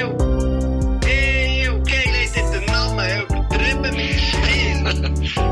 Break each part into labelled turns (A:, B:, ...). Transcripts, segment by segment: A: yo. Hey, yo. Kijk, lees dit de namen. Übertrieben mit Stil.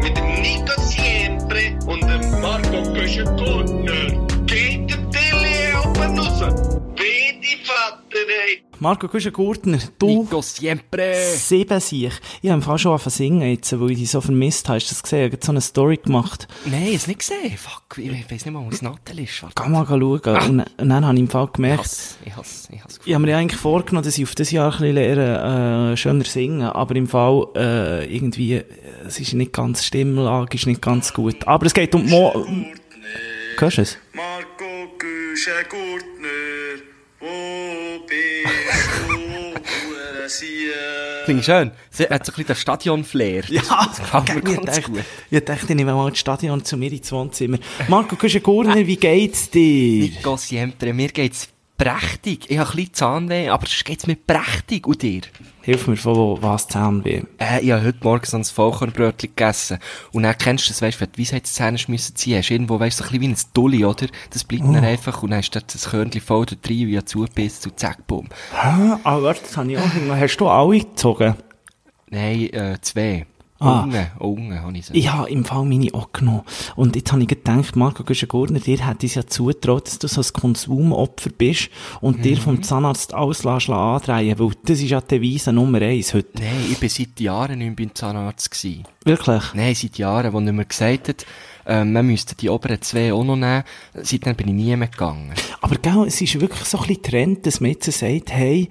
A: mit dem Nico Siempre und dem Marco Köschen-Gurtner. Geht der Tilly oben raus? Wie die Vater, ey.
B: Marco Kuschengurtner, du,
C: Nico Siempre.
B: sieben sich. Ich habe fast schon angefangen zu singen jetzt, weil ich dich so vermisst habe. Hast du das gesehen? Ich habe so eine Story gemacht.
C: Nein, es nicht gesehen. Fuck, ich weiß nicht mal, wo das Nattel ist. Warte.
B: Geh mal schauen. Und,
C: Ah.
B: und dann habe ich im Fall gemerkt,
C: Ich hasse, ich hasse.
B: Ich habe mir ja eigentlich vorgenommen, dass ich auf das Jahr ein bisschen lernen, äh, schöner singen, aber im Fall äh, irgendwie, äh, es ist nicht ganz, die Stimmlage ist nicht ganz gut. Aber es geht um die Mo... Hörst du es?
A: Marco Köschen-Gurtner. Wo bist du, du Sieg?
C: Finde ich schön. Sie hat so ein bisschen den Stadion-Flair.
B: Ja,
C: das kann man
B: ich
C: ganz
B: dachte,
C: Ah, gut.
B: Ich dachte, ich nehme mal das Stadion zu mir ins Wohnzimmer. Marco Köschen-Gurner, wie geht's dir?
C: Nico Siempre, mir geht's prächtig. Ich habe ein bisschen Zahnweh, aber sonst geht's mir prächtig. Und dir?
B: Hilf mir, von wo, was zählen will.
C: Äh, ich habe heute Morgen so ein Vollkornbrötchen gegessen. Und dann kennst du das, weißt du, wenn du die Weisheitszähne hast müssen ziehen hast, irgendwo, weißt du, so ein bisschen wie ein Dulli, oder? Das bleibt dann einfach und dann ist dort das Körnchen voll dort rein, wie zugebissen und zack, bumm.
B: Ah, warte, das habe ich auch hingegangen. Hast du alle gezogen?
C: Nein, äh, zwei.
B: Ah.
C: Unge, oh, unge, habe ich gesagt.
B: Ich habe im Fall meine auch genommen. Und jetzt habe ich gedacht, Marco Güschen-Gurner, dir hätte es ja zutraut, dass du so ein Konsumopfer bist und dir vom Zahnarzt alles lässt andrehen, weil das ist ja die Devise Nummer eins heute.
C: Nein, ich war seit Jahren nicht mehr beim Zahnarzt. Gewesen.
B: Wirklich?
C: Nein, seit Jahren, wo nicht mehr gesagt hat, äh, man müsste die oberen zwei auch noch nehmen. Seitdem bin ich nie mehr gegangen.
B: Aber genau, es ist wirklich so ein bisschen Trend, dass man jetzt sagt, hey,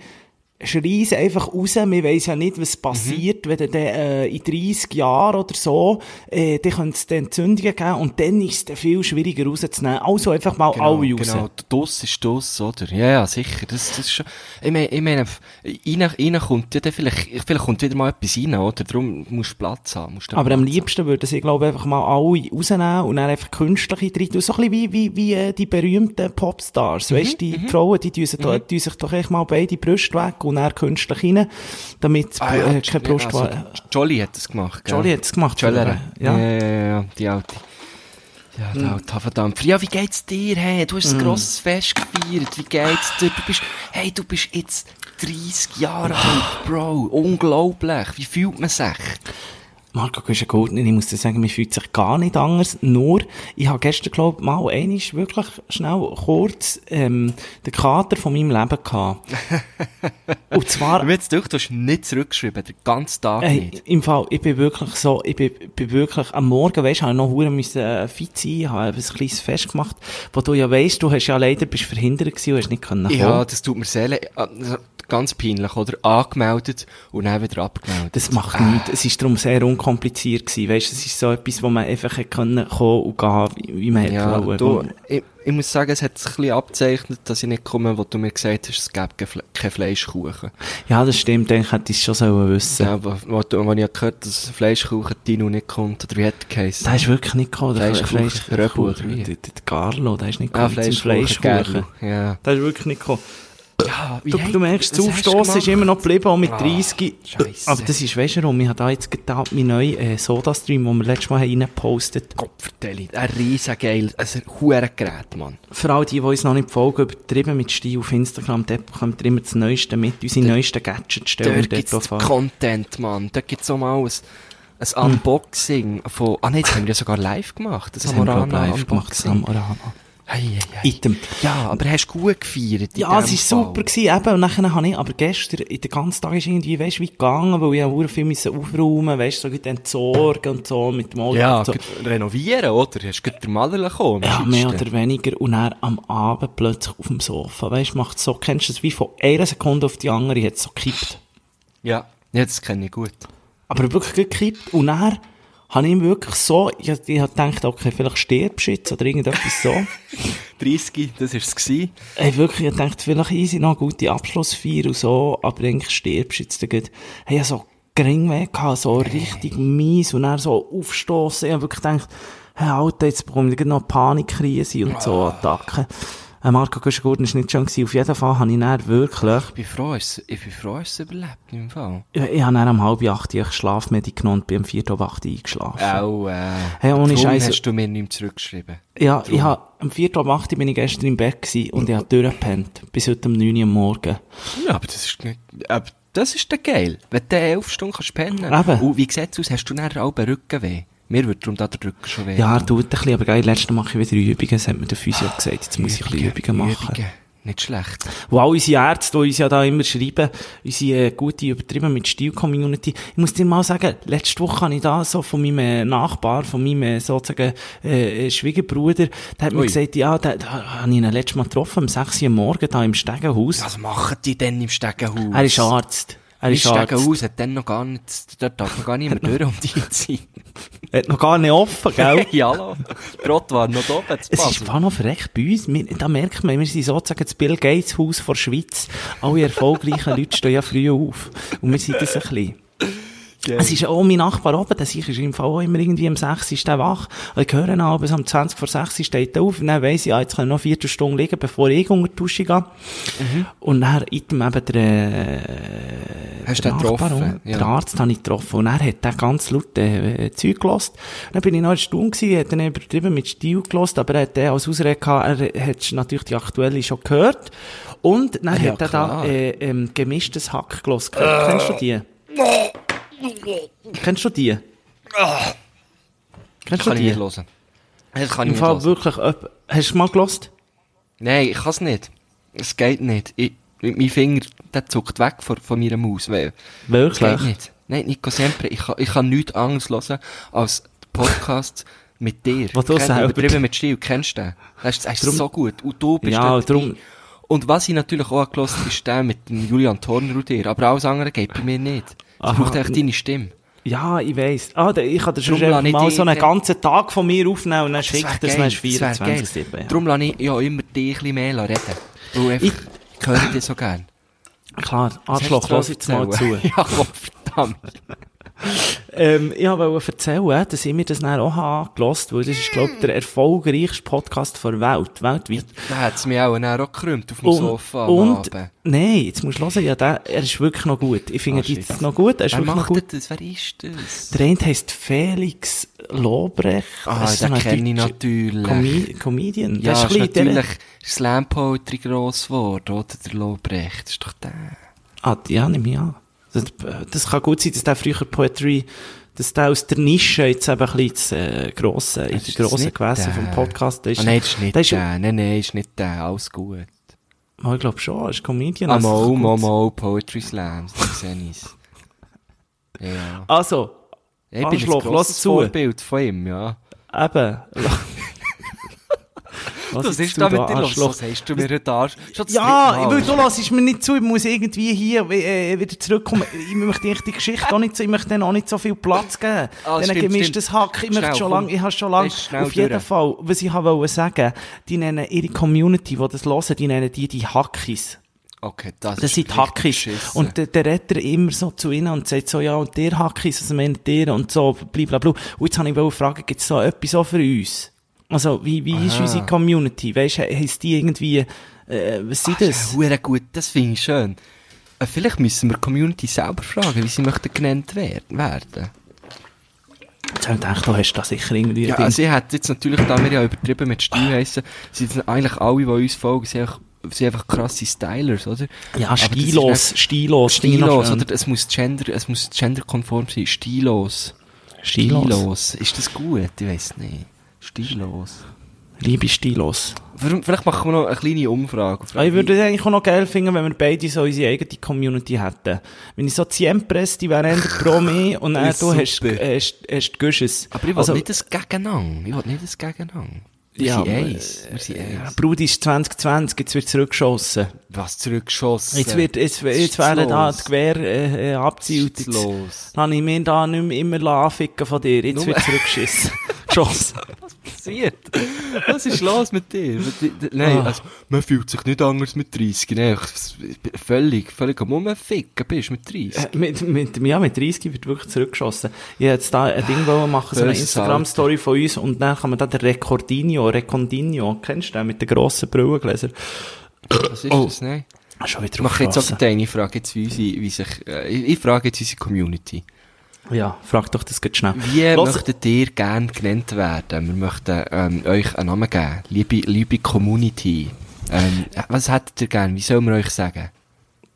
B: schreis einfach raus, wir weiss ja nicht, was passiert, wenn dann äh, in 30 Jahren oder so, äh, dann könnte es dann Entzündungen geben und dann ist es dann viel schwieriger rauszunehmen. Also einfach mal alle raus.
C: Genau, das ist das, oder? Ja, ja, sicher. Das, das ist schon, ich meine, ich meine, f- rein, rein kommt ja dann vielleicht, vielleicht kommt wieder mal etwas rein, oder? Darum musst du Platz haben. Musst du
B: Aber am
C: Platz
B: liebsten würden sie, glaube ich, einfach mal alle rausnehmen und dann einfach künstliche drin tun. So ein bisschen wie, wie, wie äh, die berühmten
C: Mhm,
B: Popstars. Weißt du, die Frauen, die tun sich, doch- tun sich doch echt mal beide Brüste weg und dann künstlich rein, damit es
C: Ah, ja,
B: äh, keine Brust
C: also,
B: war.
C: Jolly hat das gemacht, gell?
B: Jolly hat es gemacht.
C: Jolly. Ja.
B: Ja.
C: Ja, ja, ja, die alte. Ja,
B: Hm.
C: die alte, verdammt. Ja, wie geht's dir, hey? Du hast ein grosses Fest gefeiert. Wie geht's dir? Du bist, hey, du bist jetzt 30 Jahre alt, Bro. Unglaublich. Wie fühlt man sich?
B: Marco Güschen-Goldner, ich muss dir sagen, mir fühlt sich gar nicht anders. Nur, ich habe gestern, glaube ich, mal einmal wirklich schnell kurz ähm, den Kater von meinem Leben gehabt. und zwar...
C: Mir jetzt durch, du hast nicht zurückgeschrieben, den ganzen Tag
B: Ey,
C: nicht.
B: Äh, im Fall, ich bin wirklich so, ich bin, bin wirklich, am Morgen, weisst, habe ich noch hure müssen äh, fit sein, habe ein kleines Fest gemacht, wo du ja weisst, du hast ja leider, bist verhindert gewesen, du hast nicht können
C: Ja,
B: kommen.
C: das tut mir sehr leid. Ah, Ganz peinlich, oder? Angemeldet und dann wieder abgemeldet. Ah,
B: Das macht nichts. Es ist darum sehr unkompliziert gewesen, weisst, es ist so etwas, wo man einfach hätte können kommen und gehen, wie, wie man hätte
C: Ja,
B: wollen.
C: du, ich, ich muss sagen, es hat sich ein bisschen abzeichnet, dass ich nicht komme, wo du mir gesagt hast, es gäbe kein Fle- kein Fleischkuchen.
B: ja, das stimmt, ich hätte ich es schon sollen wissen.
C: Ja, äh, wo, wo, du- wo ich hab gehört dass Fleischkuchen Dino nicht kommt, oder wie hat er geheißen?
B: Da ist wirklich nicht gekommen,
C: Der
B: der
C: ist
B: Fleisch-
C: Kuchen, Röbu oder wie?
B: der- der- der Carlo, der ist nicht
C: Ah,
B: gekommen, zum Fleischkuchen.
C: Ja.
B: Der ist wirklich nicht gekommen.
C: ja
B: Du, du merkst, das Aufstossen ist immer noch geblieben, auch mit 30.
C: Ah, Scheisse.
B: Aber das ist, weißt du, warum? Ich habe da jetzt gerade meinen neuen äh, Soda-Stream, den wir letztes Mal haben reingepostet haben.
C: Kopfverteilung. Ein riesen geil, also ein hure Gerät, Mann.
B: Für all die, die uns noch nicht folgen, übertrieben mit Stil auf Instagram, dort bekommt ihr immer das Neueste mit, unsere neuesten Gadgets stellen
C: Dort gibt's
B: auf an.
C: Content, Mann. Dort gibt's auch mal ein,
B: Hm.
C: ein Unboxing von... Ah nein, das haben wir ja sogar live gemacht. Das,
B: Das haben wir glaub, live gemacht,
C: Unboxing.
B: zusammen, Orana.
C: Ei, ei, ei.
B: Item.
C: Ja, aber hast du gut gefeiert in
B: Ja,
C: dem
B: es war
C: Fall?
B: super, gewesen, eben, und nachher habe ich, aber gestern, in den ganzen Tag ist irgendwie, weißt du, wie gegangen, weil ich auch viel musste aufräumen, weißt du, so gut entsorgen und so, mit dem Auto
C: Ja, genau.
B: und so.
C: gut, renovieren, oder? Hast du gerade den Maler bekommen?
B: Ja,
C: Am
B: mehr
C: schönsten.
B: oder weniger. Und dann am Abend plötzlich auf dem Sofa. Weißt du, macht so, kennst du das wie von einer Sekunde auf die andere, hat so gekippt.
C: Ja. ja, das kenne ich gut.
B: Aber wirklich gut gekippt. Und dann habe ich ihm wirklich so, ich, ich hab gedacht, okay, vielleicht stirbst du jetzt oder irgendetwas so.
C: 30, das war es. gewesen.
B: Hey, wirklich, ich dachte, vielleicht easy noch eine gute Abschlussfeier und so, aber eigentlich stirbst du jetzt gut. Hey, ich hab so gering weg, gehabt, so richtig mies und dann so aufstoßen. Ich hab wirklich gedacht, hey, Alter, jetzt bekomme ich gleich noch eine Panikkrise und so Attacken. äh, Marco Güschengurten war nicht schön. Gewesen. Auf jeden Fall habe ich dann wirklich,
C: Ich bin froh, es, ich bin froh, es überlebt, im Fall.
B: ich, ich habe dann um halb acht ich Schlafmedi genommen und bin um vier um acht eingeschlafen.
C: Au, äh,
B: Hey, ohne
C: darum
B: Scheiß.
C: hast du mir nicht mehr zurückgeschrieben.
B: Ja, ich hab, um vier um acht bin ich gestern im Bett gewesen und ich habe durchgepennt. Bis heute um neun Uhr am Morgen.
C: Ja, aber das ist nicht, aber das ist dann geil. Wenn du elf Stunden kannst pennen
B: Eben.
C: Und wie sieht's aus? Hast du nachher auch Rückenweh? Mir wird darum da der Rücken schon weh.
B: Ja, er tut ein bisschen, aber geil, letztes Mal mache ich wieder Übungen, das hat mir der Physio gesagt, jetzt muss ich ein bisschen Übungen machen.
C: Ah, Übungen. Nicht schlecht.
B: Wo auch unsere Ärzte, die uns ja da immer schreiben, unsere äh, gute Übertrieben mit Stil-Community. Ich muss dir mal sagen, letzte Woche habe ich da so von meinem äh, Nachbar, von meinem äh, sozusagen äh, äh, Schwiegerbruder, der hat mir
C: Ui.
B: gesagt, ja, da, da habe ich ihn letztes Mal getroffen, am 6 Uhr morgen da im Stegenhaus.
C: Was machen die denn im Stegenhaus?
B: Er ist Arzt. Er
C: Im
B: ist Arzt.
C: Stegenhaus hat dann noch gar nicht, dort darf man gar nicht mehr durch um die Zeit.
B: Er hat noch gar nicht offen, gell?
C: Hey, hallo. Trott war noch oben, jetzt
B: Es ist war noch verreckt bei uns. Wir, da merkt man, wir sind sozusagen das Bill Gates Haus der Schweiz. Alle erfolgreichen Leute stehen ja früh auf. Und wir sind das ein bisschen. Also, Es ist auch mein Nachbar oben, der sich ist im Fall auch immer irgendwie am 6. Ist der wach. Und ich höre ihn abends am 20 vor 6 steht er auf. Und dann weiss ich, ah, jetzt kann ich noch eine Viertelstunde liegen, bevor ich unter die Dusche gehe.
C: Mhm.
B: Und dann hat ihm eben der, äh,
C: Hast du den
B: Nachbar,
C: getroffen?
B: Der Arzt habe ich getroffen und er hat dann ganz laut äh, Zeug gelost. Dann bin ich noch erstaunt gewesen, hat dann übertrieben mit Stil gelost, aber er hat dann als Ausrede gehabt, er hat natürlich die aktuelle schon gehört. Und dann
C: Ah, Ja,
B: hat er da
C: klar.
B: äh, ähm, gemischtes Hack gelost. Kennst du die? Kennst du die? Kennst du
C: kann ich
B: die?
C: nicht hören. Das kann ich
B: Im
C: nicht
B: Fall
C: hören.
B: wirklich, ob- hast du mal gelost?
C: Nein, ich kann's nicht. Es geht nicht. Ich, mein Finger, der zuckt weg von, von meiner Maus. Weil, es geht
B: Wirklich?
C: nicht. Nein, Nico Sempre, ich kann, ich kann nichts anderes hören als Podcasts mit dir.
B: Wo du
C: Kenn-
B: selber-
C: Übertrieben mit Stil, kennst du den? Das ist, das ist
B: Drum-
C: so gut. Und du bist
B: Ja,
C: dort dabei.
B: drum-
C: Und was ich natürlich auch gehört habe, ist der mit dem Julian Thorner und dir. Aber alles andere geht bei mir nicht.
B: Aha.
C: Es braucht echt deine Stimme.
B: Ja, ich weiss. Ah, da- ich kann dir schon
C: Drum lass ich
B: mal
C: die-
B: so einen
C: die-
B: ganzen Tag von mir aufnehmen und dann schickt das,
C: wär
B: dann ist
C: geil, wär
B: 24
C: geil.
B: ja.
C: Darum lasse ich ja immer dich ein bisschen mehr reden. Weil einfach, ich höre dich so gern.
B: Klar,
C: Was hast
B: Arschloch,
C: du
B: lass jetzt mal zu.
C: erzählen? ja, Gott, verdammt.
B: ähm, ich wollte erzählen, dass ich mir das dann auch angelost habe, weil das ist, glaube ich, der erfolgreichste Podcast der Welt, weltweit.
C: Da hat es mich auch, dann auch gerümmt auf dem
B: Oh,
C: Sofa am
B: und,
C: Abend.
B: nein, jetzt musst du hören, ja, der, er ist wirklich noch gut. Ich finde
C: Ah,
B: ihn jetzt
C: shit.
B: noch gut, er ist
C: Wer
B: wirklich noch
C: macht
B: gut.
C: denn das? Wer ist das?
B: Der eine heisst Felix Lobrecht.
C: dus? Ah,
B: Das ist
C: den
B: ein
C: kenne ich
B: deutscher
C: natürlich.
B: Comi Comedian.
C: ja,
B: das
C: ist,
B: ist, ein bisschen der-
C: natürlich Slam Poetry gross geworden, oder? Der Lobrecht, ist doch der.
B: Ah, ja, nehme ich an. Das, das kann gut sein, dass der früher Poetry, dass der aus der Nische jetzt eben ein bisschen das, äh, grosse, in
C: Ist
B: der
C: das
B: grossen
C: nicht
B: Gewässer
C: der?
B: vom Podcast
C: Ah, nein, das ist nicht
B: der ist,
C: der. Nein, nein, ist nicht der. Alles gut.
B: Oh, ich glaube schon, er ist Comedian.
C: Ah,
B: also
C: mal,
B: kann
C: mal,
B: gut sein.
C: mal, Poetry Slams, da sehe ich's. Ja.
B: Also,
C: Ich bin ein
B: Arschloch, lass
C: grosses
B: zu.
C: Vorbild von ihm, ja.
B: äh, eben. Was
C: Das
B: jetzt
C: ist da mit dir los.
B: Arschloch?
C: Was hast du mir den Arsch? Schon das
B: Ja,
C: dritte
B: weil
C: Mal.
B: du lässt mir nicht zu, ich muss irgendwie hier äh, wieder zurückkommen. Ich möchte eigentlich die Geschichte auch nicht so, ich möchte denen auch nicht so viel Platz geben.
C: Ah,
B: Dann
C: stimmt,
B: gemischtes
C: stimmt.
B: Hack, ich möchte
C: Schnell,
B: schon
C: komm.
B: lange, ich habe schon lange,
C: Das ist schnell
B: auf jeden
C: durch.
B: Fall, was ich wollte sagen, die nennen ihre Community, die das hören, die nennen die die Hackis.
C: Okay, das,
B: Das
C: ist
B: sind die
C: richtig
B: Hackis.
C: beschissen.
B: Und der, der redet er immer so zu ihnen und sagt so, ja, und der Hackis, also meint ihr und so, blablabla. Und jetzt habe ich wollte fragen, gibt es so etwas auch für uns? Also, wie, wie ist
C: Aha.
B: unsere Community? Weißt du, heisst die irgendwie, äh, was sind
C: das
B: das?
C: ist ja hure gut, das finde ich schön. Äh, vielleicht müssen wir die Community selber fragen, wie sie möchten genannt wer- werden.
B: Jetzt habe ich gedacht, du hast da sicher irgendwie
C: Ja,
B: drin.
C: also ich Ah. hätte jetzt natürlich, da wir ja übertrieben mit Stil heissen, sind eigentlich alle, die uns folgen, sind einfach, sind einfach krasse Stylers, oder?
B: ja
C: Aber das ist
B: stilos, stilos, finde ich noch
C: Stilos,
B: schön.
C: oder? Es muss gender, es muss genderkonform sein. Stilos.
B: Stilos.
C: Ist das gut? Ich weiß nicht. Stilos.
B: Liebe Stilos.
C: Warum- Vielleicht machen wir noch eine kleine Umfrage.
B: Ah, Ich würde es eigentlich auch noch geil finden, wenn wir beide so unsere eigene Community hätten. Wenn ich so Ziempress, die wäre eher pro mir und dann
C: Ist
B: du hast,
C: super.
B: hast, hast Also, Güsches.
C: Aber ich will nicht das Gegeneinander. Ich will nicht das Gegeneinander. Wir
B: Ja,
C: sind
B: aber,
C: eins. Wir sind eins.
B: äh, Brudi ist 2020, jetzt wird zurückgeschossen.
C: Was zurückgeschossen?
B: Jetzt wird, jetzt,
C: Was
B: jetzt
C: ist
B: werden da
C: los?
B: die Gewehr, äh, äh, abzielt.
C: Was ist
B: Jetzt
C: los?
B: Dann habe ich mir da nicht mehr immer anficken von dir. Jetzt
C: Nur-
B: wird zurückgeschissen. Geschossen.
C: passiert? Was ist los mit dir? Mit di- di- Nein, also, man fühlt sich nicht anders mit 30. Nein, ich- völlig, völlig am Rumficken bist mit 30.
B: Äh, Mit, mit, ja, mit 30 wird wirklich zurückgeschossen. Ich hätte jetzt da ein Ding wollen machen, so eine
C: Böses
B: Instagram-Story von uns, und dann kann man da den Recordinho, Recondinho, kennst du den, mit den grossen Brillengläsern?
C: Was ist
B: oh.
C: das, nein?
B: Schon wieder
C: Mach jetzt
B: aufgeschossen.
C: auch deine Frage, jetzt wie sie, wie sich, äh, ich, ich frage jetzt unsere Community.
B: Ja, frag doch das ganz schnell.
C: Wie
B: Los-
C: möchtet ihr gerne genannt werden? Wir möchten ähm, euch einen Namen geben. Liebe, liebe Community. Ähm, was hättet ihr gerne? Wie soll man euch sagen?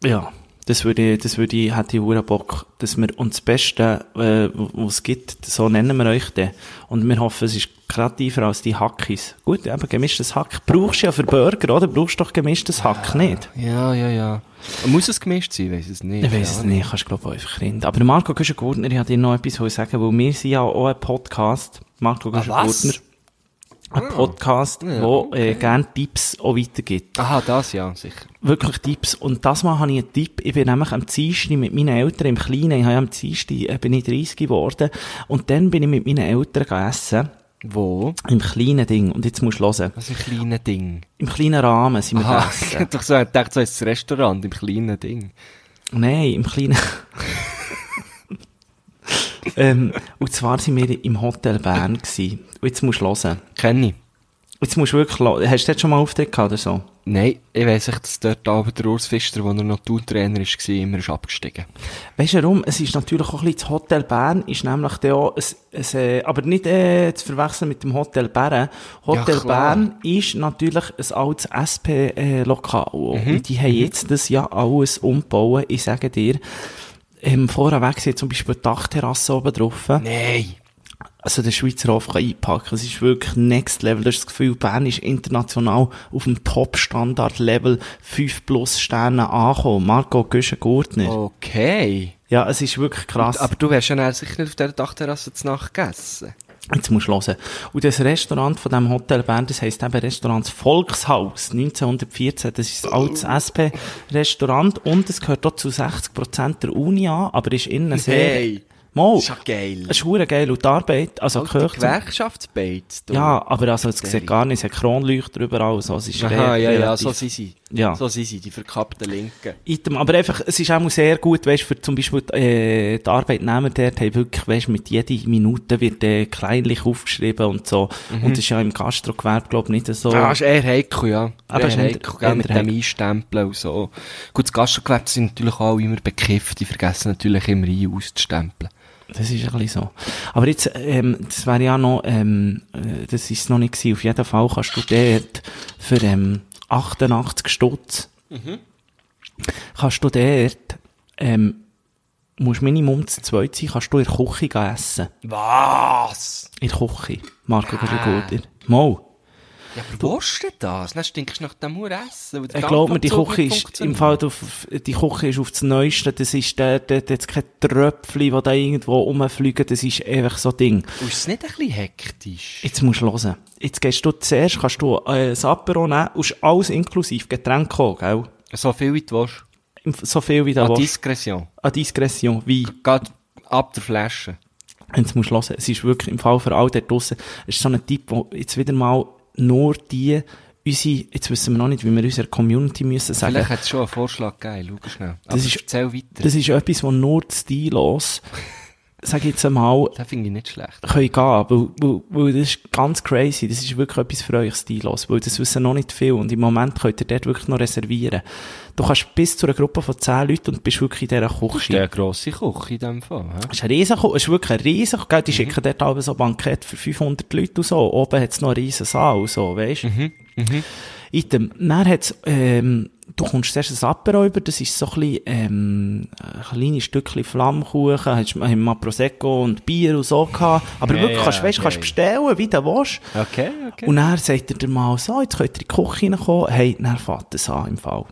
B: Ja, das würde, ich- das würde ich, hätte ich verdammt Bock, dass wir uns das Beste, äh, was es gibt, so nennen wir euch den. Und wir hoffen, es ist kreativer als die Hackis. Gut, eben gemischtes Hack. Brauchst du ja für Burger, oder? Brauchst doch gemischtes Hack nicht.
C: Ja, ja, ja. Muss es gemischt sein? Weiß es nicht.
B: Ich weiß es nicht, kannst glaube ich einfach reden. Aber Marco Güschen-Gurtner, ich wollte dir noch etwas sagen, weil wir sind ja auch ein Podcast, Marco
C: was?
B: Güschen-Gurtner, ein Podcast,
C: Ja,
B: wo äh, gerne Tipps auch weitergibt.
C: Aha, das ja, sicher.
B: wirklich Tipps. Und das Mal habe ich einen Tipp. Ich bin nämlich am Dienstag mit meinen Eltern im Kleinen, ich habe ja am Dienstag, äh, bin ich 30 geworden. Und dann bin ich mit meinen Eltern gegessen.
C: Wo?
B: Im kleinen Ding. Und jetzt musst du hören.
C: Was ein kleines Ding.
B: Im kleinen Rahmen sind wir
C: Aha, ich
B: gegessen.
C: hätte doch so gedacht, so ist das Restaurant im kleinen Ding.
B: Nein, im kleinen... ähm, und zwar sind wir im Hotel Bern gewesen. Und jetzt musst du hören.
C: Kenn ich.
B: Jetzt musst du wirklich hören. Hast du dort schon mal Auftritt gehabt oder so?
C: Nein, ich weiss nicht, dass dort aber der Urs Fischer, wo er noch Tourtrainer war, immer ist abgestiegen.
B: Weißt du warum? Es ist natürlich auch ein bisschen, das Hotel Bern ist nämlich dann auch ein, ein, äh, aber nicht äh, zu verwechseln mit dem Hotel Bern. Hotel
C: Ja, klar.
B: Bern ist natürlich ein altes SP-Lokal.
C: Mhm,
B: Und die haben jetzt das ja alles umgebaut. Ich sage dir, ähm, vorweg sind zum Beispiel die Dachterrasse oben drauf.
C: Nein!
B: Also der Schweizer Hof kann einpacken. Es ist wirklich next level. Du hast das Gefühl, Bern ist international auf dem Top-Standard-Level 5 plus Sterne angekommen. Marco Güschen-Gurtner.
C: Okay.
B: Ja, es ist wirklich krass.
C: Oh. Aber du wärst ja dann sicher nicht auf dieser Dachterrasse zu Nacht gegessen.
B: Jetzt musst du hören. Und das Restaurant von dem Hotel Bern, das heisst eben Restaurant Volkshaus 1914. Das ist ein
C: Oh.
B: altes SP-Restaurant und es gehört auch zu 60% der Uni an, aber ist innen sehr...
C: Hey,
B: Mal,
C: ist ja geil.
B: es ist hure geil und die Arbeit, also
C: Alter,
B: gehört... zum-
C: Gewerkschaftsbeit. du.
B: Ja, aber also, es sieht
C: Erzähl.
B: gar nicht, es hat Kronleuchter überall, so, es ist
C: Aha,
B: re-
C: ja, ja,
B: relativ-
C: so sind sie.
B: Ja.
C: So sind sie, die verkappten Linken.
B: Item. Aber einfach, es ist auch mal sehr gut, weißt, für zum Beispiel, äh, die Arbeitnehmer dort haben wirklich, weißt, mit jeder Minute wird, äh, kleinlich aufgeschrieben und so. Und das ist ja im Gastrogewerbe, glaube ich, nicht so.
C: Mhm. Ah, ist eher heikel, ja.
B: Aber
C: Aber
B: ist
C: eher
B: nicht-
C: heikel, gell, mit
B: eher
C: dem
B: heikel.
C: Einstempeln und so. Gut, das Gastgewerbe sind natürlich auch immer bekifft, die vergessen natürlich immer ein- und auszustempeln.
B: Das ist ein bisschen so. Aber jetzt, ähm, das wäre ja noch, ähm, äh, das ist noch nicht gewesen. Auf jeden Fall kannst du dort für, ähm, 88 Stutz, kannst du dort, ähm, musst Minimum zu zweit sein, kannst du in der Küche gehen essen.
C: Was?
B: In der Küche. Marco, das ist
C: Ah.
B: gut. Mal.
C: Ja, aber wo ist denn das? Dann stinkst du nach dem Huressen.
B: Ich glaube Äh, mir, die Küche ist, im Fall, auf, die Küche ist auf das Neueste, das ist, der, der, der jetzt kein Tröpfchen, die da irgendwo rumfliegen, das ist einfach so ein Ding.
C: Ist es nicht ein bisschen hektisch?
B: Jetzt musst du hören. Jetzt gehst du zuerst, kannst du, äh, das Apero nehmen, und ist alles inklusive, Getränke auch, gell?
C: So viel wie du willst.
B: Im- So viel wie du
C: An
B: willst.
C: Diskretion.
B: An Diskretion, wie.
C: Geht ab der Flasche.
B: Jetzt musst du hören. Es ist wirklich im Fall für all dort draussen, es ist so ein Typ, wo jetzt wieder mal nur die, unsere, jetzt wissen wir noch nicht, wie wir unserer Community müssen sagen.
C: Vielleicht hat es schon einen Vorschlag gegeben, schau schnell. Aber
B: ist-
C: erzähl weiter.
B: Das ist etwas, wo nur die Stilos, sag ich jetzt einmal,
C: Das finde ich nicht schlecht.
B: können gehen, weil, weil, weil das ist ganz crazy, das ist wirklich etwas für euch Stilos, weil das wissen noch nicht viel und im Moment könnt ihr dort wirklich noch reservieren. Du kannst bis zu einer Gruppe von 10 Leuten und bist wirklich in dieser
C: Das ist
B: Küche.
C: eine grosse Küche in dem Fall. hä?
B: Es ist, ein riesen, Ko- es ist wirklich ein riesen, gell?
C: Mhm.
B: die schicken dort aber so Bankett für 500 Leute und so, oben hat es noch einen riesen Saal und so, weisst du?
C: Mhm.
B: Item, dann hat's, ähm, du kommst zuerst ein Apero über, das ist so ein bisschen, ähm, ein kleines Stückchen Flammkuchen, hast, haben mal Prosecco und Bier und so gehabt, aber
C: Ja,
B: wirklich, kannst,
C: ja,
B: weißt, kannst
C: ja.
B: bestellen, wie du willst.
C: Okay, okay.
B: Und dann sagt er dir mal so, jetzt könnt ihr in die Küche reinkommen. Hey, dann fährt das an im Fall.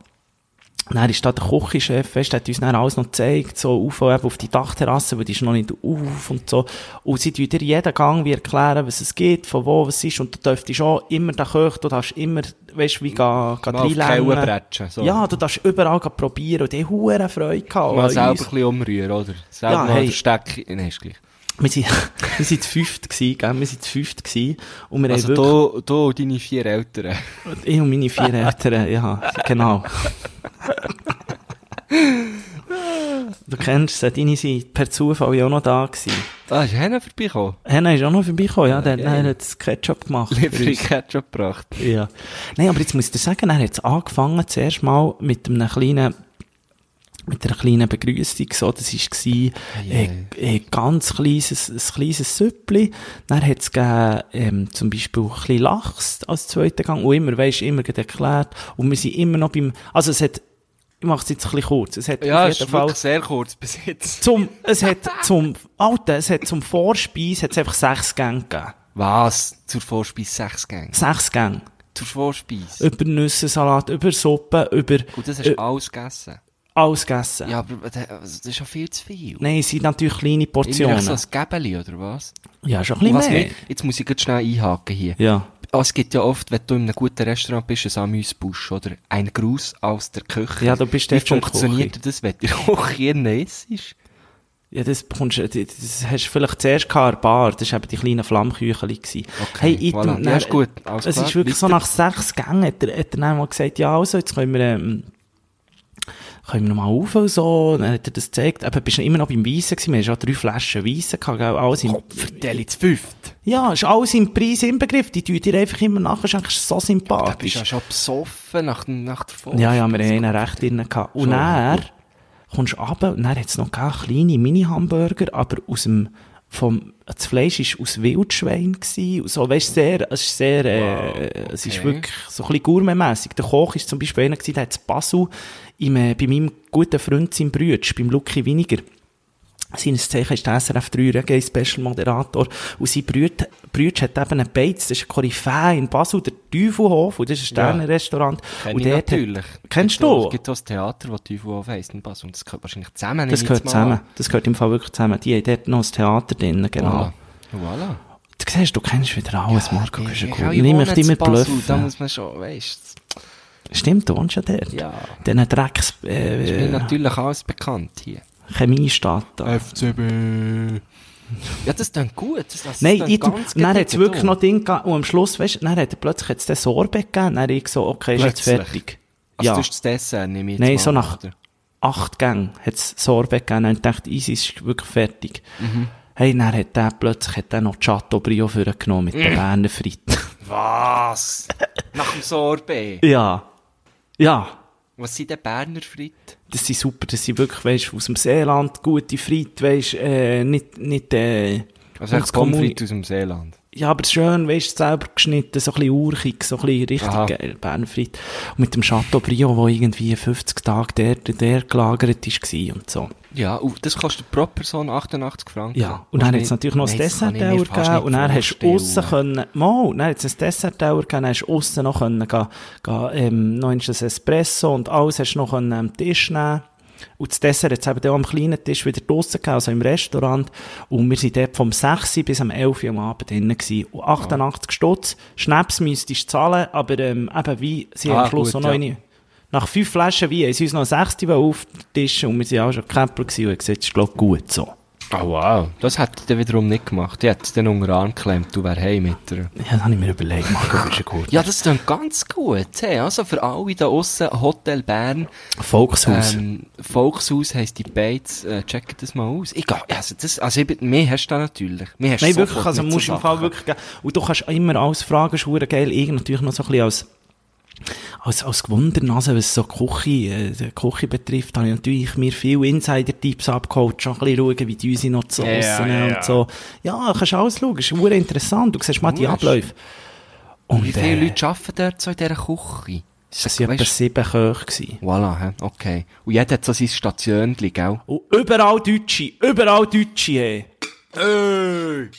B: Dann ist da der Küchenchef, weißt, der hat uns dann alles noch gezeigt, so auf, eben auf die Dachterrasse, weil die ist noch nicht auf und so. Und sie tun dir jeden Gang wie erklären, was es gibt, von wo was ist. Und du dürftest auch immer den Köch, du darfst immer, weißt, wie gehen, gehen
C: Mal auf die Kelle
B: reinlernen.
C: bretschen, so.
B: Ja, du darfst überall gehen probieren. Und die haben Freude gehabt.
C: Mal
B: an
C: selber ein
B: uns.
C: bisschen umrühren, oder? Selber
B: Ja,
C: mal
B: hey.
C: den Steck... Nein, ist gleich.
B: Wir sind, wir sind zu fünft gewesen, gell? Wir sind zu fünft gewesen. Und wir haben wirklich-
C: Also, du, du und deine vier Eltern.
B: Ich und meine vier Eltern, ja, genau. du kennst sie, deine sind per Zufall ja auch noch da gewesen.
C: Ah, ist Henna vorbeigekommen?
B: Hannah ist auch noch vorbeigekommen, ja, der,
C: Okay.
B: der hat das Ketchup gemacht. für
C: Lieferung
B: uns.
C: Ketchup gebracht.
B: Ja. Nein, aber jetzt muss ich dir sagen, er hat angefangen, zuerst mal mit einem kleinen, mit einer kleinen Begrüßung, so, das war, äh, äh, ganz kleines, ein kleines Süppli. Dann hat es gegeben, ähm, zum Beispiel ein bisschen Lachs als zweiten Gang, und immer, weisst, immer gerade erklärt, und wir sind immer noch beim, also es hat, ich mach's jetzt ein bisschen kurz, es hat
C: Ja,
B: auf
C: ist
B: jeden
C: wirklich
B: Fall,
C: sehr kurz bis jetzt.
B: zum, es hat zum, Alter, es hat zum Vorspeis, hat's einfach sechs Gänge gegeben.
C: Was? Zur Vorspeise sechs Gänge. Äh,
B: Sechs Gänge.
C: Zur Vorspeise.
B: Über Nüssensalat, über Suppe, über,
C: Und das hast
B: äh,
C: du alles gegessen.
B: alles gegessen.
C: Ja, aber das also, das ist ja viel zu viel.
B: Nein, es sind natürlich kleine
C: Immer
B: Portionen.
C: so ein Gäbeli, oder was?
B: Ja, schon ein
C: Und
B: bisschen
C: was
B: mehr.
C: mir- Jetzt muss ich grad schnell einhaken hier.
B: Ja.
C: Ah, Es gibt ja oft, wenn du in einem guten Restaurant bist, ein Amüsbusch oder ein Gruß aus der Küche.
B: Ja, du bist
C: Wie
B: dort schon in der
C: funktioniert das, wenn die Küche nicht ist?
B: Ja, das bekommst du, das hast du vielleicht zuerst gehabt, in der Bar. Das waren eben die kleinen Flammküchel. Okay, hey, ich,
C: voilà.
B: und
C: Ja, ist gut. Alles
B: es
C: klar,
B: ist wirklich so
C: weiter.
B: nach sechs Gängen, hat er, hat er dann mal gesagt, ja, also, jetzt können wir, ähm, können wir nochmal auf und so. Dann hat er das gezeigt. Aber bist du immer noch beim Weissen gewesen. Wir hatten schon drei Flaschen Weissen gehabt, gell? Alles im,
C: Vertelle zu fünft.
B: ja, ist alles im Preis inbegriffen. Die tun dir einfach immer nachher, ist eigentlich so
C: Du bist
B: sympathisch.
C: ja schon besoffen nach, dem- nach der Vorspeise.
B: Ja, ja, wir haben einen recht drin gehabt. Und
C: Schon, ja,
B: dann kommst du runter und dann hat es noch gegeben, kleine Mini-Hamburger, aber aus dem, vom, das Fleisch war aus Wildschwein gewesen. und So, weißt du, sehr, es ist sehr, äh, es ist
C: okay.
B: wirklich so ein bisschen gourmetmässig. Der Koch ist zum Beispiel einer gewesen, der hat in Basel im, äh, bei meinem guten Freund, seinem Brütsch, beim Lucky Winiger, seines Zeichen ist der SRF 3 Reggae Special Moderator. Und sein Brüt, Brütsch hat eben einen Beiz, das ist ein Koryphäe in Basel, der Teufelhof, und das ist ein
C: Ja.
B: Sternenrestaurant.
C: Kenn
B: und
C: ich
B: dort hat-
C: natürlich.
B: Kennst
C: Gibt auch-
B: du?
C: gibt auch ein Theater, das Teufel heisst und was. Und das gehört wahrscheinlich
B: Das
C: zusammen. nehme ich
B: gehört
C: jetzt mal
B: zusammen.
C: an.
B: Das gehört im Fall wirklich zusammen. Die haben dort noch ein Theater drin, genau.
C: Voilà. Voilà.
B: Du siehst, du kennst wieder alles, Marco.
C: Ich-
B: bist ja
C: ich-
B: cool.
C: ich
B: Ich
C: wohne
B: möchte
C: in
B: immer
C: Basel, Da
B: bluffen.
C: muss man schon, weißt
B: Stimmt, du wohnst ja dort.
C: Ja.
B: Diesen Drecks...
C: du. Mir
B: Äh,
C: natürlich alles bekannt hier.
B: Chemiestadt
C: Äh,
B: da.
C: FCB. Ja, das klingt gut. Das, das
B: Nein,
C: klingt
B: ich,
C: ganz
B: dann hat es
C: gediegen,
B: wirklich
C: du.
B: noch Ding gegeben, und am Schluss, weißt du, dann hat er plötzlich jetzt den Sorbet gegeben, dann ich so, okay, ist jetzt
C: Plötzlich.
B: fertig.
C: Also,
B: ja.
C: du hast das Dessert, nehme ich jetzt
B: Nein,
C: mal
B: so nach
C: an, oder?
B: acht Gängen hat es Sorbet gegeben, und ich dachte, easy, es ist wirklich fertig.
C: Mhm.
B: Hey, dann hat der plötzlich hat der noch Chateaubriand vorgenommen mit
C: Mm.
B: den Berner Fritten.
C: Was? nach dem Sorbet.
B: Ja. Ja.
C: Was sind denn Berner Fritt?
B: Das sind super, das sind wirklich, weisst, aus dem Seeland, gute Freit, weisst, äh, nicht, nicht, äh,
C: Also,
B: und
C: ich
B: Kommun-
C: komme aus dem Seeland.
B: Ja, aber schön, weisst, selber geschnitten, so ein bisschen urchig, so ein bisschen richtig
C: Aha.
B: geil, Bernfried. Und mit dem Chateaubriand, wo irgendwie 50 Tage der, der gelagert ist, war und so.
C: Ja, und das kostet pro Person 88 Franken.
B: Ja. Und dann hat es natürlich noch ein Dessert gegeben, und dann hast du aussen können, mal, dann hat es ein Dessert gegeben, dann hast du aussen noch können, gehen, gehen, ähm, noch einmal ein Espresso und alles hast du noch können am Tisch nehmen. Und das Dessert hat es eben dann am kleinen Tisch wieder draussen gegeben, also im Restaurant. Und wir sind dort vom 6 Uhr bis am 11 Uhr am Abend drinnen gewesen. Und 88 Stutz. Schnaps müsstest du zahlen, aber, ähm, eben wie, sie haben
C: Ah,
B: am Schluss
C: gut,
B: auch noch
C: ja.
B: eine, nach fünf Flaschen Wein, haben sie uns noch eine sechste auf den Tisch und wir sind auch schon gekämpft gewesen und haben gesagt, das ist, glaub, gut so.
C: Oh wow, das hätte ich dann wiederum nicht gemacht. Ich hätte es dann unter den Arm geklemmt, du wärst heim mit der.
B: Ja, das habe ich mir überlegt, Marco, das ist ja gut.
C: Ja, das klingt ganz gut. Hey, also für alle da aussen, Hotel Bern,
B: Volkshaus.
C: ähm, Volkshaus heisst die Bates, äh, checkt das mal aus. Ich geh, also das, also ich bin, mehr hast du da natürlich. Mehr hast du
B: Nein,
C: sofort
B: wirklich, also
C: mit so
B: musst du im Fall
C: Sachen.
B: wirklich gehen. Und du kannst immer alles fragen, ist verdammt geil. Ich natürlich noch so ein bisschen als, als, als Gewundernase, was so Küche, äh, die Küche betrifft, habe ich natürlich mir viel Insider-Tipps abgeholt, schon ein bisschen schauen, wie die unsere noch so
C: Ja,
B: aussen
C: ja,
B: und
C: ja.
B: so. Ja, kannst alles schauen, ist verdammt interessant, du siehst mal die
C: Wurscht.
B: Abläufe. Und,
C: Wie viele
B: äh,
C: Leute arbeiten dort so in dieser Küche?
B: Es waren etwa
C: Weisst-
B: sieben Köche. gewesen.
C: Voilà, hä? okay. Und jeder hat so sein Stationchen, gell?
B: Und überall Deutsche, überall Deutsche, hey.
C: Ey,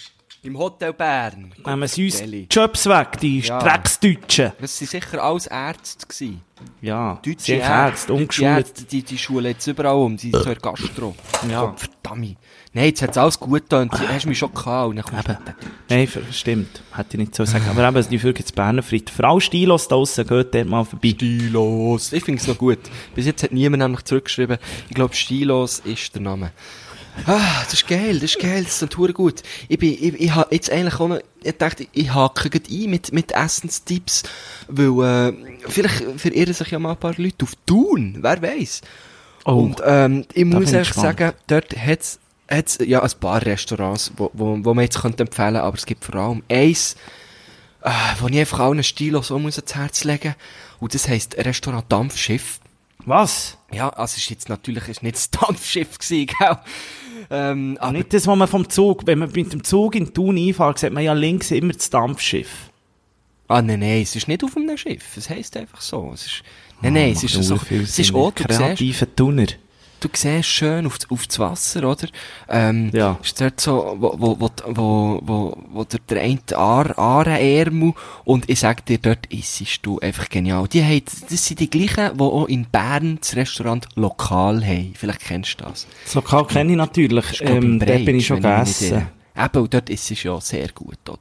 C: im Hotel Bern.
B: Nehmen sie uns
C: Deli.
B: die Jobs weg, die
C: Ja.
B: Drecksdeutschen.
C: Das waren sicher alles Ärzte. Gewesen.
B: Ja,
C: Deutsche
B: sehr Ärzte,
C: Deutsche
B: ungeschult.
C: Ärzte, die, die schulen jetzt überall um. Sie sind zur Gastro.
B: Ja.
C: Gott verdammt. Nein, jetzt hat es alles gut getan. Du hast mich schon gehabt. Und dann kommst du-
B: Eben. Nein, ver- stimmt. Hätte ich nicht so sagen. Aber eben, es dafür gibt's Berner Fried. Für alle Stilos da draussen, geht dort mal vorbei.
C: Stilos. Ich finde es noch gut. Bis jetzt hat niemand nämlich zurückgeschrieben. Ich glaube, Stilos ist der Name. Ah, das ist geil, das ist geil, das ist total gut. Ich bin, ich, ich hab jetzt eigentlich auch noch, ich dachte, ich hake grad ein mit, mit Essenstipps, weil, äh, vielleicht verirren sich ja mal ein paar Leute auf Tun, wer weiß.
B: Oh,
C: Und, ähm, ich
B: bin
C: muss
B: ich
C: ehrlich
B: gespannt.
C: sagen, dort hat's, hat's, ja, ein paar Restaurants, wo, wo, wo man jetzt könnte empfehlen, aber es gibt vor allem eins, äh, wo ich einfach allen Stilos so muss ans Herz legen. Und das heisst Restaurant Dampfschiff.
B: was?
C: Ja, also es ist jetzt natürlich, ist nicht das Dampfschiff gewesen, gell? Ähm, aber
B: Nicht das, was man vom Zug, wenn man mit dem Zug in Thun einfährt, sieht man ja links immer das Dampfschiff.
C: Ah, nein, nein, es ist nicht auf einem Schiff. Es heisst einfach so. Es ist, nein,
B: Ah,
C: nein, es ist so. Es ist auch, du siehst,
B: kreativer Tuner.
C: du siehst schön auf, auf das Wasser, oder? Ähm,
B: Ja.
C: Ist dort so, wo, wo, wo, wo, wo, wo der, der eine Ar- Ahrenärmel, und ich sag dir, dort isst du einfach genial. Die haben, das sind die gleichen, die auch in Bern das Restaurant lokal haben. Vielleicht kennst du das.
B: Das Lokal kenne ich natürlich,
C: Ist, glaub ich,
B: ähm, dort
C: Breitsch,
B: bin ich schon
C: wenn mich nicht
B: gegessen.
C: irre. Eben, und dort ist es ja sehr gut, oder?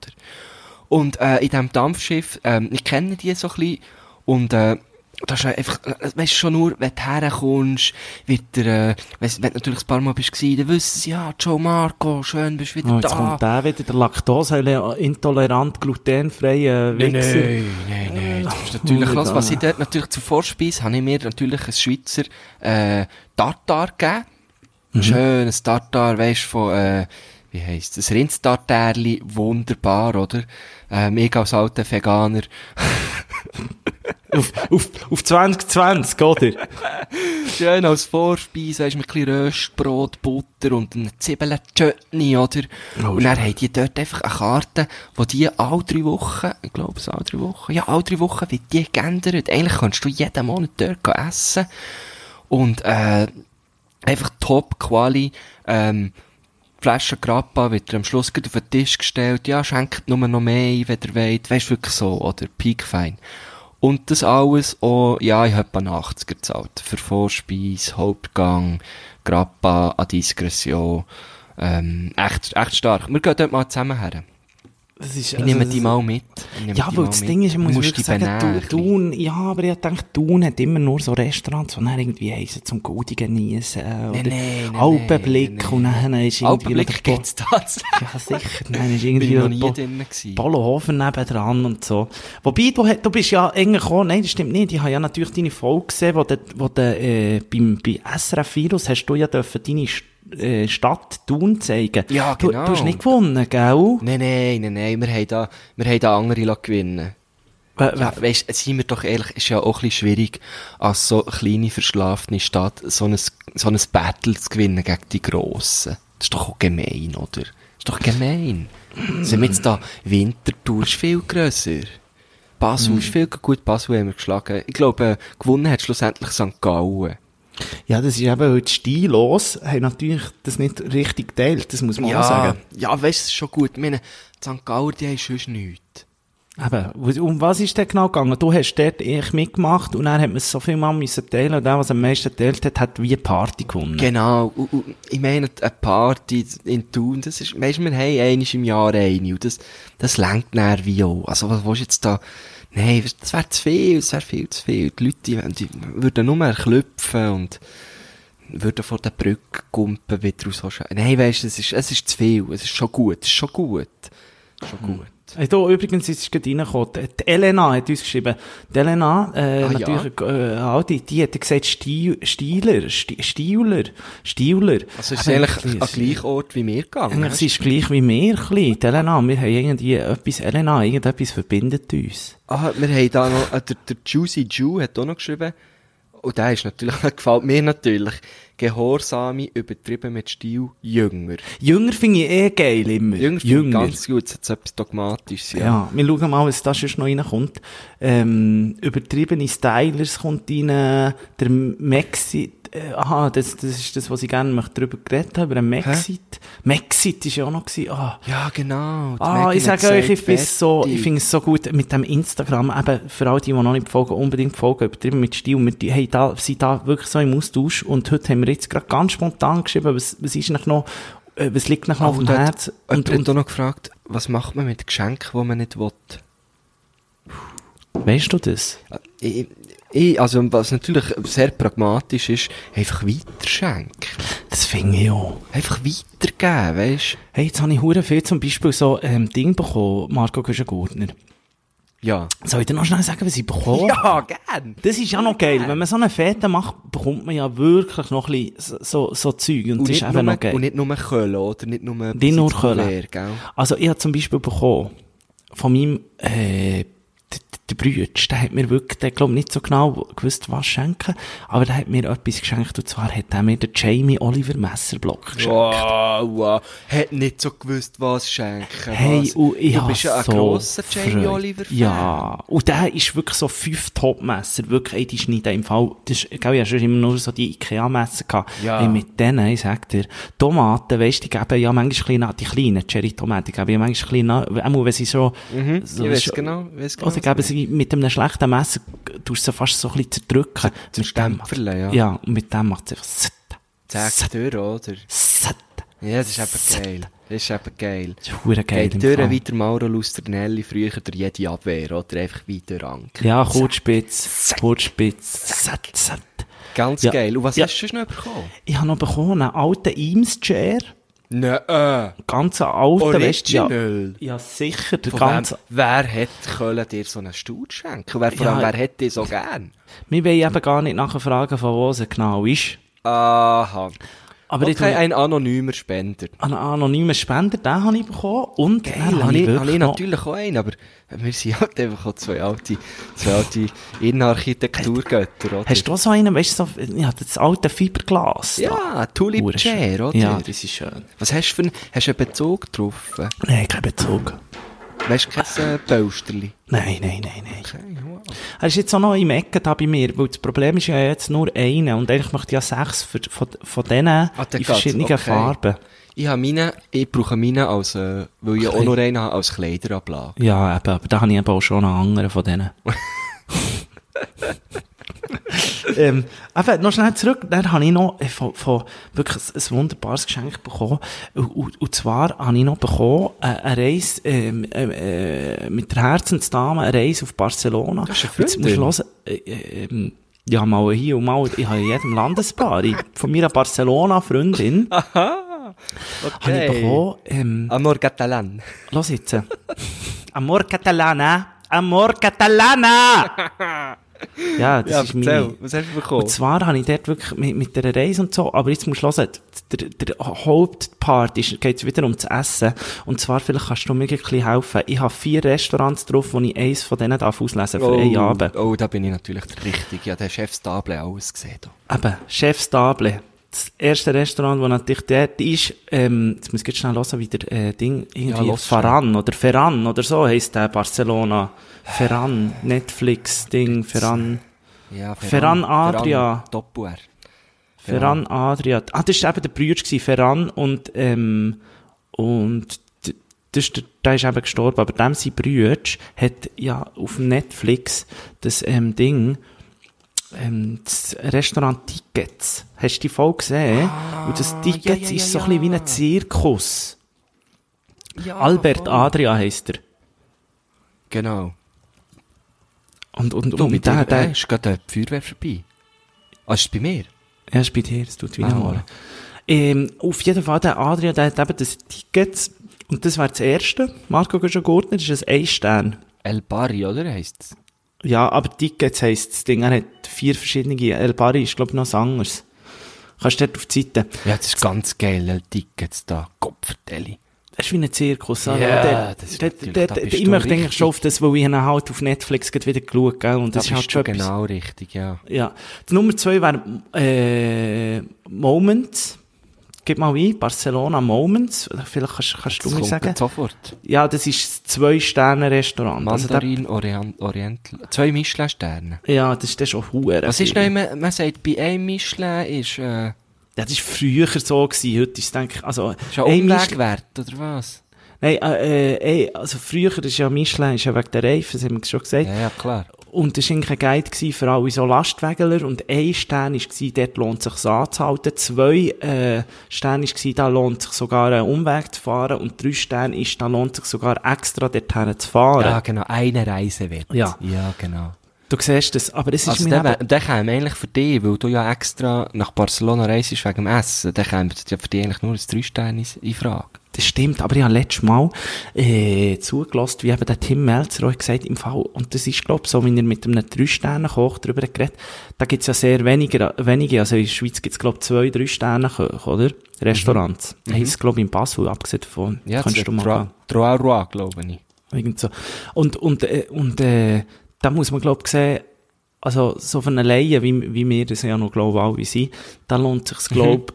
C: Und äh, in diesem Dampfschiff, ähm, ich kenne die so ein bisschen, und äh, das ist einfach, äh, weißt du schon nur, wenn du herkommst, wird der, äh, weiss, wenn du natürlich ein paar Mal bist gewesen, dann wissen sie, ja, Joe Marco, schön bist du wieder
B: Oh, jetzt
C: da.
B: kommt der wieder, der laktoseintolerant, glutenfreie
C: Nein,
B: Wichser.
C: nein, nein, Äh, nein. Das ist natürlich
B: Hundert
C: los. Was ich
B: Jahre.
C: dort natürlich zur Vorspeise habe ich mir natürlich ein Schweizer äh, Tartar gegeben. Mhm. Schönes Tartar, weißt du, von, äh, wie heisst es, Rindstartärli, wunderbar, oder? Ähm, ich als alter Veganer.
B: Auf, auf, auf 2020, oder?
C: Schön als Vorspeise, weisst du, mit ein bisschen Röstbrot, Butter und einem Zwiebeln-Chutney, oder? und dann haben die dort einfach eine Karte, wo die alle drei Wochen, ich glaube es alle drei Wochen, ja, alle drei Wochen wird die geändert. Eigentlich kannst du jeden Monat dort gehen essen und äh, einfach Top-Quali, ähm, Flasche Grappa wird dir am Schluss gleich auf den Tisch gestellt. Ja, schenkt nur noch mehr ein, wenn ihr wollt. Weisst wirklich so, oder? Peakfein. Und das alles auch, ja, ich habe etwa 80 gezahlt. Für Vorspeis, Hauptgang, Grappa, an Diskretion. Ähm, echt, echt stark. Wir gehen dort mal zusammen her.
B: Das ist,
C: Ich nehme die
B: Also das-
C: mal mit. Ich nehme
B: Ja,
C: die
B: weil
C: mal
B: das
C: mit.
B: Ding ist, ich muss
C: Musst
B: wirklich
C: dich benehmen,
B: sagen,
C: ein
B: Tu- Thun, ja, aber ich denke, Thun hat immer nur so Restaurants, die dann irgendwie heissen, zum Gute genießen äh, oder
C: nein, nein,
B: Alpenblick
C: nein,
B: und dann ist
C: bisschen.
B: irgendwie noch
C: Augenblick
B: der Bo-
C: geht's tatsächlich.
B: Ja, sicher, dann ist
C: Bin
B: irgendwie
C: ich noch
B: noch
C: nie
B: Bo-
C: drin gewesen.
B: Bollenhofen nebendran und so. Wobei, du, hat- du bist ja eigentlich auch, nein, das stimmt nicht, ich habe ja natürlich deine Folge gesehen, wo, de, wo de, äh, beim, bei SRF Virus hast du ja dürfen deine St äh, Stadt Thun zeigen.
C: Ja,
B: du,
C: genau.
B: Du hast nicht gewonnen, gell?
C: Nein, nein, nein, nein, wir haben da, wir haben da andere lassen gewinnen
B: We- we-
C: Ja, weißt, seien wir doch ehrlich, ist ja auch ein bisschen schwierig, als so kleine, verschlafene Stadt so ein, so ein Battle zu gewinnen gegen die Grossen. Das ist doch auch gemein, oder? Das ist doch gemein. Sind wir jetzt da, Winterthur ist viel grösser. Basel ist viel gut, Basel haben wir geschlagen. Ich glaube, äh, gewonnen hat schlussendlich St. Gallen.
B: Ja, das ist eben heute stillos, haben natürlich das nicht richtig geteilt, das muss man auch
C: Ja,
B: sagen.
C: ja, weißt, das ist schon gut. Ich meine, die St. Gallen, die haben sonst nichts.
B: Aber um was ist denn genau gegangen? Du hast dort eigentlich mitgemacht und dann hat man es so viel mal müssen teilen und der, was am meisten geteilt hat, hat wie eine Party gewonnen.
C: Genau, und, und, ich meine, eine Party in Thun, das ist, weisst du, wir haben einmal im Jahr eine, und das, das lenkt näher wie auch. Also, was willst du jetzt da, nein, weisst du, das wäre zu viel, das wäre viel zu viel. Die Leute, die, die würden nur mehr klüpfen und würden vor der Brücke kumpen, wieder und so schön. Nein, weisst du, es ist, es ist zu viel, es ist schon gut, es ist schon gut. Schon gut.
B: Hey, da übrigens ist es gerade reingekommen. Die die Elena hat uns geschrieben. Die Elena, äh,
C: Ah, ja.
B: natürlich, äh, auch die, die hat gesagt, Sti- Stieler, Sti- Stieler, Stieler.
C: Also, es ist
B: Aber
C: eigentlich
B: ein
C: an
B: bisschen-
C: gleich Ort wie mir gegangen.
B: Eigentlich ist es gleich wie mir, ein bisschen. Die Elena, wir haben irgendwie etwas, Elena, irgendetwas verbindet uns.
C: Ah, wir haben da noch, äh, der, der Juicy Jew hat auch noch geschrieben, und der ist natürlich, gefällt mir natürlich, Gehorsame übertrieben mit Stil Jünger.
B: Jünger finde ich eh geil immer.
C: Jünger, finde ich ganz gut, es hat so etwas Dogmatisches, ja.
B: Ja, wir schauen mal, was da sonst noch reinkommt. Ähm, übertriebene Stylers kommt rein, der Mexit, äh, aha, das, das ist das, was ich gerne möchte, drüber geredet habe, über den Mexit. Mexit ist ja auch noch gewesen, ah.
C: Ja, genau. die
B: Ah,
C: Megan
B: ich
C: hat
B: sage euch,
C: gesagt,
B: ich finde es so,
C: fertig.
B: ich finde es so gut mit dem Instagram, eben, für all die, die noch nicht folgen, unbedingt folgen, übertrieben mit Stil, wir die- hey, da, sind da wirklich so im Austausch und heute haben wir jetzt gerade ganz spontan geschrieben, was, was ist noch, noch äh, was liegt noch
C: Ah,
B: auf dem
C: und hat-
B: Herz?
C: Jemand
B: Und,
C: hat
B: und,
C: auch noch gefragt, was macht man mit Geschenken, die man nicht will?
B: weißt du das?
C: Äh, Ich, ich, also was natürlich sehr pragmatisch ist, einfach weiterschenken.
B: Das finde ich auch.
C: Einfach weitergeben, weißt
B: Hey, jetzt habe ich hure viel zum Beispiel so ähm, Ding bekommen, Marco Güschen-Gurtner.
C: Ja. Oh.
B: Soll ich dir noch schnell sagen, was ich bekommen habe?
C: Ja, gern.
B: Das ist ja noch geil. Wenn man so eine Fete macht, bekommt man ja wirklich noch ein bisschen so, so Zeug. Und,
C: Und
B: das ist
C: nicht,
B: eben
C: nur,
B: noch
C: und
B: geil.
C: nicht nur Köln, oder? Nicht nur
B: Die nur
C: Besitz-
B: Köln.
C: Lehr, gell?
B: Also, ich habe zum Beispiel bekommen, von meinem, äh, d- d- der Brütsch, der hat mir wirklich, der glaub nicht so genau gewusst, was schenken, aber der hat mir etwas geschenkt, und zwar hat er mir den Jamie Oliver Messerblock geschenkt.
C: Wow, wow. Hat nicht so gewusst, was schenken.
B: Hey,
C: was.
B: und ich
C: du
B: hab
C: bist ja ein
B: so
C: grosser Jamie
B: Freude.
C: Oliver-Fan.
B: Ja, und der ist wirklich so fünf Top-Messer. Wirklich, ey, die schneiden im Fall. Das ist, gell, ich hab schon immer nur so die Ikea-Messer gehabt.
C: Ja.
B: Hey, mit denen, ich sag dir, Tomaten, weisst, die geben ja manchmal kleine, die kleinen Cherry-Tomaten, die geben ja manchmal kleine, einmal wenn sie so, so
C: ich weiss
B: so-
C: genau, ich weiss genau,
B: Oder
C: was
B: geben sie mit einem schlechten Messer, tust du sie fast so ein bisschen zerdrücken. Mit dem-
C: zerstämpferle, ja.
B: Ja, und mit dem macht's einfach satt,
C: Zack, durch, oder?
B: satt.
C: Ja, das ist eben geil. Das ist eben geil.
B: Das ist hure geil.
C: Geht
B: im
C: durch
B: Fall.
C: weiter Mauro Lusternelli, früher der jede Abwehr, oder? Einfach weiter Anker.
B: Ja, Kurzspitz, Kurzspitz, satt, satt.
C: Ganz
B: Ja.
C: geil. Und was nou,
B: Ja.
C: hast du sonst noch bekommen?
B: Ich habe noch bekommen, einen alten Eames-Chair.
C: Nö, äh.
B: Ganz einen alten, weisst du,
C: Original.
B: Ja, ja, sicher, der
C: Von
B: ganz...
C: wem, wer hat Köln dir so einen Stuhl schenken? Wer, vor
B: Ja.
C: allem, wer hätte dir so gern?
B: Wir wollen eben gar nicht nachher fragen, von wo es genau ist.
C: Aha.
B: Aber ich
C: okay,
B: habe
C: ein anonymer Spender.
B: einen anonymen Spender, den habe ich bekommen. Und dann
C: Geil,
B: habe ich
C: habe
B: wirklich
C: ich
B: noch...
C: natürlich auch einen, aber wir sind halt einfach auch zwei alte, zwei alte Innenarchitekturgötter, oder?
B: Hast du auch so einen, weißt du, so, ja, das alte Fiberglas? da.
C: ja, Tulip
B: Hure schön.
C: Chair, oder?
B: Ja, das ist schön.
C: Was hast du für einen, hast du einen Bezug getroffen?
B: Nein, kein Bezug.
C: Weißt du, kein äh, Pölsterli?
B: Nein, nein, nein, nein.
C: Okay, wow.
B: Er ist jetzt auch noch im Ecken da bei mir, weil das Problem ist ja jetzt nur einer und eigentlich möchte ich ja sechs für, von, von denen
C: dann
B: in
C: geht's,
B: verschiedenen
C: Ah, okay.
B: Farben.
C: Ich habe meine, ich brauche meine als, äh, weil ich ja auch
B: Kleid-
C: noch einen habe, als Kleiderablag.
B: Ja, eben, aber da habe ich eben auch schon einen anderen von denen. ähm, eben, noch schnell zurück, dann habe ich noch äh, von, von wirklich ein ein wunderbares Geschenk bekommen. Und- Und, und zwar habe ich noch bekommen, äh, eine Reise ähm, ähm, äh, mit der Herzensdame, eine Reise auf Barcelona.
C: Das ist eine
B: Jetzt musst du
C: Freundin.
B: hören, äh, äh, ähm, ja, mal hier und mal, ich habe in jedem Landespaar, ich- von meiner Barcelona-Freundin, habe ich bekommen, ähm,
C: Amor Catalan.
B: Los jetzt. Amor Catalana. Amor Catalana! ja, das
C: Ja,
B: ist
C: erzähl,
B: meine.
C: was hast du bekommen?
B: Und zwar habe ich dort wirklich mit, mit der Reise und so, aber jetzt musst du hören, der, der Hauptpart ist, geht's wieder ums Essen. Und zwar, vielleicht kannst du mir ein bisschen helfen. Ich habe vier Restaurants drauf, wo ich eins von denen darf auslesen für einen Abend.
C: oh, da bin ich natürlich der Richtige. Ja, der Chefstable alles gesehen. Da.
B: Eben, Chef's Table. Das erste Restaurant, das natürlich dort ist, ähm, jetzt muss ich jetzt schnell hören, wie der äh, Ding, irgendwie
C: los schnell.
B: Ferran oder Ferran oder so heisst der Barcelona. Ferran, Netflix, Ding, Ferran.
C: Ja,
B: Ferran Adria.
C: Doppler.
B: Ferran, Adria. Ah, das war eben der Brüder, gewesen, Ferran und, ähm, und d- das ist der, der ist eben gestorben, aber dem sein Brüder hat ja auf Netflix das ähm, Ding, ähm, das Restaurant Tickets. Hast du die Folge gesehen? und das Tickets
C: Ah, ja, ja,
B: ist so
C: ja,
B: ein bisschen wie
C: ja. Ah,
B: ein Zirkus. Albert Adria heisst er.
C: Genau.
B: Und, und,
C: Du,
B: und
C: mit der,
B: der,
C: der
B: der,
C: ist gerade die Feuerwehr vorbei. Ah, ist es bei mir?
B: Er ist bei dir, es tut wieder
C: Ah.
B: mal. Ähm, auf jeden Fall, der Adrian, der hat eben das Ticket. Und das wäre das erste. Marco Göschen Gurtner das ist ein Ein-Stern.
C: El Barri, oder heisst es?
B: Ja, aber Tickets heisst das Ding. Er hat vier verschiedene. El Bari ist, glaube ich, noch was anderes. Kannst du dort auf die Seite.
C: Ja, das ist ganz geil, El Tickets da. Kopfvertelli.
B: Das ist wie ein Zirkus.
C: Ja,
B: oder? Der-
C: das ist
B: der-
C: natürlich-
B: der-
C: da
B: der-
C: bist
B: Ich
C: du
B: möchte eigentlich
C: richtig.
B: schon auf das, weil ich ihn halt auf Netflix gerade wieder geschaut gell? Und das
C: Das
B: ist halt
C: ist
B: schon etwas.
C: genau richtig, ja.
B: Ja. Die Nummer zwei wäre äh, Moments. Gib mal ein, Barcelona Moments. Vielleicht kannst, kannst du
C: Das
B: mir
C: kommt
B: sagen.
C: gerade sofort.
B: Ja, das ist das Zwei-Sterne-Restaurant. Also da,
C: Mandarin Orient, Oriental. Zwei Michelin-Sterne.
B: ja, das ist dann schon hure.
C: Was ist
B: viel.
C: noch immer, man sagt, bei einem Michelin ist, äh,
B: Ja, das war früher so, gewesen. heute ist es, denke ich, also...
C: schon
B: ey,
C: Umweg
B: Michelin-
C: wert, oder was?
B: Nein, äh, äh, ey, also früher ist ja Michelin, ist ja wegen der Reifen, das haben wir schon gesagt.
C: Ja, ja, klar.
B: Und das war eigentlich ein Guide gewesen für alle so Lastwägeler. Und ein Stern war, dort lohnt es sich anzuhalten. Zwei äh, Sterne waren, da lohnt es sich sogar einen Umweg zu fahren. Und drei Sterne ist, da lohnt es sich sogar extra dorthin zu fahren.
C: Ja, genau. Eine Reise wert.
B: Ja.
C: Ja, genau.
B: Du siehst das, aber es ist
C: Also
B: mir
C: der,
B: eben...
C: wär- der käme eigentlich für dich, weil du ja extra nach Barcelona reist wegen dem Essen, der käme ja für dich eigentlich nur ein Drei-Sterne in Frage.
B: Das stimmt, aber ich habe letztes Mal äh, zugelassen, wie eben der Tim Melzer auch gesagt im Fall, und das ist, glaube ich, so, wenn er mit einem Drei-Sterne-Koch darüber geredet da gibt's ja sehr weniger, wenige, also in der Schweiz gibt's glaub glaube ich, zwei Drei-Sterne-Köche, oder? Restaurants. Mhm. Heisst, glaube ich, in Basel, abgesehen davon.
C: Ja,
B: Kannst
C: das
B: du
C: ist
B: mal
C: Trois-
B: gehen.
C: Trois Rois, glaube ich.
B: Irgend so. Und, und, äh, und äh, da muss man, glaube ich, sehen, also so von alleine, wie, wie wir das ja noch, glaube ich, alle sind, da lohnt sich
C: Mhm.
B: glaube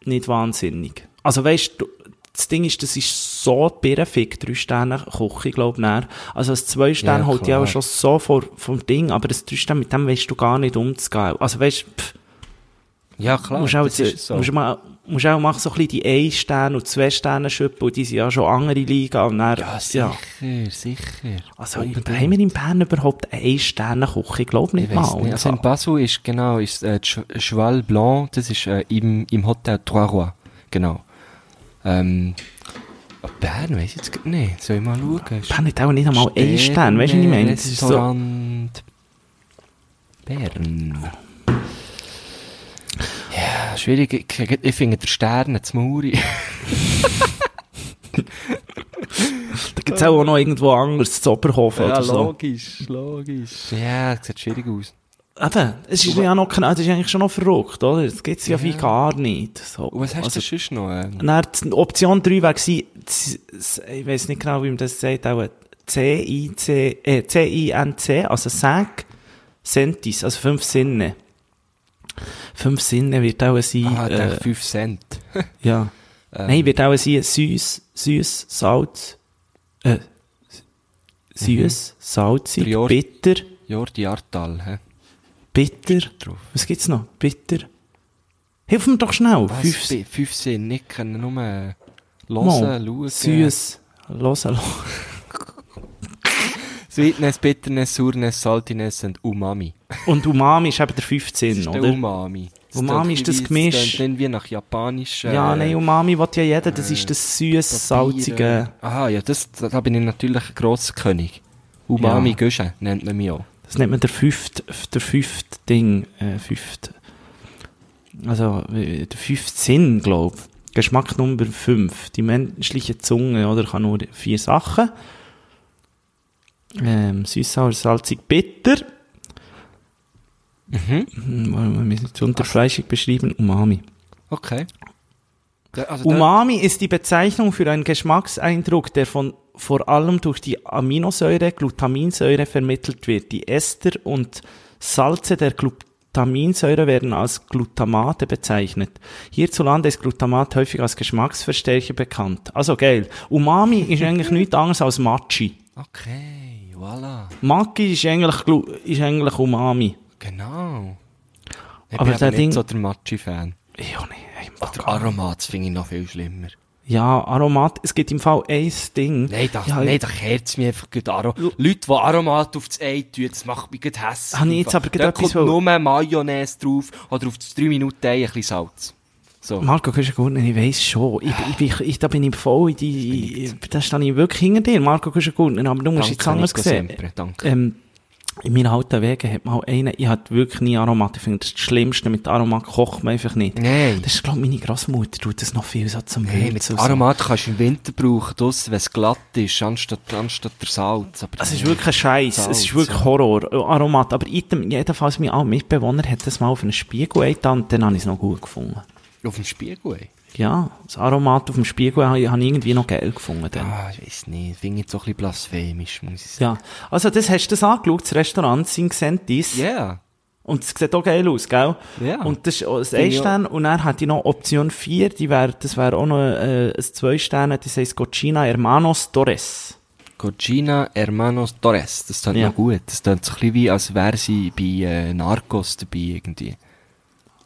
B: ich, nicht wahnsinnig. Also weißt du, das Ding ist, das ist so birrenfick, drei Sterne Küche, glaube ich, näher. Also ein zwei Sterne
C: Ja,
B: holt ja
C: klar.
B: auch schon so vor, vom Ding, aber das drei Sterne, mit dem weißt du gar nicht umzugehen. Also weißt du,
C: Ja, klar.
B: musst auch,
C: das ist
B: jetzt,
C: so.
B: musst mal, musst auch machen, so ein bisschen die ein Sterne und zwei Sterne schüppeln, die sind ja schon andere Liga und dann,
C: ja, Ah, sicher, sicher.
B: also, haben wir in Bern überhaupt eine Sternenküche? Ich glaube nicht
C: Ich weiss
B: mal.
C: nicht. Also in Basel ist, genau, ist äh, Ch Cheval Blanc, das ist äh, im, im Hotel Trois Rois, genau. Ähm, oh, Bern weiss ich jetzt grad nicht, soll ich mal schauen?
B: Bern hat auch nicht einmal einen Stern, weißt du, was ich meine? Das ist so,
C: Restaurant Bern. Ja, schwierig, ich, ich- ich finde den Stern zu Muri.
B: da gibt es auch noch irgendwo anders, zu Oberhofen oder so.
C: logisch, logisch. Ja, das sieht schwierig aus.
B: Eben, es ist ja noch, kein- das ist eigentlich schon noch verrückt, oder? Das gibt es ja,
C: Ja.
B: wie gar nicht. So.
C: Und was hast
B: Also,
C: du sonst noch? Ähm,
B: Dann die Option 3 war, gewesen, z- z- ich weiß nicht genau, wie man das sagt, auch C-I-C, äh, C-I-N-C, also Sag, Sentis, also fünf Sinne. Fünf Sinne wird auch sein,
C: ah, ich
B: äh,
C: dachte 5 Cent.
B: ja.
C: Ähm,
B: Nein, wird auch sein, süß, süß, salz, äh,
C: Mhm.
B: süß, salzig,
C: Prior-
B: bitter,
C: Jordi Artal, hä?
B: bitter,
C: Drauf.
B: was gibt's noch? Bitter. Hilf mir doch schnell.
C: Was?
B: Fünf,
C: Bi- fünf Sinn, ich kann nur hören, schauen.
B: süß, losen,
C: Sweetness, Bitterness, Sourness, Saltiness und Umami.
B: Und Umami ist eben der 15,
C: Das ist der
B: oder?
C: Umami.
B: Umami ist
C: tönt
B: das
C: wie-
B: Gemisch.
C: tönt nicht wie nach japanisch. äh,
B: ja, nein, Umami will ja jeder, das ist das süß, salzige.
C: Papier. äh, Aha, ja, das, da da bin ich natürlich ein grosser König. Umami
B: Ja.
C: Gösche nennt man mich auch.
B: Das nennt man der fünfte, der fünfte Ding, äh, fünfte. Also, äh, der fünfte Sinn, glaube ich. Geschmack Nummer fünf. Die menschliche Zunge, oder, kann nur vier Sachen. Ähm, süß, sauer, salzig, bitter.
C: Mhm.
B: Hm, wollen Wir sind zu unterfleischig beschrieben. Umami.
C: Okay. Da, also da-
B: Umami ist die Bezeichnung für einen Geschmackseindruck, der von vor allem durch die Aminosäure Glutaminsäure vermittelt wird. Die Ester und Salze der Glutaminsäure werden als Glutamate bezeichnet. Hierzulande ist Glutamat häufig als Geschmacksverstärker bekannt. Also geil. Umami ist eigentlich nichts anderes als Machi.
C: okay, voilà.
B: Maki ist eigentlich, Glu ist eigentlich Umami.
C: Genau. Ich
B: Aber
C: bin
B: der
C: eben nicht
B: Ding-
C: so der Matschi-Fan.
B: Ich auch nicht. Ey,
C: Oder Aromat finde ich noch viel schlimmer.
B: Ja, Aromat, es gibt im Fall ein Ding.
C: Nein, da,
B: ja,
C: nein, da kehrt's mir einfach gut Aromat. Leute, die Aromat auf das Ei tun, das macht mich gut hässlich.
B: Habe ich jetzt aber gerade
C: Da
B: etwas
C: kommt nur Mayonnaise drauf oder auf das 3 Minuten Ei ein bisschen Salz. So.
B: Marco Kuschengurtner, ich weiss schon. Ich, ich, bin- ich, da bin ich voll in die, da stehe ich wirklich hinter dir, Marco Kuschengurtner, aber du musst jetzt anders
C: Nico
B: sehen.
C: Sempre, danke.
B: Ähm, in meinen alten Wegen hat mal einer, ich hatte wirklich nie Aromat, ich finde das, ist das Schlimmste, mit Aromat kocht man einfach nicht.
C: Nein.
B: Das ist, glaube ich, meine Großmutter tut das noch viel so zum Würzen
C: Hey, mit
B: und so.
C: Aromat kannst du im Winter brauchen, draussen, wenn es glatt ist, anstatt, anstatt der Salz. Aber
B: Es ist wirklich ein Scheiß. Es ist wirklich Horror. äh, Aromat. Aber item, jedenfalls, mein alter Mitbewohner hat das mal auf einen Spiegel eingetan und dann habe ich es noch gut gefunden.
C: Auf dem Spiegel, ey.
B: Ja, das Aromat auf dem Spiegel habe ich habe ich irgendwie noch geil gefunden. Dann.
C: Ah, ich weiß nicht, finde ich jetzt so ein bisschen blasphemisch, muss ich sagen.
B: Ja, also das hast du das angeschaut, das Restaurant Sincentis.
C: Ja, yeah.
B: Und es sieht auch geil aus, gell?
C: Ja.
B: Und das ist auch ein
C: Finde ich
B: Ein-Stern und dann hat ich noch Option 4, die wär, das wäre auch noch äh, ein Zwei-Sterne, das heisst Cochina Hermanos Torres.
C: Cochina Hermanos Torres, das klingt
B: Ja.
C: noch gut. Das klingt so ein bisschen wie, als wäre sie bei äh, Narcos dabei irgendwie.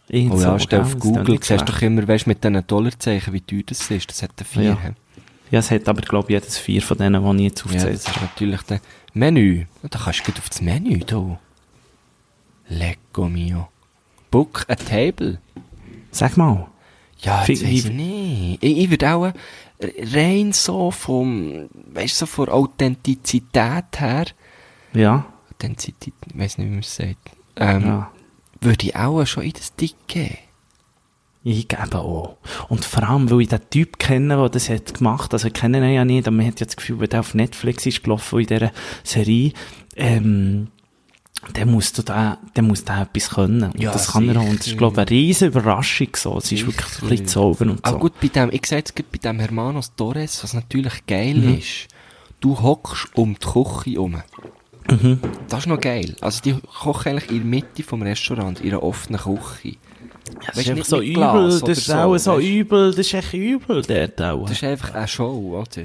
B: Irgend
C: Oh
B: so,
C: ja, stell
B: gell?
C: auf
B: Das klingt
C: Google,
B: nicht
C: siehst
B: schlecht.
C: doch immer, weißt mit diesen Dollarzeichen, wie teuer das ist. Das hat eine vier.
B: Ja.
C: hä?
B: Ja, es hat aber, glaube ich, jedes vier von denen, die ich jetzt
C: Ja,
B: aufzähle.
C: das ist natürlich der Menü. Ja, Da kannst du gut auf das Menü da. Lecco mio. Book a table.
B: Sag mal.
C: Ja, jetzt
B: Fick-
C: weiss ich nicht. Ich, ich würde auch äh, rein so vom, weißt du, so von Authentizität her,
B: Ja.
C: Authentizität, ich weiß nicht, wie man es sagt, ähm,
B: Ja.
C: würde ich auch schon in das Dick geben.
B: Ich gebe auch. Und vor allem, weil ich den Typ kenne, der das hat gemacht hat. Also, ich kenne ihn ja nicht, aber man hat ja das Gefühl, wenn der auf Netflix ist gelaufen in dieser Serie, ähm, der muss da, der muss da etwas können. Und
C: Ja,
B: das kann er auch. Und das ist,
C: sicher.
B: glaube ich, eine riesen Überraschung so. Es ist wirklich so ein bisschen zaubern und
C: Aber
B: so.
C: Ah, gut, bei dem, ich sage jetzt gerade bei dem Hermanos Torres, was natürlich geil
B: Mhm.
C: ist, du hockst um die Küche herum.
B: Mhm.
C: Das ist noch geil. Also die kochen eigentlich in der Mitte vom Restaurant, in einer offenen Küche.
B: das
C: weißt
B: ist
C: du,
B: einfach
C: nicht
B: so
C: mit
B: übel.
C: Glas
B: Das
C: oder
B: ist
C: so,
B: auch so
C: weißt du?
B: übel. Das ist echt übel, dort auch.
C: Das ist einfach eine Show, oder?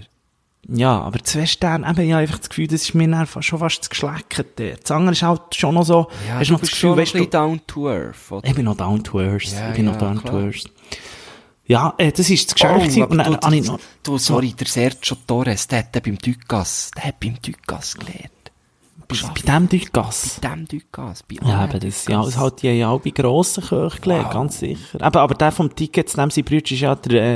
B: Ja, aber zwei Sterne, eben, ich habe einfach das Gefühl, das ist mir dann fa- schon fast zu geschleckert. dort. Das andere ist halt schon noch so, hast du noch das Gefühl, weißt du,
C: down to earth, oder?
B: Ich bin noch down to earth.
C: Ja,
B: ich bin noch
C: ja,
B: down
C: klar.
B: to earth. Ja, äh, das ist das Geschäft.
C: Oh,
B: und
C: aber
B: dann
C: du,
B: habe ich
C: du,
B: noch.
C: du, sorry, der Sergio Torres, der hat den beim Dugas, der hat beim Dugas gelernt.
B: Bei dem Durchgas.
C: Dem Dugas, bei
B: Ja,
C: allen
B: eben, das,
C: Dugas.
B: ja, halt- das hat die ja auch bei grossen Köchen gelernt, ganz sicher. Eben, aber der vom Ticket zu dem sein Bruder ist ja der, äh,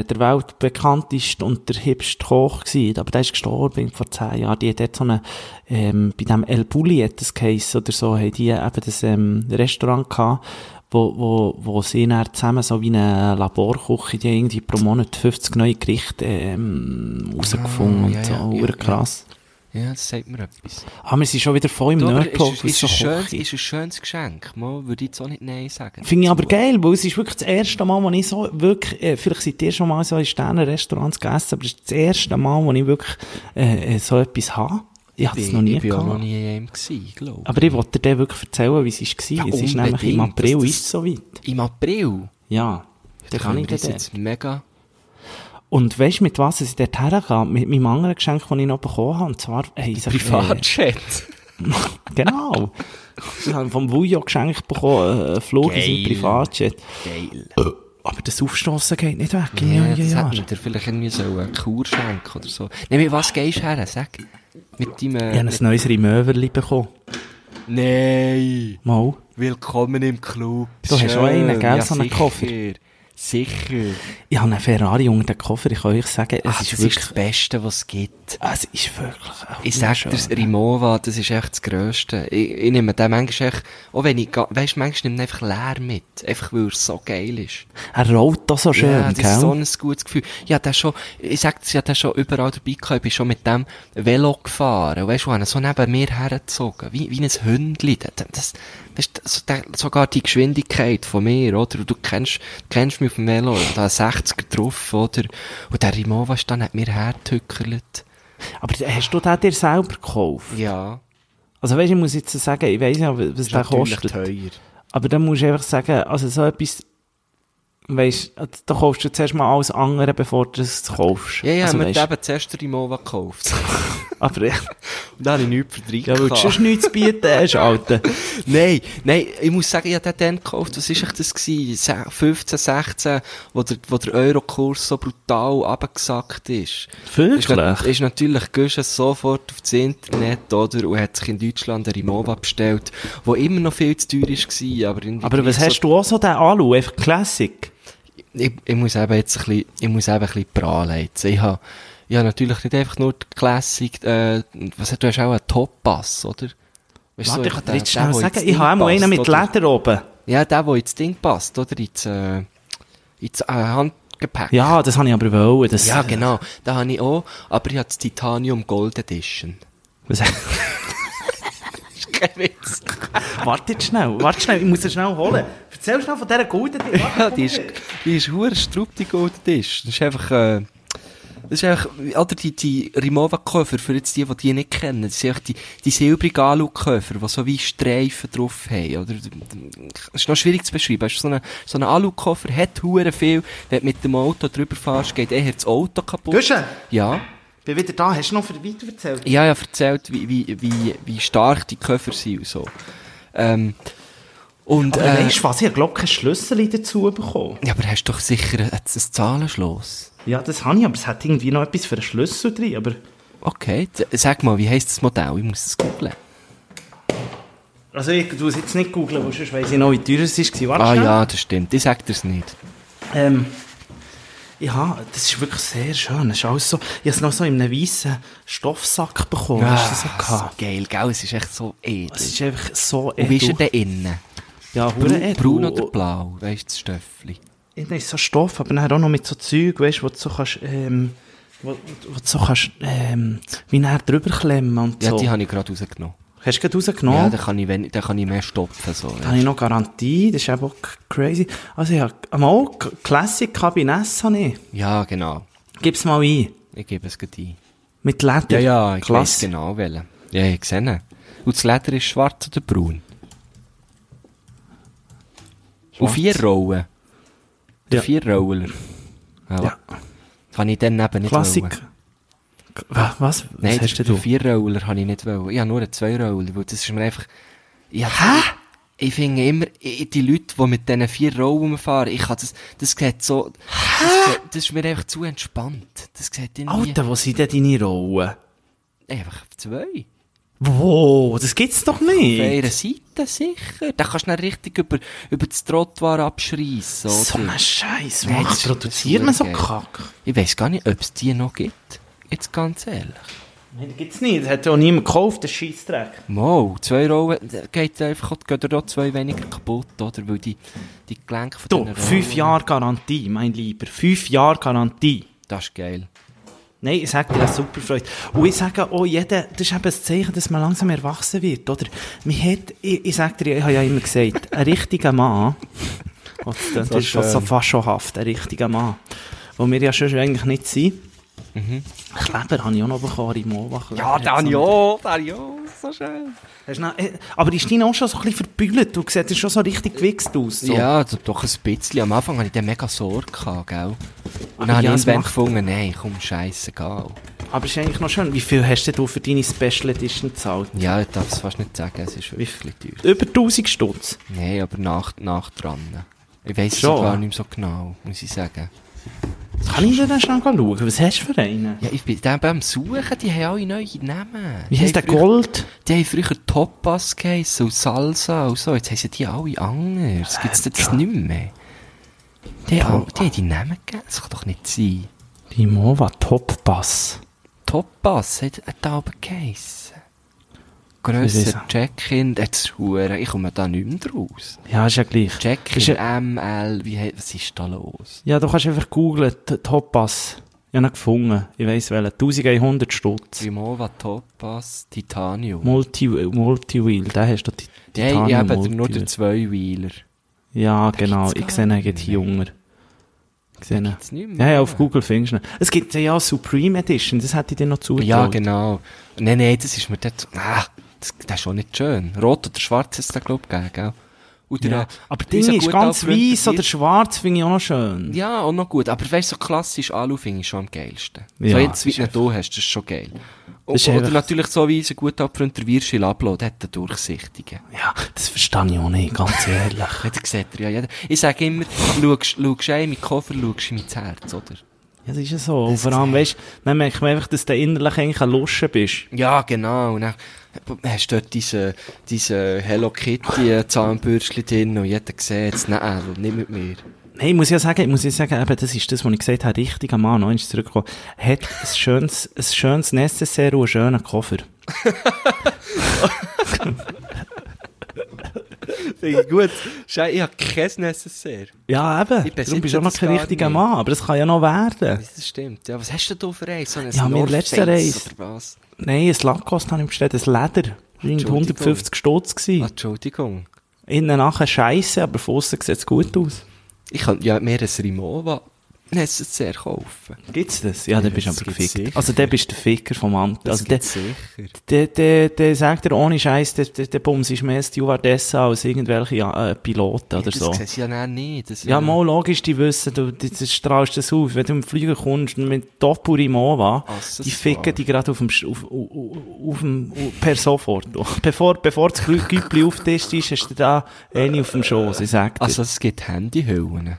B: äh, der weltbekannteste und der hipste Koch gewesen. Aber der ist gestorben vor zehn Jahren. Die hat dort so eine, ähm, bei dem El Bulli hat das geheissen oder so, haben die eben das, ähm, Restaurant gehabt, wo, wo, wo sie dann zusammen so wie eine Laborküche, die haben irgendwie pro Monat 50 neue Gerichte, ähm, rausgefunden
C: Ah,
B: und
C: ja,
B: so.
C: ja,
B: Ja,
C: ja, ja.
B: krass.
C: Ja, das sagt mir etwas.
B: Ah, wir sind schon wieder voll im
C: Du, aber
B: Nerdblock,
C: ist, ist,
B: was
C: ist,
B: so
C: ein schönes,
B: Koche.
C: ist ein schönes Geschenk, mal würde ich jetzt auch nicht Nein sagen.
B: Finde ich aber geil, weil es ist wirklich das erste Mal, wo ich so wirklich, äh, vielleicht seid ihr schon mal so in Sternenrestaurants gegessen, aber es ist das erste Mal, wo ich wirklich äh, äh, so etwas habe. Ich habe es noch nie
C: ich bin auch
B: gehabt.
C: noch nie in einem gewesen, glaube
B: Aber ich wollte dir wirklich erzählen, wie es war.
C: Ja,
B: es ist nämlich
C: unbedingt,
B: im April
C: dass das-
B: ist es soweit.
C: ich. Im April?
B: Ja, da kann ich
C: wir uns
B: dir
C: jetzt mega...
B: Und weißt du, mit was ich dort hergehe? Mit meinem anderen Geschenk, das ich noch bekommen habe. Und zwar, hey, ich sag,
C: Privatchat.
B: Äh, genau. Ich habe vom Vujo geschenkt bekommen, äh, einen Flug in seinem
C: Geil.
B: Privatjet.
C: Geil.
B: Aber das Aufstossen geht nicht weg. in
C: Ja,
B: neun
C: das
B: Jahren.
C: hat mir dir vielleicht irgendwie so einen Kur schenken oder so. Nein, mit was gehst du her? Sag. Mit deinem...
B: Ich habe ein neues Removerli bekommen.
C: Nein!
B: Mal.
C: Willkommen im Club.
B: Du hast auch einen, gell, so einen
C: sicher.
B: Koffer.
C: Sicher.
B: Ich habe einen Ferrari unter den Koffer, ich kann euch sagen, es
C: Ah,
B: ist
C: das
B: wirklich...
C: ist das Beste, was es gibt.
B: es ist wirklich... ein
C: Ich sag dir,
B: wunderschön.
C: das Rimowa, das ist echt das Grösste. Ich, ich nehme den manchmal echt, auch wenn ich, ga- weisst, manchmal nehme ich ihn einfach leer mit. Einfach, weil er so geil ist.
B: Er rollt da so schön,
C: ja, das
B: gell?
C: ist so ein gutes Gefühl. Ja, der schon, ich sag dir, ich hab den schon überall dabei gehabt. Ich bin schon mit dem Velo gefahren. Weisst du, und hab ihn so neben mir hergezogen. Wie, wie ein Hündli. Das, das, weisst, du, so, der, sogar die Geschwindigkeit von mir, oder? Und du kennst, kennst mich auf dem Velo. Da 60er drauf, oder? Und der Rimowa ist dann hat mir hergetückert.
B: Aber hast du den dir selber gekauft?
C: Ja.
B: Also weißt, du, ich muss jetzt sagen, ich weiss ja, was der kostet. Aber dann musst du einfach sagen, also so etwas... Weisst, da kaufst du zuerst mal alles andere, bevor du es kaufst.
C: Ja, ja,
B: also,
C: also, wir
B: weisst,
C: haben zuerst den Rimowa gekauft.
B: Aber ja,
C: Und dann habe ich nichts für drei
B: weil du sonst nichts zu bieten hast, Alter.
C: Nein, nein, ich muss sagen, ich habe den dann gekauft, was ist echt das gewesen? Se- 15, 16, wo der, wo der Eurokurs so brutal abgesackt ist. Ist, nat-
B: Wirklich?
C: ist natürlich Güsche sofort aufs Internet, oder? Und hat sich in Deutschland eine Rimowa bestellt, wo immer noch viel zu teuer war, aber irgendwie
B: Aber was
C: gleich so-
B: hast du auch so, den Alu? Einfach Classic?
C: ich, ich muss eben jetzt ein bisschen, ich muss eben ein bisschen prahlen jetzt. Ich habe, ich habe natürlich nicht einfach nur die Classic, äh, was, du hast auch einen Top-Pass, oder? Weißt du,
B: Warte,
C: ich
B: ich
C: hab
B: kann
C: den-
B: jetzt schnell
C: den, der
B: sagen,
C: ins
B: ich habe
C: Ding
B: einmal einen mit
C: passt, oder?
B: Leder oben.
C: Ja, der, der ins Ding passt, oder? Ins, äh, ins äh, Handgepäck.
B: Ja, das habe ich aber wollen. Das,
C: Ja, genau. Da habe ich auch, aber ich habe das Titanium Gold Edition.
B: Was,
C: Kein Witz.
B: warte jetzt schnell, warte schnell, ich muss das schnell holen. Erzähl schnell von dieser guten Ding.
C: Ja, die ist, die ist hure strupp, die Gold Edition. Das ist einfach, äh, das ist einfach, oder die, die Rimowa-Koffer, für jetzt die, die die nicht kennen, das sind einfach die, die silbrigen Alu-Koffer, die so wie Streifen drauf haben, oder? Das ist noch schwierig zu beschreiben. Weisst du, So ein so ein Alu-Koffer hat hure viel, wenn du mit dem Auto drüber fährst, geht eher das Auto kaputt.
B: Guschen,
C: Ja.
B: ich bin wieder da. Hast du noch für weiter erzählt?
C: Ich habe ja erzählt, wie, wie, wie, wie stark die Koffer sind und so. Ähm, und,
B: Aber
C: äh,
B: weißt du was, ich habe glaube ich, keinen Schlüssel dazu bekommen.
C: ja, aber hast doch sicher ein, ein Zahlenschloss.
B: Ja, das habe ich, aber es hat irgendwie noch etwas für einen Schlüssel drin. Aber
C: Okay, Z- sag mal, wie heisst das Modell? Ich muss es googeln.
B: also ich tu es jetzt nicht googeln, weil Ah, sonst weiss ich noch, wie teuer es war. Warte
C: Ah
B: schnell.
C: ja, das stimmt. Ich sag dir's nicht.
B: Ähm, Ja, das ist wirklich sehr schön. Es ist alles so, ich habe es noch so in einem weißen Stoffsack bekommen. Hast du Oh, das so
C: Ah, so
B: gehabt?
C: geil, gell? Es ist echt so edel.
B: Es ist einfach so
C: Und wie ist er
B: edel.
C: denn innen?
B: Ja,
C: Bra
B: hure edel. Oh.
C: braun oder blau? Weißt du, das Stöffli?
B: Ja, Nein, so Stoff, aber dann auch noch mit so Zeug, weißt du, wo du so kannst, ähm, wo, wo du so kannst, ähm, wie näher drüber klemmen und
C: Ja,
B: so.
C: die habe ich gerade rausgenommen.
B: Hast du gerade
C: Ja,
B: rausgenommen?
C: da kann ich, wen- da kann ich mehr stopfen. So,
B: da habe ich noch Garantie, das ist eben auch k- crazy. Also ja, mal K- Classic Cabiness habe ich.
C: ja, genau.
B: Gib's mal ein.
C: Ich gebe es gleich ein.
B: Mit Leder.
C: Ja, ja, ich weiß
B: Klasse.
C: genau welchen. Ja, ich sehe Und das Leder ist schwarz oder braun? Und vier Rollen. Der
B: Ja.
C: vier Roller. Ja.
B: Ja.
C: Kann ich dann eben nicht
B: Klassik.
C: wollen.
B: K- wa- Was?
C: Nein,
B: Was hast denn
C: den
B: du?
C: Vierroller habe ich nicht wollen. Ich habe nur einen Zweiroller, weil das ist mir einfach... Ja, Hä? Ich finde immer, ich, die Leute, die mit diesen vier Rollen fahren, ich kann das... Das sieht so... Hä? Das, sieht- das ist mir einfach zu entspannt. Das sieht irgendwie...
B: Alter, wo sind denn deine Rollen?
C: Einfach zwei.
B: Wow, das gibt's doch nicht.
C: Auf einer Seite, sicher. Da kannst du dann richtig über, über das Trottoir abschreissen, oder?
B: So ein Scheiß.
C: Nein, das
B: Was
C: ist-
B: produziert man
C: das ist
B: so
C: geil.
B: Kack?
C: Ich weiss gar nicht, ob es die noch gibt. Jetzt ganz ehrlich.
B: Nein, das gibt's nicht. Das hat ja auch niemand gekauft, der Scheissdreck.
C: Mo, zwei Rollen, da geht einfach, geht da zwei weniger kaputt, oder? Weil die, die Gelenke von
B: Du,
C: diesen
B: fünf
C: Rollen-
B: Jahre Garantie, mein Lieber. Fünf Jahre Garantie.
C: Das ist geil.
B: Nein, ich sage dir, das super Freude. Und ich sage auch jeder, das ist eben das Zeichen, dass man langsam erwachsen wird, oder? Man hat, ich, ich sage dir, ich habe ja immer gesagt, ein richtiger Mann, Gott, das ist schon so faschohaft, ein richtiger Mann, wo wir ja schon eigentlich nicht sind. Kleber habe ich auch noch bekommen, Rimowa.
C: Mhm. Ja, Daniel, Daniel, so schön.
B: Hast du noch, äh, aber ist deine auch schon so ein bisschen verbügelt? Du siehst schon so richtig gewichst aus. So.
C: Ja, so doch ein bisschen. Am Anfang hatte ich dann mega Sorge, gehabt, gell? Und dann
B: Aber
C: habe ich
B: ja, es
C: irgendwann
B: macht-
C: gefunden, nein, komm, scheißegal.
B: Aber ist eigentlich noch schön. Wie viel hast denn du für deine Special Edition gezahlt?
C: Ja, ich darf es fast nicht sagen, es ist wirklich teuer.
B: Über 1000 Stutz.
C: Nein, aber nach, nach dran. Ich weiss es
B: Schon?
C: gar nicht mehr so genau, muss ich sagen.
B: Kann ich dir dann schnell schauen? Was hast du für einen?
C: Ja, ich bin dann beim Suchen, die haben alle neue Namen.
B: Wie
C: Die
B: heisst der
C: haben früher-
B: Gold?
C: Die haben früher Topaz geheissen und Salsa und so. Jetzt heissen die alle anders. Gibt's
B: Äh,
C: jetzt nicht mehr. Die haben, alle- die, haben die Namen gegeben. Das kann doch nicht sein.
B: Die Mova Top Bass.
C: Topaz hat hat da oben geheissen.
B: Das ist
C: Grösser
B: er.
C: Check-In. Jetzt ist Hure. Ich komme da nicht mehr draus.
B: Ja, ist ja gleich. Ist
C: Check-In, ML, wie, he- was ist da los?
B: Ja, du kannst einfach googlen, T- Top Bass. Ich habe ihn gefunden. Ich weiss welchen. 1100 Stutz.
C: Primova, Topaz, Titanium.
B: Multi, Multi-Wheel, den hast du die
C: Die haben eben nur
B: Multi-Wheel.
C: den Zweiweiler.
B: Ja, genau.
C: gibt's
B: Ich
C: gar
B: sehe ihn
C: nicht
B: jetzt
C: mehr.
B: jünger. Ich sehe ihn.
C: Gibt's nicht mehr.
B: Ja, ja, auf Google findest du ihn. Es gibt ja auch Supreme Edition, das hätte ich dir noch zugetraut.
C: Ja, genau. Nein, nein, das ist mir dort, ah, das, das ist auch nicht schön. Rot oder schwarz ist da, glaub ich, gegeben, gell? Und der,
B: Ja.
C: äh,
B: Aber
C: unser
B: Ding ist
C: guter
B: ganz
C: Freund,
B: weiß
C: der
B: oder schwarz, finde ich auch noch schön.
C: Ja, auch noch gut. Aber weißt du, so klassisch Alu finde ich schon am geilsten. so
B: Ja,
C: jetzt, wie
B: ist
C: du ihn da hast, das ist schon geil. O-
B: ist
C: oder
B: einfach-
C: natürlich so wie unser guter Freund, der Wirschil Ablo, der hat den durchsichtigen.
B: Ja, das verstehe ich auch nicht, ganz ehrlich.
C: Ja, den sieht er ja jeder. Ich sage immer, schaust schaust du in meinen Koffer, schaust du in mein Herz, oder?
B: Ja, das ist ja so. Und vor allem, weißt du, dann merkt man einfach, dass du innerlich eigentlich ein Luschen bist.
C: Ja, genau. Und dann hast du dort diese, diese Hello Kitty äh, Zahnbürstchen drin und jeder sieht es. Nein, also nicht mit mir.
B: Hey, ich muss ja sagen, ich muss ja sagen, eben, das ist das, was ich gesagt habe, richtiger Mann, noch einmal zurückgekommen, hat ein schönes, ein schönes Necessaire und einen schönen Koffer.
C: Gut, Schei, ich habe kein Necessaire.
B: Ja, eben.
C: Ich
B: Ich
C: besitze
B: Darum bist du auch noch
C: das
B: kein
C: gar
B: richtiger
C: nicht.
B: Mann, aber das kann ja noch werden.
C: Das stimmt. Ja, was hast du da für eins? So ein
B: Ja, mein
C: North
B: letzter
C: Face
B: Eis.
C: Oder was?
B: Nein, ein Lacoste habe ich bestellt, ein Leder. Rund
C: Entschuldigung.
B: 150 Stutz
C: Ah,
B: gewesen.
C: Entschuldigung.
B: Innen nachher scheisse, aber von aussen sieht es gut aus.
C: Ich könnte ja mir ein Rimowa Necessaire kaufen.
B: Gibt's das? Ja, dann bist du
C: das
B: aber
C: gibt's
B: gefickt.
C: sicher.
B: Also, der bist der Ficker vom Amt.
C: Das
B: Also, der,
C: gibt's sicher.
B: der, der, der sagt er ohne Scheiß, der, der, der Bums ist mehr Stewardessa als irgendwelche äh, Piloten oder
C: das
B: so.
C: sehe ich ja dann nicht. Das,
B: Ja,
C: äh,
B: mal logisch, die wissen, du, du, du strahlst das auf. Wenn du im Flieger kommst mit Topuri Mova,
C: Accessoire.
B: die ficken die gerade auf dem, Sch- auf, auf, auf, auf dem, per sofort. Bevor, bevor das Glück- Güppli auftischt ist, hast du da eine auf dem Schoß, ich sag dir.
C: Also, es gibt Handyhüllen.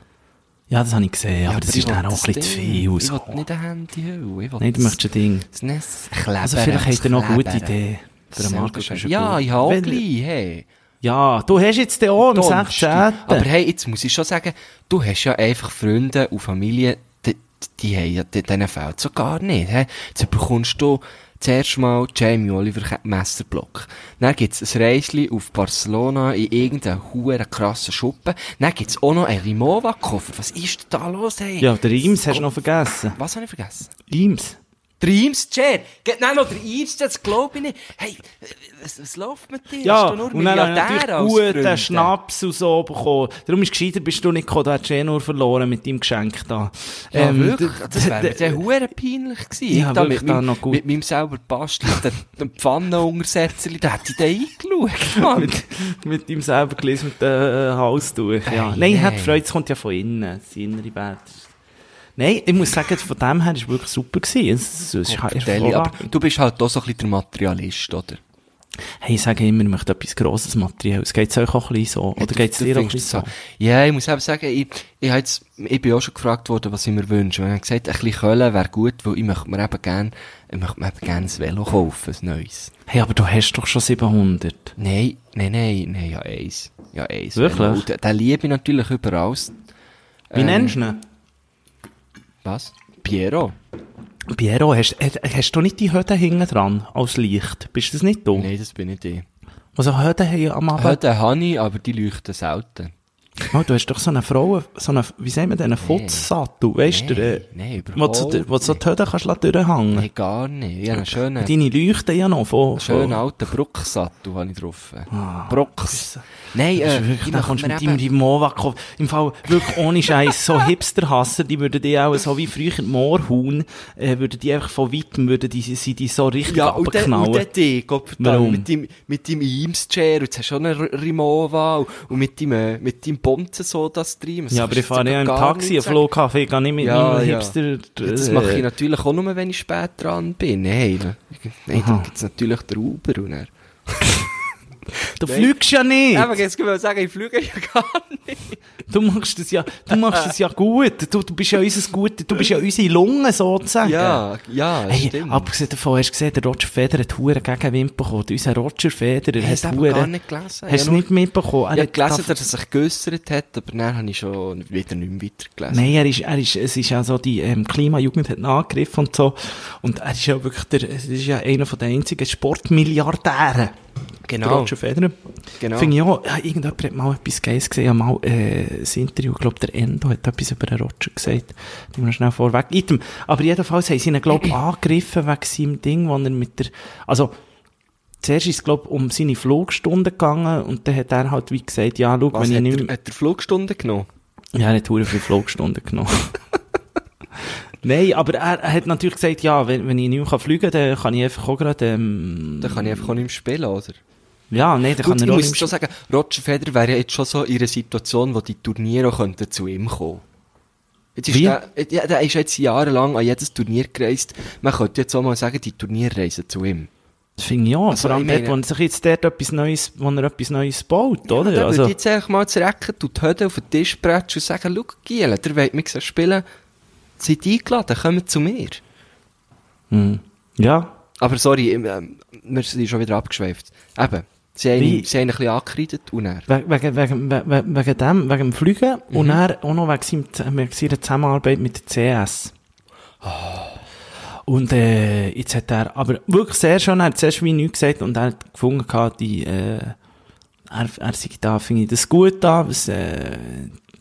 B: ja, das habe ich gesehen, aber,
C: Ja,
B: das
C: ich
B: ist dann
C: will
B: auch ein
C: das
B: bisschen zu
C: Ding.
B: viel.
C: Ich
B: rausgekommen.
C: will nicht eine Handyhülle. Ich will
B: Nein, du
C: das-
B: möchtest ein Ding.
C: Das Nest Kleber.
B: Also vielleicht habt ihr noch eine gute
C: Kleber.
B: Idee. Für den Marco
C: Selber
B: ist
C: schon.
B: schon
C: Ja,
B: gut.
C: ich habe auch
B: Wenn-
C: gleich, hey.
B: Ja, du hast jetzt den auch am
C: Donnerstag.
B: 16.
C: Aber hey, jetzt muss ich schon sagen, du hast ja einfach Freunde und Familie, die, die haben ja, die- denen fehlt so gar nicht. He? Jetzt bekommst du zuerst mal Jamie Oliver Messerblock. Dann gibt's ein Reisli auf Barcelona in irgendeinen huere krassen Schuppen. Dann gibt's auch noch einen Rimowa-Koffer. Was ist da los, hey?
B: Ja, der Reims hast du noch vergessen.
C: Was habe ich vergessen?
B: Reims.
C: Der Eames Chair. Geht nein, noch der Eames Chair, das glaube ich nicht. Hey, äh, was, was läuft mit dir?
B: Ja,
C: Hast du nur
B: und dann
C: Milliardäre
B: natürlich
C: als Freunde?
B: guten Schnaps und so bekommen. Darum ist gescheiter, bist du nicht gekommen, du hättest eh nur verloren mit deinem Geschenk da.
C: Ja,
B: Ähm,
C: wirklich, das wäre
B: d-
C: mir
B: d-
C: dann hure peinlich gewesen.
B: Ja,
C: Ich da
B: wirklich,
C: mit, meinem,
B: da noch gut.
C: mit meinem selber bastelten den Pfannenuntersetzer, da hätte ich den eingeschaut, Mann.
B: mit, mit deinem selber geliesenen äh, Halstuch. Ja.
C: Ei,
B: Nein, hat
C: ei.
B: Freude, es kommt ja von innen, das innere Bett. Nein, ich muss sagen, von dem her war es wirklich super. Gewesen. Es, es ist halt
C: Oh, Deli, aber
B: hervorragend.
C: du bist halt auch so ein bisschen der Materialist, oder?
B: Hey, ich sage immer, ich möchte etwas grosses Material. Es geht euch auch ein bisschen so. Oder
C: Du-
B: geht es
C: du
B: dir auch ein
C: findest
B: bisschen so?
C: das so. Ja, ich muss eben sagen, ich, ich, hab jetzt, ich bin auch schon gefragt worden, was ich mir wünsche. Und ich habe gesagt, ein bisschen Köln wäre gut, weil ich möchte mir eben gerne, ich möchte mir eben gerne ein Velo kaufen, ein neues.
B: Hey, aber du hast doch schon 700.
C: Nein, nein, nein, nein, ja, eins. Ja, eins.
B: Wirklich?
C: Velo. Und Den, den liebe ich natürlich überall.
B: Wie
C: Ähm,
B: nennst du ihn?
C: Was? Piero?
B: Piero, hast, äh, hast du nicht die Hütte hinten dran als Licht? Bist das nicht du?
C: Nein, das bin nicht ich.
B: Also Hütte haben ja am Abend...
C: Aber den habe ich, aber die leuchten selten.
B: Oh, du hast doch so eine Frau, so eine, wie sagen wir den, einen Futzsattel, weißt du?
C: Nein,
B: der, äh,
C: nein,
B: Wo du,
C: überhaupt
B: so- wo du so die Hütte kannst lassen durchhängen
C: Nein, gar nicht. Ich habe einen schönen,
B: Deine Leuchten ja noch von...
C: schönen
B: von
C: alten Brucksattel habe ich drauf. Brocks. Nein,
B: Ah. Das
C: äh,
B: ist wirklich,
C: ich
B: dann
C: möchte
B: kommst du
C: mir
B: mit deinem
C: eben-
B: Rimowa kaufen. Im Fall wirklich ohne Scheiß, so Hipsterhasser, die würden die auch so wie früher die Moorhuhn, äh, würden die einfach von weitem, würden die, sie die so richtig
C: Ja, und dann, und
B: abknallen.
C: dann dich, Gott,
B: Warum?
C: dann, mit deinem, mit deinem Eames-Chair, und jetzt hast du auch einen R- Rimowa, und, und mit deinem, äh, mit deinem Bonzen-Soda-Stream.
B: Ja, aber ich fahre nicht im Taxi, am
C: Flo.
B: Flughafen, ich gehe nicht mit
C: Ja,
B: meinem
C: ja.
B: Hipster... äh,
C: Ja, das mache ich natürlich auch nur, wenn ich spät dran bin. Hey, ne? Nein,
B: Aha.
C: dann gibt's natürlich den Uber und er.
B: Du fliegst ja nicht!
C: Aber jetzt können wir sagen, ich fliege ja gar nicht.
B: Du machst das ja, du machst das ja gut. Du, du bist ja unser Gute, du bist ja unsere Lunge sozusagen.
C: Ja, ja,
B: Hey,
C: stimmt.
B: abgesehen davon, hast du gesehen, der Roger Federer hat Huren gegen Wind bekommen. Unser Roger Federer
C: Ich hab's
B: hat
C: eben
B: Huren...
C: gar nicht gelesen.
B: Hast du
C: ich
B: nicht mitbekommen?
C: habe
B: Er
C: nur- ich
B: hat
C: habe gelesen,
B: da-
C: dass er sich geäussert hat, aber dann habe ich schon wieder nicht mehr weitergelesen.
B: Nein, er ist, er ist, es ist ja so, die ähm, Klimajugend hat ihn angegriffen und so. Und er ist ja wirklich der, es ist ja einer von den einzigen Sportmilliardären. Der
C: Genau.
B: Roger Federer.
C: Genau.
B: Finde ich auch, ja, irgendjemand hat mal etwas Geiles gesehen, ja, mal, äh, das Interview, ich glaube, der Endo hat etwas über den Roger gesagt. Die muss noch schnell vorweg. Item. Aber jedenfalls haben sie ihn, glaube ich, angegriffen wegen seinem Ding, wo er mit der, also, zuerst ist es, glaube ich, um seine Flugstunde gegangen und dann hat er halt wie gesagt, ja, schau,
C: Was,
B: wenn ich
C: hat,
B: nicht
C: er, hat er Flugstunden genommen?
B: ja, er hat hure viele Flugstunden genommen. Nein, aber er, er hat natürlich gesagt, ja, wenn, wenn ich nicht mehr fliegen kann, dann kann ich einfach auch gerade, ähm,
C: Dann kann ich einfach auch nicht mehr spielen, oder?
B: ja, nein, dann
C: Gut,
B: kann
C: ich
B: er auch
C: muss
B: nicht
C: schon
B: mehr
C: sagen, Roger Federer wäre ja jetzt schon so in einer Situation, wo die Turniere auch könnten zu ihm kommen Jetzt ist
B: Wie?
C: der, ja, der ist jetzt jahrelang an jedes Turnier gereist. Man könnte jetzt auch mal sagen, die Turniere reisen zu ihm.
B: Das finde ich auch.
C: Also,
B: Vor allem
C: ich
B: dort,
C: meine-
B: wo er sich jetzt dort etwas Neues, wo er etwas Neues baut, oder?
C: Der
B: also,
C: würde jetzt einfach mal zu Recken, tut die Höde auf den Tisch bretschen und sagen, schau, Giel, der wollt mich so spielen. Seid eingeladen, kommt zu mir.
B: hm, ja.
C: Aber sorry, im, ähm, wir sind schon wieder abgeschweift. Eben, sie haben,
B: Wie?
C: ihn- sie haben ihn ein bisschen angekreidet und er.
B: We- Wegen, wegen, we- we- wegen dem, wegen dem Fliegen
C: Mhm.
B: und dann auch noch wegen, seinem, Z- wegen seiner Zusammenarbeit mit der CS.
C: Oh.
B: Und äh, jetzt hat er, aber wirklich sehr schön, er hat zuerst wie nichts gesagt und er hat gefunden, gehabt, die, äh, er, er sei da, finde ich das gut da, was äh,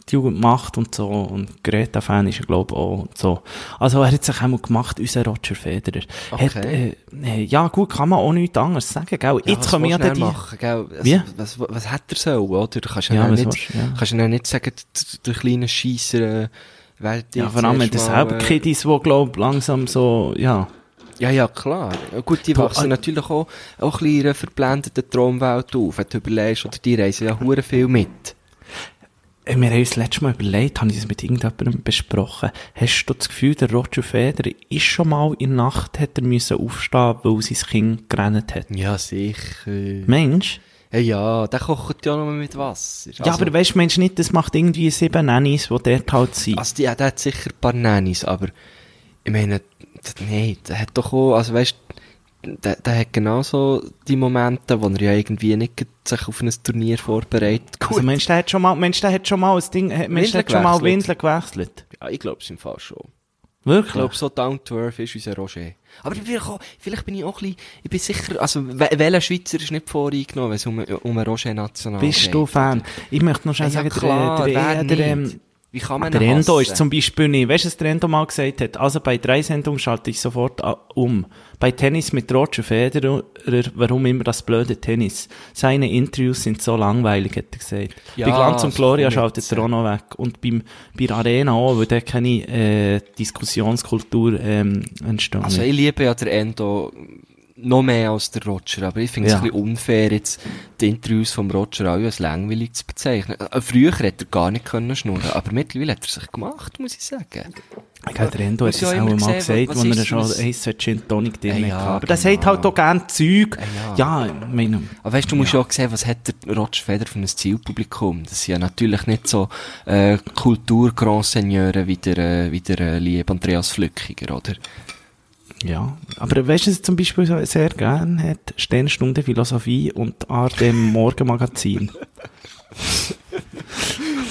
B: die Jugend macht und so. Und Greta-Fan ist er, glaube ich, auch und so. Also er hat sich einmal gemacht, unser Roger Federer. Hat, äh,
C: Okay.
B: äh, ja gut, kann man auch nichts anderes sagen, gell?
C: Ja,
B: jetzt
C: was
B: können wir ja
C: willst
B: dann
C: du dann
B: die...
C: machen, gell? Also,
B: Wie?
C: Was, was, was hat er so, oder? Du kannst
B: Ja,
C: ja, dann
B: was
C: nicht,
B: willst du, ja.
C: kannst ja dann nicht sagen, der- der kleine Scheisser, äh, wählt
B: Ja,
C: jetzt
B: vor allem wenn du
C: erst mal,
B: selber
C: äh,
B: Kiddies, die, glaub langsam so, ja.
C: Ja, ja, klar. Ja, Gut, die
B: Du,
C: wachsen
B: äh,
C: natürlich auch, auch ein bisschen in einer verblendeten Traumwelt auf, wenn du überlegst, oder die reisen ja hure viel mit.
B: Äh, Wir haben uns letztes Mal überlegt, habe ich es mit irgendjemandem besprochen. Hast du das Gefühl, der Roger Federer ist schon mal in der Nacht, hat er müssen aufstehen, weil sein Kind gerannt hat?
C: Ja, sicher.
B: Mensch?
C: Hey, ja, der kocht ja nur mit Wasser.
B: ja, aber weißt du, Mensch, nicht, das macht irgendwie sieben Nannies, die dort halt sind.
C: Also, die, ja, der hat sicher ein paar Nannies, aber ich meine, d- nee, der hat doch auch, also weißt der, der hat genauso die Momente, wo er ja irgendwie nicht gerade sich auf ein Turnier vorbereitet. Gut,
B: also, Mensch, der hat schon mal, Mensch, der hat schon mal ein Ding, äh, Mensch, der
C: Windeln
B: hat schon mal
C: gewechselt.
B: Windeln gewechselt.
C: ja, ich glaube es im Fall schon. Ich
B: Wirklich?
C: glaube, so down to earth ist unser Roger. Aber ich bin auch, vielleicht bin ich auch ein bisschen, ich bin sicher, also, we- welcher Schweizer ist nicht voreingenommen, wenn es um, um einen Roger National
B: Bist
C: geht?
B: du Fan? Ich möchte noch schnell
C: Ja,
B: sagen, der-
C: klar,
B: der,
C: wer
B: der, der,
C: nicht?
B: ähm,
C: Wie kann man
B: der
C: ihn
B: Endo
C: hassen?
B: ist zum Beispiel nicht. Weißt du, was der Endo mal gesagt hat? Also bei drei Sendungen schalte ich sofort a- um. Bei Tennis mit Roger Federer, warum immer das blöde Tennis? Seine Interviews sind so langweilig, hat er gesagt.
C: Ja,
B: bei Glanz und
C: das
B: Gloria
C: kann ich
B: schaltet er auch noch weg. Und beim, bei der Arena auch, weil da keine äh, Diskussionskultur ähm, entstanden
C: Also, ich liebe ja den Endo noch mehr als den Roger, aber ich finde es
B: Ja.
C: ein bisschen unfair, jetzt die Interviews vom Roger auch als langweilig zu bezeichnen. Äh, Früher hätte er gar nicht können schnurren, aber mittlerweile hat er sich gemacht, muss ich sagen.
B: Ich glaube, der Endo hat
C: Muss
B: es
C: ja
B: auch
C: immer
B: mal gesagt,
C: sehen, was
B: als
C: ist
B: er schon
C: das?
B: ein, zwei Gin Tonic
C: Ja,
B: drin hatte.
C: ja,
B: Aber das
C: genau.
B: hat halt auch gerne Zeug.
C: Ja.
B: Ja, ich meine,
C: Aber weißt du, du musst ja auch sehen, was hat der Roger Federer für ein Zielpublikum? Das sind ja natürlich nicht so äh, Kulturgrandseigneure wie der, äh, wie der äh, liebe Andreas Flückiger, oder?
B: ja. Aber weißt du, was ich zum Beispiel so sehr gerne hat? Sternstunde Philosophie und Ardem Morgenmagazin.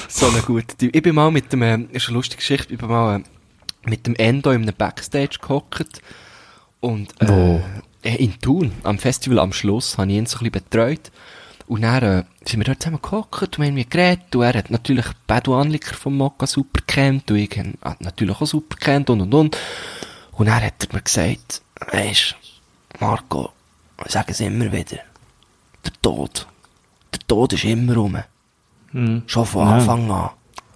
C: So ein guter Typ. Ich bin mal mit dem, äh, ist eine lustige Geschichte, ich bin mal äh, mit dem Endo in einem Backstage gehockt und äh,
B: Wo?
C: äh, in Thun, am Festival am Schluss, habe ich ihn so ein bisschen betreut und dann äh, sind wir dort zusammen gehockt und wir haben wir geredet und er hat natürlich Bedu Anliker vom Mokka super kennt und ich ihn äh, natürlich auch super kennt und und und und dann hat er mir gesagt, weisst Marco, sag es immer wieder, der Tod, der Tod ist immer rum.
B: Hm.
C: Schon von
B: Ja.
C: Anfang an.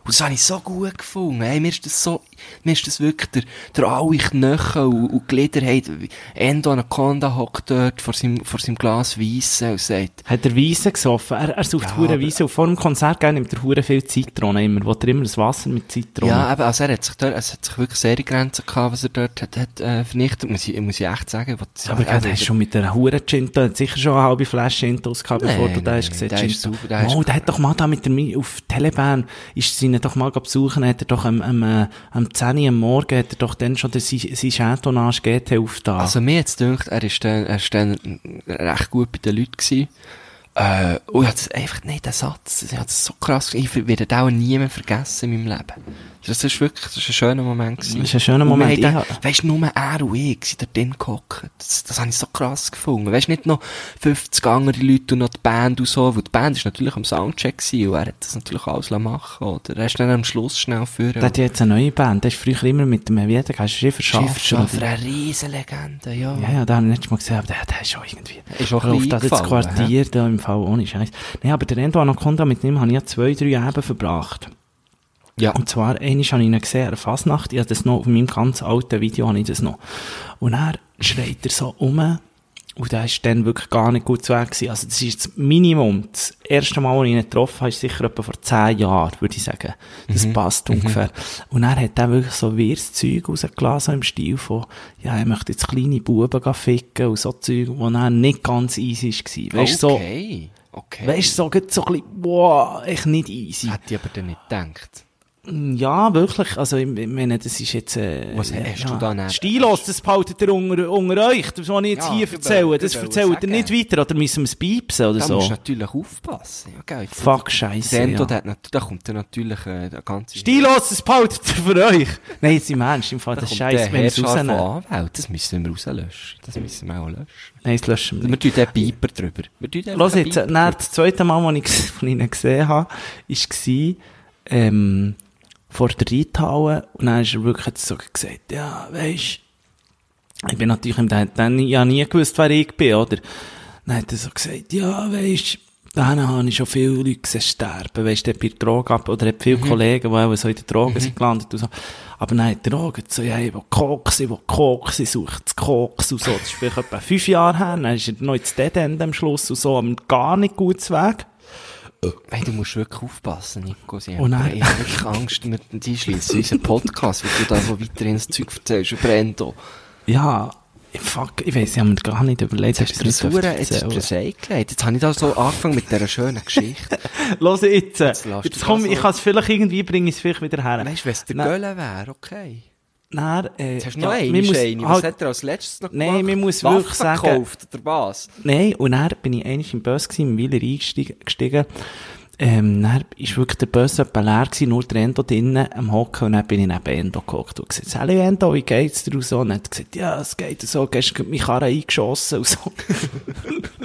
C: Und das habe ich so gut gefunden. Hey, mir ist das so, mir ist das wirklich der, der alle Knochen und, und Glieder hat. Endo Anaconda hockt dort vor seinem, vor seinem Glas Weissen und sagt,
B: Hat er Weisse gesoffen? Er, er sucht
C: Ja,
B: ja, Hure
C: aber-
B: Weisse. Und vor dem Konzert gell, nimmt er Hure viel Zitrone immer. Wollt er immer das Wasser mit Zitrone?
C: ja, eben, also er hat sich dort, es hat sich wirklich sehr in Grenzen gehabt, was er dort hat, hat äh, vernichtet. Muss ich, muss ich echt sagen, was,
B: aber gell, der ist schon mit einer Hure Gin Tonic, hat sicher schon eine halbe Flasche Gin Tonic gehabt, bevor
C: Nein,
B: du da
C: nein,
B: hast gesehen
C: der
B: Gin
C: ist
B: Tonic.
C: super, der ist-
B: Mo, der hat doch mal da mit der, Mi- auf Telebahn, ist sie ihn doch mal besuchen, hat er doch am, am, äh, am 10 Uhr am Morgen, hat er doch dann schon den- sein sein Chardonnage GT aufgetan.
C: Also mir jetzt dünkt, er ist dann, er ist dann mm, recht gut bei den Leuten gewesen. Äh, und ich hatte einfach nicht den Satz, ich hatte so krass, ich werde den auch nie mehr vergessen in meinem Leben. Das ist wirklich, das ist ein schöner Moment gewesen.
B: Das ist ein schöner
C: Und wir
B: Moment.
C: haben
B: Ich
C: dann-
B: ha-
C: Weisst du, nur er und ich sind da drin gehockt. Das, das habe ich so krass gefunden. Weisst du, nicht noch 50 andere Leute und noch die Band und so, weil die Band ist natürlich am Soundcheck gewesen und er hat das natürlich alles machen lassen, oder? Er ist dann am Schluss schnell für
B: der hat jetzt eine neue Band, der ist früher immer mit dem, wie hat der geheißen? Schiffer Schaffer.
C: Schifferschaffer, eine Riesenlegende, ja.
B: Ja, ja, da habe ich letztes Mal gesehen, aber der, der ist schon irgendwie.
C: Ist auch ein
B: Auf
C: bisschen
B: das jetzt
C: eingefallen,
B: Quartier, da im Fall ohne Scheiß. Nein, aber der Endo Anaconda, mit dem habe ich ja zwei, drei Eben verbracht.
C: ja.
B: Und zwar, einmal habe ich ihn gesehen, eine Fasnacht, ich habe das noch, auf meinem ganz alten Video habe ich das noch. Und er schreit er so um, und der ist dann wirklich gar nicht gut zu Weg gewesen. Also das ist das Minimum, das erste Mal, wo ich ihn getroffen habe, ist sicher etwa vor zehn Jahren, würde ich sagen. Das passt ungefähr. Und er hat dann wirklich so wirres Zeug rausgelassen, so im Stil von, ja, er möchte jetzt kleine Buben gehen ficken und so Zeug, wo dann nicht ganz easy war. Weißt du, so,
C: okay. Okay.
B: weißt, so, grad so ein bisschen, wow, echt nicht easy.
C: Hätte ich aber dann nicht gedacht.
B: Mm, Ja, wirklich. Also, ich ich meine, das ist jetzt, äh,
C: Was hast
B: ja,
C: du da neben-
B: Stilos, das behaltet ihr unter, unter euch. Das soll ich jetzt
C: Ja,
B: hier
C: ich
B: erzählen.
C: wollte-
B: Das
C: ich wollte
B: erzählt ihr
C: sagen.
B: nicht weiter, oder müssen wir es piepsen oder
C: Da musst
B: so?
C: du natürlich aufpassen. Ja, gell? Jetzt-
B: Fuck, Scheiße.
C: Sento,
B: Ja.
C: der hat nat- da kommt dann natürlich äh, der ganze...
B: Stilos, das behaltet ihr für euch. Nein, jetzt im Ernst, im Fall,
C: Da
B: das ist
C: kommt
B: Scheiße,
C: der
B: wenn wir es
C: Herrscher von
B: rausnehmen.
C: Anwälten. Das müssen wir rauslöschen. Das müssen wir auch löschen.
B: Nein, das löschen Also wir
C: Wir
B: nicht.
C: tun den Piper drüber. Wir tun den
B: Los
C: den
B: jetzt,
C: Piper
B: äh, nein, das zweite Mal, als ich gs- von ihnen gesehen habe, war, ähm, vor der Reithalle, und dann hat er wirklich jetzt so gesagt, ja, weisst, ich bin natürlich im dann, dann ja nie gewusst, wer ich bin, oder? Dann hat er so gesagt, ja, weisst, dann habe ich schon viele Leute gesehen sterben, weisst, der bei der Droge ab, oder hat
C: Mhm.
B: viele Kollegen, die auch so in der Droge sind gelandet und so. Aber dann hat er auch gesagt, so, ja, ich will Koks, ich will Koks, ich suche das Koks und so. Das ist vielleicht etwa fünf Jahre her, dann ist er noch ins Dead End am Schluss und so, aber gar nicht gut Weg.
C: drüber. Hey, du musst wirklich aufpassen, Nico. Sie
B: Oh nein.
C: Ich habe wirklich Angst, wir die schließen unseren Podcast, weil du da so weiterhin das Zeug erzählst über Endo.
B: Ja, fuck, ich weiss, ich habe mir gar nicht überlegt,
C: Jetzt hast du das
B: nicht
C: Hure- jetzt hast du
B: erzählen.
C: das eingelegt. Jetzt habe ich da so angefangen mit dieser schönen Geschichte.
B: Los jetzt, äh,
C: lass dich
B: jetzt komm,
C: das
B: ich
C: noch.
B: kann es vielleicht irgendwie, bringe ich es vielleicht wieder her.
C: Weißt du, wenn es der
B: Nein.
C: Gölle wäre, okay.
B: Nein, äh,
C: Jetzt hast du
B: ja,
C: noch einen,
B: man muss
C: Scheini. Was
B: halt-
C: hat er als letztes noch
B: Nein,
C: gemacht?
B: man muss
C: Waffen
B: wirklich sagen-
C: gekauft, oder was?
B: Nein, und dann bin ich eigentlich im Bus gewesen, im Wieler eingestiegen. ähm, dann ist wirklich der Bus etwa leer gewesen, nur der Endo drinnen am Hocken und dann bin ich neben Endo gehockt und gesagt, «Hallo Endo, wie geht's dir?» und so. Und er hat gesagt, «Ja, es geht und so, gestern hat mich Karre eingeschossen und so.»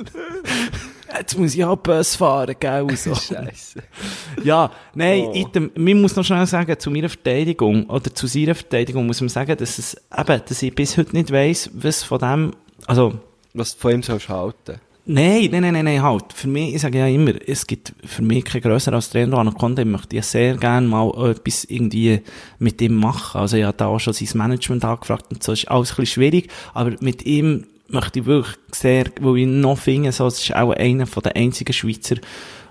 B: «Jetzt muss ich auch Bus fahren, gell?» und so.
C: Scheiße.
B: Ja, nein,
C: Oh.
B: item, man muss noch schnell sagen, zu meiner Verteidigung, oder zu seiner Verteidigung muss man sagen, dass es eben, dass ich bis heute nicht weiss, was von dem, also,
C: Was du von ihm sollst halten.
B: Nein, nein, nein, nein, nein, halt. Für mich, ich sage ja immer, es gibt für mich kein grösser als Trainer Anaconda. Ich möchte ja sehr gerne mal etwas irgendwie mit ihm machen. Also ich habe da auch schon sein Management angefragt und so ist alles ein bisschen schwierig. Aber mit ihm möchte ich wirklich sehr, wo ich noch finde, so, es ist auch einer von den einzigen Schweizer,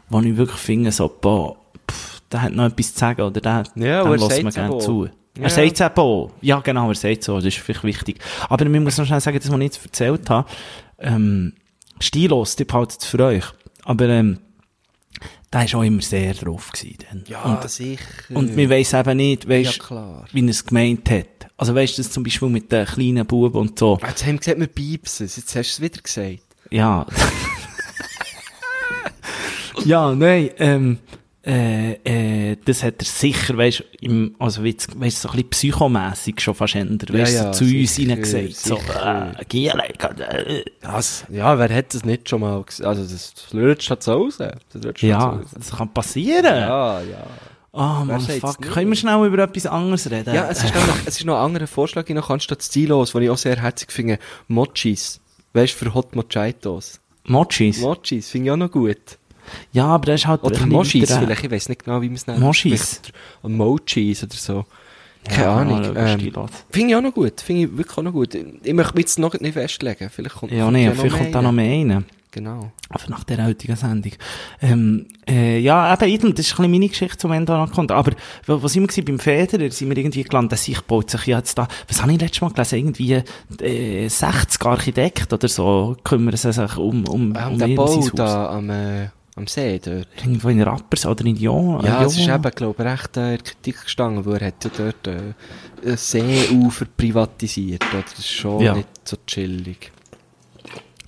B: wo ich wirklich finde, so, boah, pff, der hat noch etwas zu sagen oder der,
C: Ja,
B: dem
C: aber er
B: lässt
C: sagt's
B: man gerne
C: aber auch.
B: zu.
C: Ja.
B: Er sagt es eben auch. Ja, genau, er sagt so. Das ist vielleicht wichtig. Aber man muss noch schnell sagen, dass wir nichts erzählt haben. Ähm, stilos, die behaltet es für euch. Aber, ähm, da war auch immer sehr drauf gewesen, dann. und,
C: sicher.
B: und man weiss eben nicht, weißt,
C: Ja, klar.
B: wie er es gemeint hat. Also weißt du, das zum Beispiel mit den kleinen Buben und so.
C: Jetzt haben wir gesagt, wir piepsen es. Jetzt hast du es wieder gesagt.
B: Ja. ja, nein, ähm, äh, äh, das hat er sicher, weißt du, also weißt, weißt, so ein bisschen psychomässig schon fast ändert, weißt du,
C: Ja, ja,
B: zu uns
C: sicher,
B: hineingesagt, so,
C: sicher.
B: äh, Gierleck, äh,
C: Das, ja, wer hat das nicht schon mal gesehen? Also, das lutscht halt so raus. Das lutscht halt
B: ja,
C: so raus.
B: das kann passieren.
C: Ja, ja.
B: Ah, Mann,
C: sagt's
B: fuck,
C: nicht?
B: können wir schnell über etwas anderes reden? Äh,
C: Ja, es ist, glaub ich, noch, es ist noch ein anderer Vorschlag in noch anstatt Stilos, den ich auch sehr herzig finde. Mochis. Weißt du, für Hot Mojitos.
B: Mochis?
C: Mochis finde ich auch noch gut.
B: Ja, aber das ist halt... ein
C: Oder
B: bisschen
C: Mochis
B: weiter-
C: vielleicht, ich weiß nicht genau, wie man es nennt.
B: Moschis.
C: Vielleicht Mochis oder so. Keine
B: Ja,
C: Ahnung.
B: mal
C: Ähm,
B: überstehen lassen.
C: finde ich auch noch gut. Finde ich wirklich auch noch gut. Ich möchte mich jetzt noch nicht festlegen. Vielleicht kommt
B: Ja, nee, vielleicht kommt da noch mehr rein.
C: einer. Genau.
B: Aber nach der heutigen Sendung. Ähm, äh, ja, eben, eben, das ist ein bisschen meine Geschichte zum Ende angekommen. Aber, wo, wo sind wir gewesen? beim Federer? Sind wir irgendwie gelandet? Der sich baut sich ja jetzt da, was habe ich letztes Mal gelesen? Irgendwie, äh, 60 Architekt oder so kümmern sie sich um, um,
C: Ah,
B: um
C: und der
B: ihn,
C: Bau
B: sein Haus.
C: da am, äh, am See dort.
B: Irgendwo in Rappers oder in Jon.
C: Ja, es ist eben, glaube ich, recht äh, in der Kritik gestanden, weil er hat ja dort äh, ein Seeufer privatisiert. oder? Das ist schon
B: Ja.
C: nicht so chillig.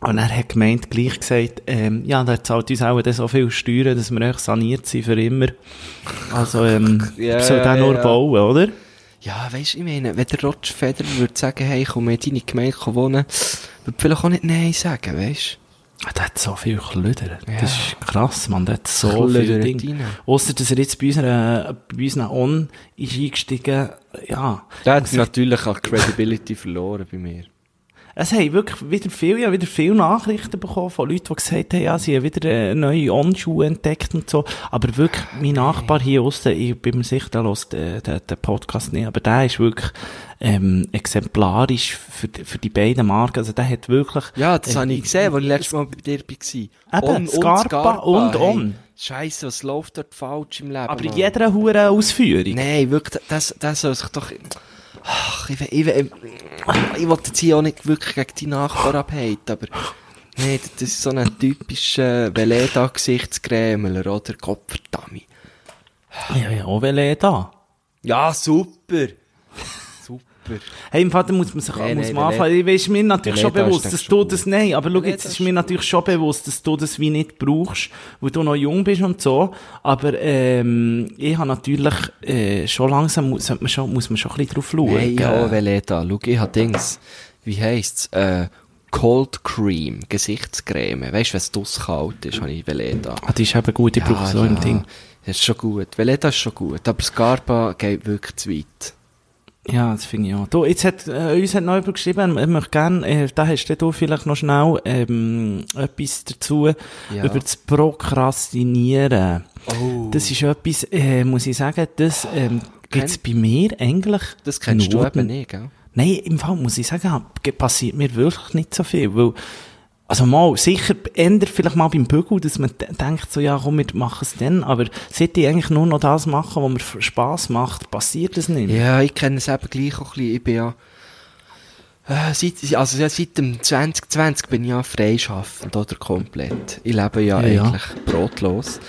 B: Und er hat gemeint, gleich gesagt, ähm, ja, der zahlt uns auch dann so viel Steuern, dass wir echt saniert sind für immer. Also, ähm,
C: Ja,
B: soll
C: ja,
B: der nur
C: ja.
B: bauen, oder?
C: Ja, weisst, ich meine, wenn der Roger Federer würde sagen, hey, komm in deine Gemeinde wohnen, würde vielleicht auch nicht Nein sagen, weisst
B: Ah, Der hat so viel Klöder.
C: Ja.
B: Das ist krass, man. Der hat so viel
C: Klödert
B: Ding.
C: rein.
B: Ausser, dass er jetzt bei unseren, bei unseren On ist eingestiegen. Ja.
C: Der hat natürlich an Credibility verloren bei mir.
B: Es haben wirklich wieder viel, ich habe wieder viele Nachrichten bekommen von Leuten, die gesagt haben, ja, sie haben wieder äh, neue On-Schuhe entdeckt und so. Aber wirklich, mein Nachbar hier aussen, ich bin mir sicher, der hört äh, den, den Podcast nicht, aber der ist wirklich, ähm, exemplarisch für, die- für die beiden Marken. Also der hat wirklich,
C: Ja, das
B: äh,
C: habe ich gesehen, als ich letztes Mal bei dir war.
B: Eben, Scarpa und On.
C: Scheiße, was läuft dort falsch im Leben?
B: aber in
C: Mann?
B: jeder Hure Ausführung.
C: Nein, wirklich, das, das soll sich doch... Ach, ich, will- ich, will- ich wollte jetzt hier auch nicht wirklich gegen die Nachbarn abhalten, aber... Nein, das- das ist so ein typischer Veleda-Gesichtsgrämeler, oder? Gottverdammt.
B: Ja, ja, auch will da.
C: Ja, super! Super.
B: Hey, im Vater muss man sich
C: Nein,
B: muss
C: nein,
B: man
C: der
B: anfangen. Ich weiß mir natürlich
C: der
B: schon
C: Leder ist
B: bewusst,
C: dann
B: dass
C: schon
B: du
C: gut.
B: das, nein, aber schau,
C: Der
B: jetzt
C: Leder
B: ist
C: ist
B: mir natürlich schon bewusst, dass du das wie nicht brauchst, weil du noch jung bist und so. Aber, ähm, ich habe natürlich, äh, schon langsam, muss, sollte man schon, muss man schon ein bisschen drauf schauen.
C: Nein, ich
B: gell?
C: habe Veleda. Schau, ich habe Dings. Wie heisst's? Äh, Cold Cream, Gesichtscreme. Weißt du, wenn es draussen kalt ist, habe ich Veleda.
B: Ah, die ist eben gut, ich brauche so im Ding.
C: Das ist schon gut. Veleda ist schon gut, aber Scarpa geht wirklich zu weit.
B: Ja, das finde ich auch. Du, jetzt hat, äh, uns hat noch jemand geschrieben, er möchte gerne, äh, da hast du vielleicht noch schnell, ähm, etwas dazu,
C: Ja.
B: über das Prokrastinieren.
C: Oh.
B: Das ist etwas, äh, muss ich sagen, das ähm, gibt's bei mir eigentlich.
C: Das kennst
B: nur-
C: du eben nicht, gell?
B: Nein, im Fall muss ich sagen, hab- ge- passiert mir wirklich nicht so viel. Weil, also mal, sicher ändert vielleicht mal beim Bügel, dass man de- denkt, so, ja, komm, wir machen es dann. Aber sollte ich eigentlich nur noch das machen, was mir f- Spass macht, passiert das nicht.
C: Ja, ich kenne es eben gleich auch ein bisschen. Ich bin ja, äh, seit, also ja, seit dem 2020 bin ich ja freischaffend oder komplett. Ich lebe ja,
B: Ja, ja.
C: eigentlich brotlos.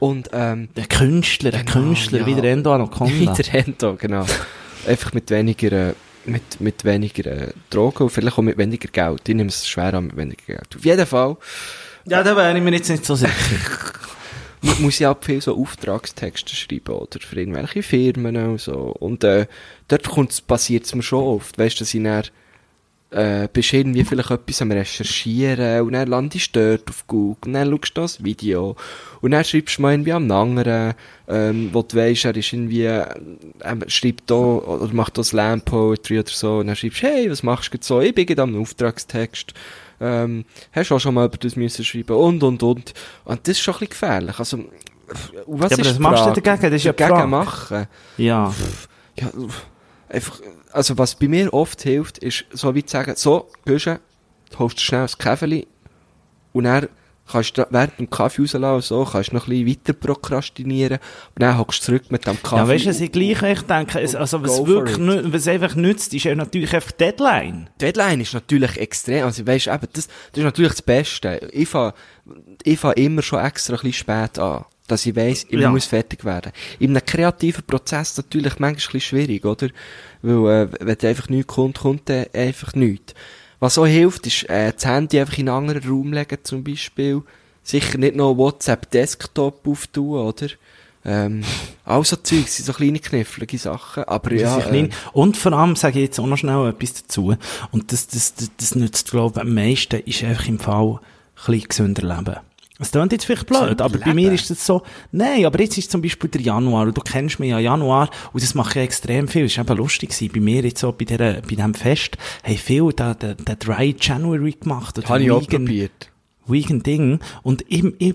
C: Und, ähm,
B: Der Künstler, der
C: Genau,
B: Künstler,
C: ja.
B: wie der Endo Anaconda.
C: wieder Hento, genau. Einfach mit weniger, äh, mit, mit weniger äh, Drogen und vielleicht auch mit weniger Geld. Ich nehme es schwer an mit weniger Geld. Auf jeden Fall.
B: ja, da wäre ich mir jetzt nicht so sicher.
C: mu- muss ich auch viel so Auftragstexte schreiben, oder? Für irgendwelche Firmen und so. Und, äh, dort kommt's, passiert's mir schon oft. Weißt du, dass ich dann, äh, bist irgendwie vielleicht etwas am Recherchieren und dann landest du dort auf Google und dann schaust du das Video und dann schreibst du mal irgendwie am anderen, ähm, wo du weisst, er ist irgendwie, äh, er schreibt da oder macht da Slam Poetry oder so und dann schreibst du, hey, was machst du jetzt so? Ich bin gerade am Auftragstext. Ähm, hast du auch schon mal über das müssen schreiben und, und, und. Und das ist schon ein bisschen gefährlich. Also, und was
B: Ja, aber
C: ist
B: was
C: die
B: machst du
C: Frage?
B: dagegen? Das ist ja die
C: dagegen
B: Frage.
C: machen.
B: Ja.
C: Ja, einfach, also was bei mir oft hilft, ist, so wie zu sagen, so, Büsche, du holst schnell ein Käferli und dann kannst du während dem Kaffee rauslassen und so, kannst du noch ein bisschen weiter prokrastinieren und dann hockst du zurück mit dem Kaffee.
B: Ja, weißt du, was ich
C: und-
B: gleich echt denke, es, also was
C: go for
B: wirklich
C: it.
B: nü- was einfach nützt, ist ja natürlich einfach die Deadline.
C: Die Deadline ist natürlich extrem, also weißt du, eben, das, das ist natürlich das Beste. Ich fange ich fang immer schon extra ein bisschen spät an, dass ich weiss, ich
B: Ja.
C: muss fertig werden. In einem kreativen Prozess natürlich manchmal ein bisschen schwierig, oder? Weil, äh, wenn einfach nichts kommt, kommt dann einfach nichts. Was auch hilft, ist, äh, das Handy einfach in einen anderen Raum legen, zum Beispiel. Sicher nicht noch WhatsApp-Desktop auftun, oder? Ähm, all so Zeugs, sind so kleine knifflige Sachen, aber
B: Das
C: ja.
B: ist klein.
C: äh,
B: Und vor allem sage ich jetzt auch noch schnell etwas dazu. Und das, das, das, das nützt, glaube ich, am meisten, ist einfach im Fall ein bisschen gesünder leben. Es klingt jetzt vielleicht blöd,
C: Gesünder
B: aber bei mir
C: leben?
B: ist das so, nein, aber jetzt ist zum Beispiel der Januar, und du kennst mich ja Januar, und das mache ich extrem viel, ist eben lustig gewesen, bei mir jetzt so, bei, dieser, bei diesem Fest, haben viele da, den, den Dry January gemacht. oder
C: habe ich auch
B: Vegan-
C: probiert.
B: Weekend Ding. Und ich, ich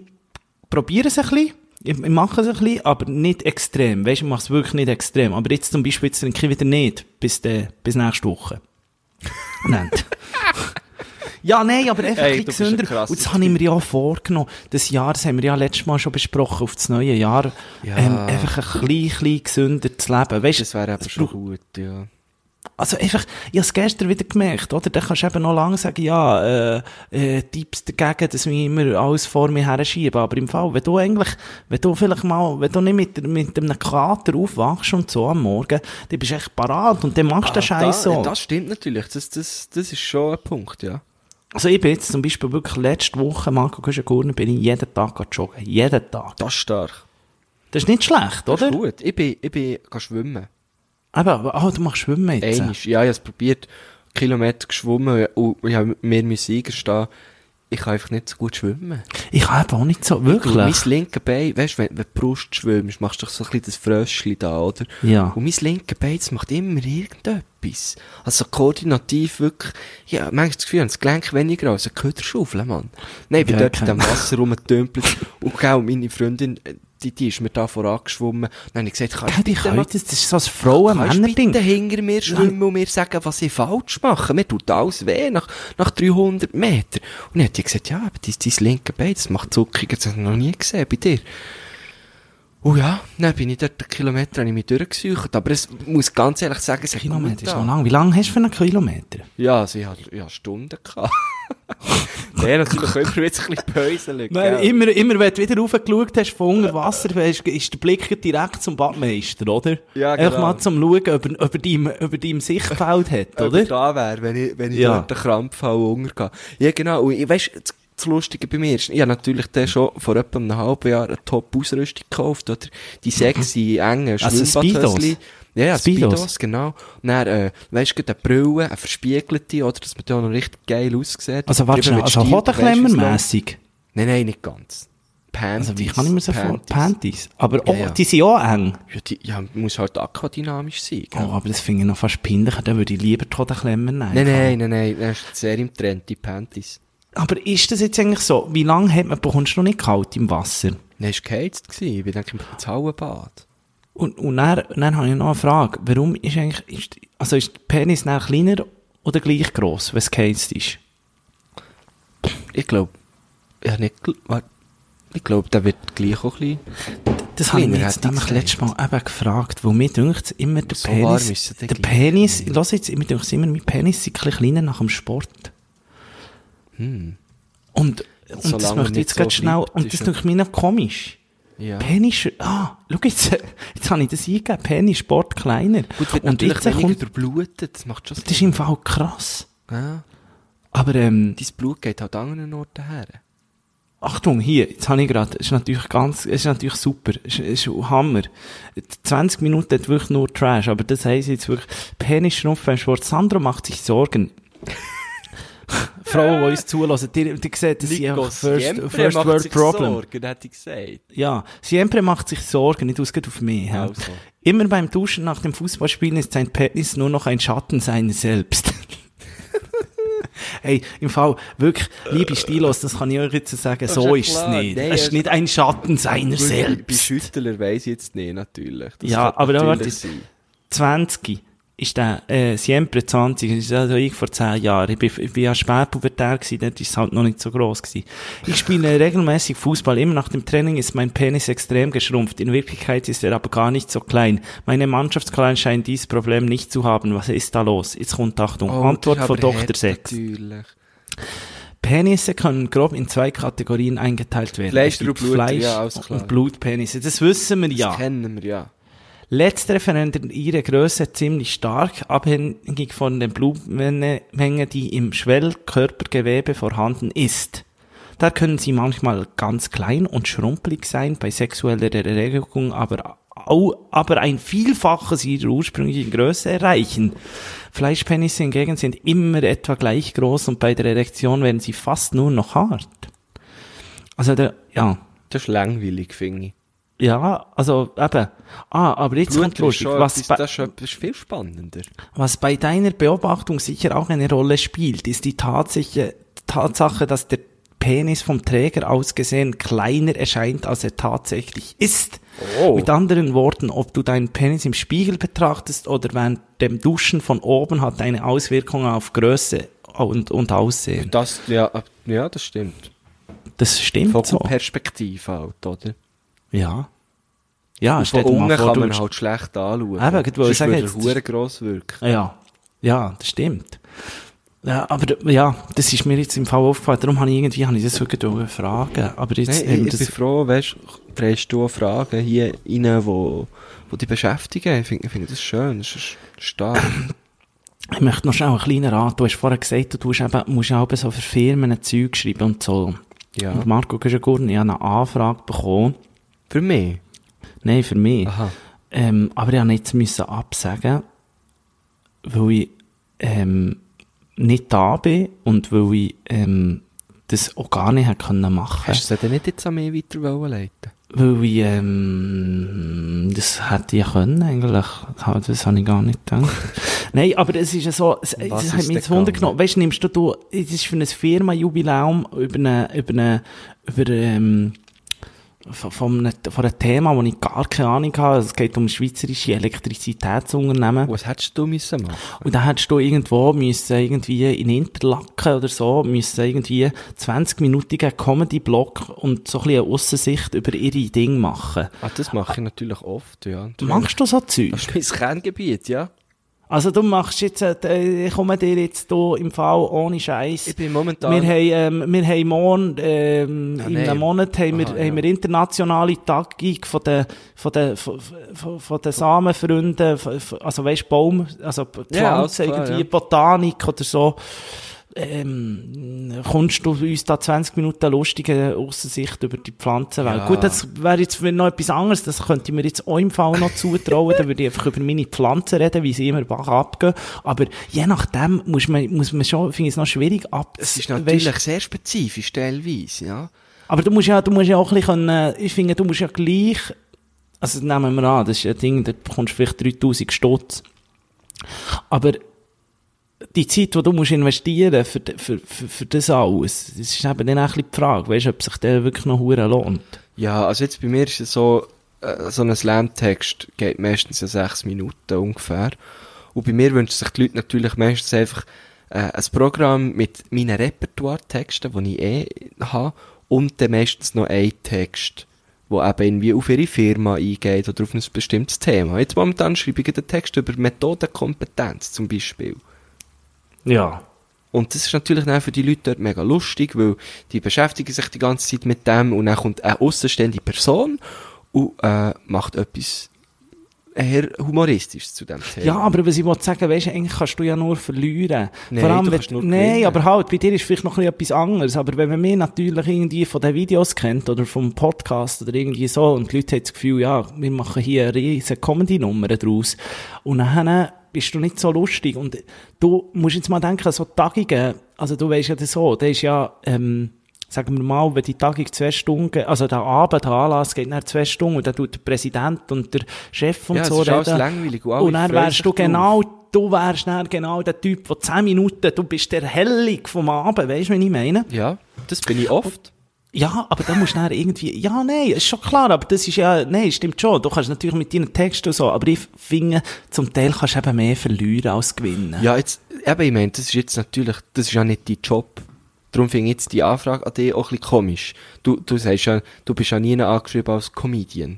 B: probiere es ein bisschen. Ich, ich mache es ein bisschen, aber nicht extrem. Weißt du, ich mache es wirklich nicht extrem. Aber jetzt zum Beispiel, jetzt trinke ich wieder nicht. Bis, de, bis nächste Woche. Nein. Ja, nein, aber einfach
C: Ey,
B: ein
C: du bist ein
B: bisschen gesünder.
C: krasser
B: Und das habe ich mir ja auch vorgenommen. Das Jahr, das haben wir ja letztes Mal schon besprochen, auf das neue Jahr,
C: Ja.
B: ähm, einfach ein bisschen, bisschen gesünder zu leben. Weißt,
C: Das wäre aber schon gut, ja.
B: also einfach, ich hab's gestern wieder gemerkt, oder? Da kannst du eben noch lange sagen, ja, äh, äh, Tipps dagegen, dass wir immer alles vor mir herschieben. Aber im Fall, wenn du eigentlich, wenn du vielleicht mal, wenn du nicht mit, mit einem Kater aufwachst und so am Morgen, dann bist du echt parat und dann machst du den
C: Ah,
B: Scheiß
C: da-
B: so.
C: Das stimmt natürlich. Das, das, das ist schon ein Punkt, ja.
B: Also ich bin jetzt zum Beispiel wirklich letzte Woche, Marco Kuschengurner, bin ich jeden Tag gegangen joggen. Jeden Tag.
C: Das ist stark.
B: Das ist nicht schlecht,
C: Das
B: oder?
C: ist gut. Ich bin, ich bin kann schwimmen.
B: Aber, aber, oh, du machst Schwimmen jetzt.
C: Einmal. Ja, ich habe es probiert. Kilometer geschwommen und ich habe mir müssen eingestehen, ich kann einfach nicht so gut schwimmen.
B: Ich kann eben auch nicht so, wirklich.
C: Und mein linke Bein, weißt du, wenn, wenn du die Brust schwimmst, machst du doch so ein bisschen das Fröschli da, oder?
B: Ja.
C: Und mein linke Bein, das macht immer irgendetwas. Also koordinativ wirklich, ja, manchmal das Gefühl, ich habe das Gelenk weniger als eine Köderschaufel, Mann. Nein, ich bin
B: Ja,
C: dort in
B: kenn-
C: dem Wasser rumgetümpelt und genau meine Freundin, äh, die, die ist mir da vorangeschwommen. Dann habe ich gesagt, kannst
B: Gell,
C: du
B: die
C: bitte,
B: können
C: mal,
B: das, das ist so ein
C: kannst du bitte
B: Frauen-Männer-Ding.
C: hinter mir schwimmen und mir sagen, was ich falsch mache? Mir tut alles weh nach, nach 300 Metern. Und dann hat die gesagt, ja, aber dein, dein linke Bein, das macht Zuckungen, das habe ich noch nie gesehen bei dir. Oh ja, dann bin ich dort einen Kilometer habe ich mich durchgesucht. Aber es muss ganz ehrlich sagen, es hat gut
B: Kilometer ist noch
C: getan.
B: lang. Wie lange hast du für einen Kilometer?
C: Ja, also ich hatte ja, Stunden. gehabt. Der natürlich immer wieder ein bisschen päuselig.
B: Nein,
C: gell?
B: immer, immer, wenn du wieder raufgeschaut hast von unter Wasser, weisst du, ist der Blick direkt zum Badmeister, oder?
C: Ja,
B: Einfach
C: genau.
B: mal zum Schauen, ob er, ob er deinem, ob er deinem Sichtfeld hat,
C: Ob er
B: oder?
C: Äh, da wäre, wenn ich, wenn ich
B: Ja.
C: dort den Krampf habe und untergehe. Ja, genau. Und ich weiss, das, das Lustige bei mir ist, ich habe natürlich dann schon vor etwa einem halben Jahr eine Top-Ausrüstung gekauft, oder? Die sexy, engen
B: Also Speedos.
C: Schwimmbadhösli. Ja, ja,
B: Speedos.
C: Speedos. genau. Und dann, äh, weisst du, eine Brille, eine verspiegelte, oder? Dass man da noch richtig geil aussieht.
B: Also, warte
C: Drüber
B: schnell,
C: mit
B: also
C: Stil, du weisst, was
B: Hodenklemmermässig.
C: läuft. Nein, nein, nicht ganz. Panties.
B: Also, wie kann ich mir so vorstellen?
C: Panties.
B: Panties. Aber, oh,
C: ja.
B: die sind auch eng.
C: Ja, die, ja, muss halt aquadynamisch sein, gell?
B: Oh, aber das finde ich noch fast pindlich, dann würde ich lieber die Hodenklemmer nehmen.
C: Nein, nein, nein, nein, das ist sehr im Trend, die Panties.
B: Aber ist das jetzt eigentlich so? Wie lange hat man, bekommst du noch nicht kalt im Wasser?
C: Nein, es war geheizt. gewesen. Ich bin dann ins Hallenbad.
B: Und, und dann, dann habe ich noch eine Frage. Warum ist eigentlich, ist, also ist der Penis dann kleiner oder gleich gross, wenn es geheizt ist?
C: Ich glaube, ich habe nicht... gel- warte. Ich glaube, der wird gleich auch ein bisschen...
B: Das habe ich mich
C: Kleiner
B: jetzt
C: hätte ich
B: nämlich letztes
C: gesagt.
B: Mal eben gefragt, weil mir dünkt immer der
C: So warm ist
B: Penis,
C: es dann
B: der
C: gleich
B: Penis, lass jetzt, mir dünkt immer, mein Penis ist ein bisschen kleiner nach dem Sport. Und, und
C: Hm. Solange
B: das
C: er
B: möchte ich
C: nicht
B: jetzt
C: so
B: gerade schnell,
C: bleibt,
B: und
C: ist
B: das
C: ja-
B: dünkt mir noch komisch.
C: Ja.
B: Penis, ah, schau jetzt, jetzt habe ich das eingegeben, Penis, Sport kleiner.
C: Gut,
B: und
C: wird natürlich
B: jetzt
C: weniger
B: kommt,
C: durchblutet. Das macht schon Sinn.
B: das ist im Fall krass.
C: ja.
B: Aber, ähm,
C: Dein Blut geht halt an anderen Orten her.
B: Achtung, hier, jetzt habe ich gerade, ist natürlich ganz, ist natürlich super, ist, ist Hammer. 20 Minuten hat wirklich nur Trash, aber das heisst jetzt wirklich, Penis schnupfen, Schwarz. Sandra macht sich Sorgen. Frauen, die uns zulassen, die, die sehen, das sind einfach First,
C: Siempre
B: first
C: macht
B: World
C: sich
B: Problem.
C: Sorgen, hätte ich gesagt.
B: Ja, Siempre macht sich Sorgen, nicht ausgeht auf mich. hä?
C: Also.
B: Immer beim Duschen nach dem Fußballspielen ist sein Penis nur noch ein Schatten seiner selbst. hey, im Fall, wirklich, liebe Stilos, das kann ich euch jetzt sagen,
C: ist
B: so
C: ja
B: ist es
C: klar. also
B: nicht.
C: Nein,
B: es
C: es-
B: ist nicht ein Schatten seiner
C: Gut, Bei
B: selbst.
C: Schüttler weiss ich jetzt nicht, natürlich. Das
B: Ja,
C: könnte
B: aber da
C: natürlich
B: warte-
C: sein.
B: 20 ist der, äh, Siempre 20, das ist also ich vor 10 Jahren. Ich bin, ich bin ja spätpubertär gewesen, dort ist es halt noch nicht so gross gewesen. Ich spiele regelmäßig Fußball. Immer nach dem Training ist mein Penis extrem geschrumpft. In Wirklichkeit ist er aber gar nicht so klein. Meine Mannschaftsklein scheint dieses Problem nicht zu haben. Was ist da los? Jetzt kommt Achtung.
C: Oh,
B: Antwort
C: das ist
B: von
C: aber
B: Dr.
C: hart,
B: Sex.
C: Natürlich.
B: Penisse können grob in zwei Kategorien eingeteilt werden.
C: Fleisch
B: Es gibt
C: und Blut,
B: Fleisch
C: ja, alles klar.
B: und Blutpenisse. Das wissen wir ja.
C: Das kennen wir, ja.
B: Letztere verändern ihre Größe ziemlich stark, abhängig von der Blutmenge, die im Schwellkörpergewebe vorhanden ist. Da können sie manchmal ganz klein und schrumpelig sein, bei sexueller Erregung aber, au- aber ein Vielfaches ihrer ursprünglichen Größe erreichen. Fleischpenisse hingegen sind immer etwa gleich groß und bei der Erektion werden sie fast nur noch hart. Also, der, ja.
C: Das ist langweilig, finde ich.
B: Ja, also eben. Ah, aber jetzt kommt
C: Blut ist
B: lustig.
C: schon
B: Was,
C: etwas,
B: bei-
C: das ist schon etwas viel spannender.
B: was bei deiner Beobachtung sicher auch eine Rolle spielt, ist die Tatsache, Tatsache, dass der Penis vom Träger aus gesehen kleiner erscheint, als er tatsächlich ist.
C: Oh.
B: Mit anderen Worten, ob du deinen Penis im Spiegel betrachtest oder während dem Duschen von oben, hat eine Auswirkung auf Größe und, und Aussehen.
C: Das, ja, ab- ja, das stimmt.
B: Das stimmt so.
C: Vogelperspektive halt, oder?
B: Ja. Ja,
C: Von
B: stell dir mal
C: unten
B: vor,
C: kann
B: du
C: man
B: hast-
C: halt schlecht anschauen.
B: Eben, ich wollte
C: Sonst
B: sagen,
C: würde er
B: jetzt-
C: hure gross wirken.
B: Ja, ja, das stimmt. Ja, aber d- ja, das ist mir jetzt im Fall aufgefallen. Darum habe ich irgendwie habe ich das wirklich wollen fragen. Aber jetzt haben
C: Hey,
B: wir
C: ich, ich
B: das,
C: bin froh, weißt du, drehst du auch Fragen hier rein, wo, wo dich beschäftigen. Ich finde ich finde das schön, das ist stark.
B: ich möchte noch schnell einen kleinen Rat. Du hast vorher gesagt, du tust eben, musst eben so für Firmen Zeug schreiben und so.
C: Ja.
B: Und Marco Güschengurn, ich habe eine Anfrage bekommen.
C: Für mich.
B: Nein, für mich.
C: Aha.
B: Ähm, aber ich habe jetzt müssen absagen, weil ich ähm, nicht da bin und weil ich ähm, das auch gar nicht hätte können machen
C: Hast du es denn nicht jetzt an mich weiter wollen leiten?
B: Weil ich, ähm, das hätte ich können eigentlich. Ha, Das habe ich gar nicht gedacht. Nein, aber es ist ja so, es,
C: Um Was
B: es
C: ist
B: hat mich
C: denn
B: jetzt Wunder
C: gegangen?
B: genommen. Weißt du, nimmst du, du, es ist für ein Firmenjubiläum über eine, über eine, über, ähm, von, von, einem, von einem Thema, wo ich gar keine Ahnung habe. Es geht um schweizerische Elektrizitätsunternehmen.
C: Oh, Was hättest du müssen machen?
B: Und dann hättest du irgendwo müssen irgendwie in Interlaken oder so, müssen irgendwie 20-minütigen Comedy-Block und so ein bisschen eine Aussensicht über ihre Dinge machen.
C: Ah, das mache ich natürlich oft, ja.
B: Machst du so Zeug?
C: Das ist mein Kerngebiet, ja.
B: Also du machst jetzt, äh, ich komme dir jetzt hier im Fall ohne Scheiß.
C: Ich bin momentan...
B: Wir haben, ähm, wir haben morgen, ähm,
C: Ah,
B: in
C: nein.
B: einem Monat haben wir,
C: Aha,
B: haben
C: ja.
B: wir internationale Tagung von den, von den, von, von, von den Samenfreunden, von- von- also weißt Baum, also Pflanzen,
C: Ja, alles klar,
B: irgendwie
C: ja.
B: Botanik oder so. Ähm, kommst du uns da 20 Minuten lustige Aussicht über die Pflanzenwelt?
C: Ja.
B: Gut, das wäre jetzt noch etwas anderes, das könnte ich mir jetzt auch im Fall noch zutrauen, da würde ich einfach über meine Pflanzen reden, wie sie immer wach abgehen. Aber je nachdem muss man, muss man schon, finde ich es noch schwierig ab.
C: Es ist natürlich
B: Weißt,
C: sehr spezifisch, teilweise, ja.
B: aber du musst ja, du musst ja auch ein bisschen, können, äh, ich finde, du musst ja gleich, also nehmen wir an, das ist ein Ding, da bekommst du vielleicht 3000 Stutz. Aber die Zeit, die du musst investieren für, d- für, für, für das alles, das ist eben dann auch ein bisschen die Frage, weißt du, ob sich der wirklich noch hure lohnt.
C: Ja, also jetzt bei mir ist es so, äh, so ein Slam-Text geht meistens ja sechs Minuten ungefähr. Und bei mir wünschen sich die Leute natürlich meistens einfach äh, ein Programm mit meinen Repertoire-Texten, die ich eh habe, und dann meistens noch ein Text, wo eben irgendwie auf ihre Firma eingeht oder auf ein bestimmtes Thema. Jetzt momentan schreibe ich einen Text über Methodenkompetenz zum Beispiel.
B: Ja.
C: Und das ist natürlich dann für die Leute dort mega lustig, weil die beschäftigen sich die ganze Zeit mit dem und dann kommt eine außenstehende Person und äh, macht etwas eher humoristisch zu dem Thema.
B: Ja, aber was ich wollte sagen, weißt du, eigentlich kannst du ja nur verlieren.
C: Nein,
B: Vor allem,
C: du
B: wenn-
C: kannst nur
B: Nein,
C: gewinnen.
B: aber halt, bei dir ist vielleicht noch ein bisschen etwas anderes. Aber wenn man mich natürlich irgendwie von den Videos kennt oder vom Podcast oder irgendwie so und die Leute haben das Gefühl, ja, wir machen hier eine riesen Comedy-Nummer draus. Und dann bist du nicht so lustig. Und du musst jetzt mal denken, so Tagungen, also du weißt ja das so, das ist ja, ähm, sagen wir mal, wenn die Tagung zwei Stunden, also der Abend, der Anlass geht nach zwei Stunden und dann tut der Präsident und der Chef und
C: Ja, es
B: so
C: ist alles
B: um reden.
C: langweilig und alle
B: und dann
C: freuen
B: wärst
C: sich
B: du
C: drauf.
B: genau, du wärst dann genau der Typ, der 10 Minuten, du bist der Hellig vom Abend, weißt du, was ich meine?
C: Ja, das bin ich oft.
B: Ja, aber dann musst du dann irgendwie, ja, nein, ist schon klar, aber das ist ja, nein, stimmt schon, du kannst natürlich mit deinen Texten und so, aber ich finde, zum Teil kannst du eben mehr verlieren als gewinnen.
C: Ja, jetzt, eben, ich meine, das ist jetzt natürlich, das ist ja nicht dein Job. Darum finde ich jetzt die Anfrage an dich auch ein bisschen komisch. Du, du sagst ja, du bist ja nie angeschrieben als Comedian.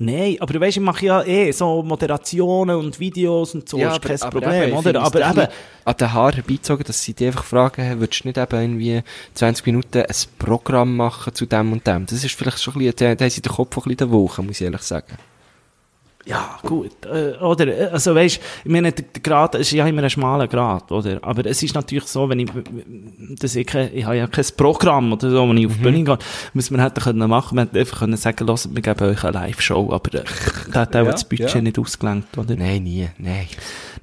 B: Nein, aber du weißt, ich mache ja eh so Moderationen und Videos und so, ist kein Problem,
C: eben, ich
B: oder?
C: finde es
B: Aber
C: doch ein
B: eben,
C: bisschen An den Haaren herbeizogen, dass sie dich einfach fragen, hey, würdest du nicht eben irgendwie 20 Minuten ein Programm machen zu dem und dem? Das ist vielleicht schon ein bisschen, da haben sie den Kopf auch ein bisschen in der Woche, muss ich ehrlich sagen.
B: Ja, gut. Äh, oder, äh, also weisst, ich meine, der, der Grad ist ja immer ein schmaler Grad, oder? Aber es ist natürlich so, wenn ich, dass ich, kein, ich habe ja kein Programm oder so, wenn ich auf
C: Mhm.
B: die Bühne gehe, was wir hätten können machen, wir hätten einfach können sagen, lasst, wir geben euch eine Live-Show, aber äh, da hat auch
C: Ja,
B: das Budget
C: ja.
B: nicht ausgelenkt, oder?
C: Nein, nie, nein.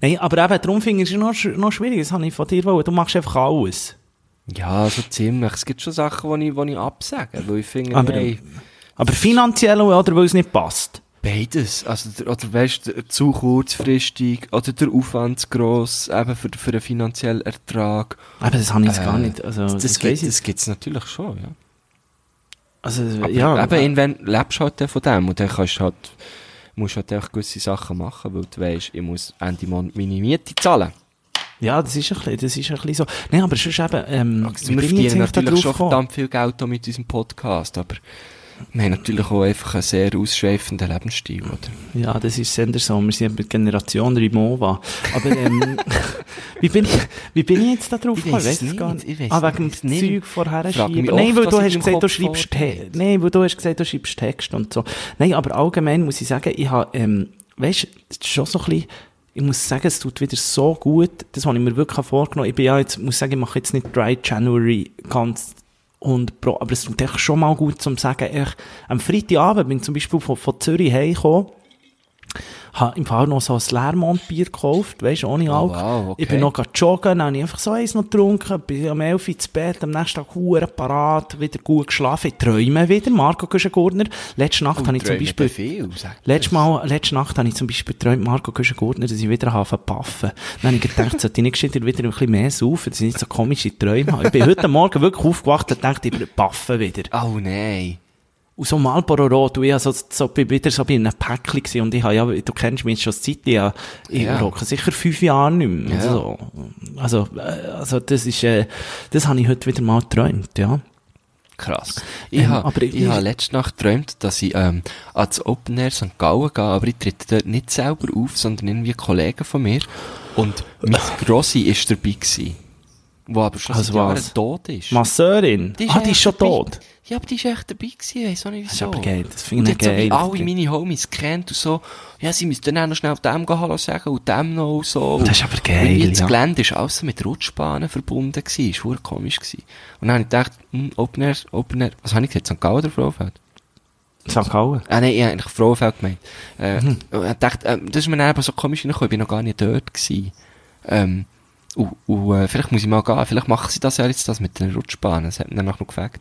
B: Nein, aber eben, darum finde ich es noch, sch- noch schwierig, das habe ich von dir wollen, du machst einfach alles.
C: Ja, so ziemlich. Es gibt schon Sachen, die ich, die ich absage, weil ich finde,
B: Aber-
C: hey,
B: Aber finanziell oder weil es nicht passt.
C: Beides. Also, der, oder weißt du, zu kurzfristig oder der Aufwand zu gross, eben für, für einen finanziellen Ertrag.
B: Aber das habe ich jetzt
C: Äh,
B: gar nicht, also,
C: Das, das,
B: weiss
C: gibt,
B: ich-
C: das gibt's natürlich schon, ja.
B: also,
C: Aber
B: ja.
C: eben, irgendwann lebst du halt dann von dem und dann kannst du halt, musst du halt einfach gewisse Sachen machen, weil du weißt, ich muss Ende Monat meine Miete zahlen.
B: Ja, das ist ein bisschen, das ist ein bisschen so. Nein, aber sonst eben, ähm,
C: Also,
B: wie
C: wir
B: bin ich
C: verdienen
B: jetzt eigentlich da
C: natürlich
B: drauf
C: schon
B: gekommen?
C: verdammt viel Geld auch mit unserem Podcast, aber wir haben natürlich auch einfach einen sehr ausschweifenden Lebensstil, oder?
B: Ja, das ist Sendersom. Wir sind mit Generation Rimova. Aber, ähm, wie bin ich, wie bin ich jetzt da drauf
C: Ich
B: gekommen? es
C: weiss nicht, ich weiss
B: ah, wegen
C: nicht.
B: dem
C: Nicht.
B: Zeug vorher
C: Frag mich
B: schieben.
C: oft,
B: Nein, weil
C: was
B: du
C: in
B: hast
C: meinem
B: gesagt, du
C: Kopf
B: schreibst,
C: vorgeht.
B: Te- nein, weil du hast gesagt, du schreibst Text und so. Nein, aber allgemein muss ich sagen, ich habe, ähm, weißt, es ist schon so ein bisschen, ich muss sagen, es tut wieder so gut. Das habe ich mir wirklich vorgenommen. Ich bin ja jetzt, muss sagen, ich mache jetzt nicht Dry January ganz und pro, aber es tut echt schon mal gut, zum sagen, ich, am Freitagabend bin ich zum Beispiel von, von Zürich heimgekommen habe im Fall noch so ein Lermont-Bier gekauft, weißt du, ohne Alk.
C: Oh, wow, okay.
B: Ich bin noch grad joggen, dann habe ich einfach so eins noch getrunken, bin um 11 Uhr ins Bett, am nächsten Tag hure parat, wieder gut geschlafen, ich träume wieder. Marco Güschengurtner, letzte Nacht habe ich zum Beispiel...
C: viel, sag
B: Letztes Mal, letzte Nacht habe ich zum Beispiel geträumt, Marco Güschengurtner, dass ich wieder habe verpaffen. Dann habe ich gedacht, sollte ich nicht gescheiter wieder ein bisschen mehr saufen, dass ich nicht so komische Träume habe. Ich bin heute Morgen wirklich aufgewacht und dachte, ich paffen wieder.
C: Oh nein.
B: Und so Marlboro Rot, und ich war so, so, bin wieder so bei einem Päckchen gewesen. und ich habe ja, du kennst mich schon seit ich, ja, ich
C: Ja.
B: rocke sicher fünf Jahre nicht mehr.
C: Ja.
B: Also, also, äh, also, das ist, äh, das habe ich heute wieder mal geträumt, ja.
C: Krass. Ich
B: Ähm,
C: habe
B: aber ich-
C: ich habe letzte Nacht geträumt, dass ich ähm, ans Open Air St. Gallen gehe, aber ich trete dort nicht selber auf, sondern irgendwie Kollegen von mir. Und mein Grossi war dabei, gewesen, wo aber schon
B: Also
C: seit Jahren
B: was?
C: tot ist.
B: Masseurin. ah, die
C: echt
B: ist schon
C: dabei.
B: tot.
C: Ja, aber die ist echt dabei gewesen, weiss auch nicht wieso.
B: ist aber geil, das finde
C: Und
B: ich
C: jetzt so wie
B: geil.
C: alle meine Homies kennt und so, ja, sie müssen dann auch noch schnell dem gehen Hallo sagen und dem noch und so.
B: Das ist aber geil,
C: Und das
B: ja. genau.
C: Gelände ist alles so mit Rutschbahnen verbunden gewesen, ist verdammt komisch gewesen. Und dann habe ich gedacht, hm, Open Air, Open Air, was habe ich gesagt, St. Gallen oder Frauenfeld?
B: St. Gallen.
C: Ah nein, ich habe eigentlich Frauenfeld gemeint. Äh,
B: Hm.
C: und ich dachte, ähm, das ist mir dann eben so komisch reingekommen, ich bin noch gar nicht dort gewesen. Ähm, und, und äh, vielleicht muss ich mal gehen, vielleicht machen sie das ja jetzt, das mit den Rutschbahnen, das hat mir danach noch gefällt.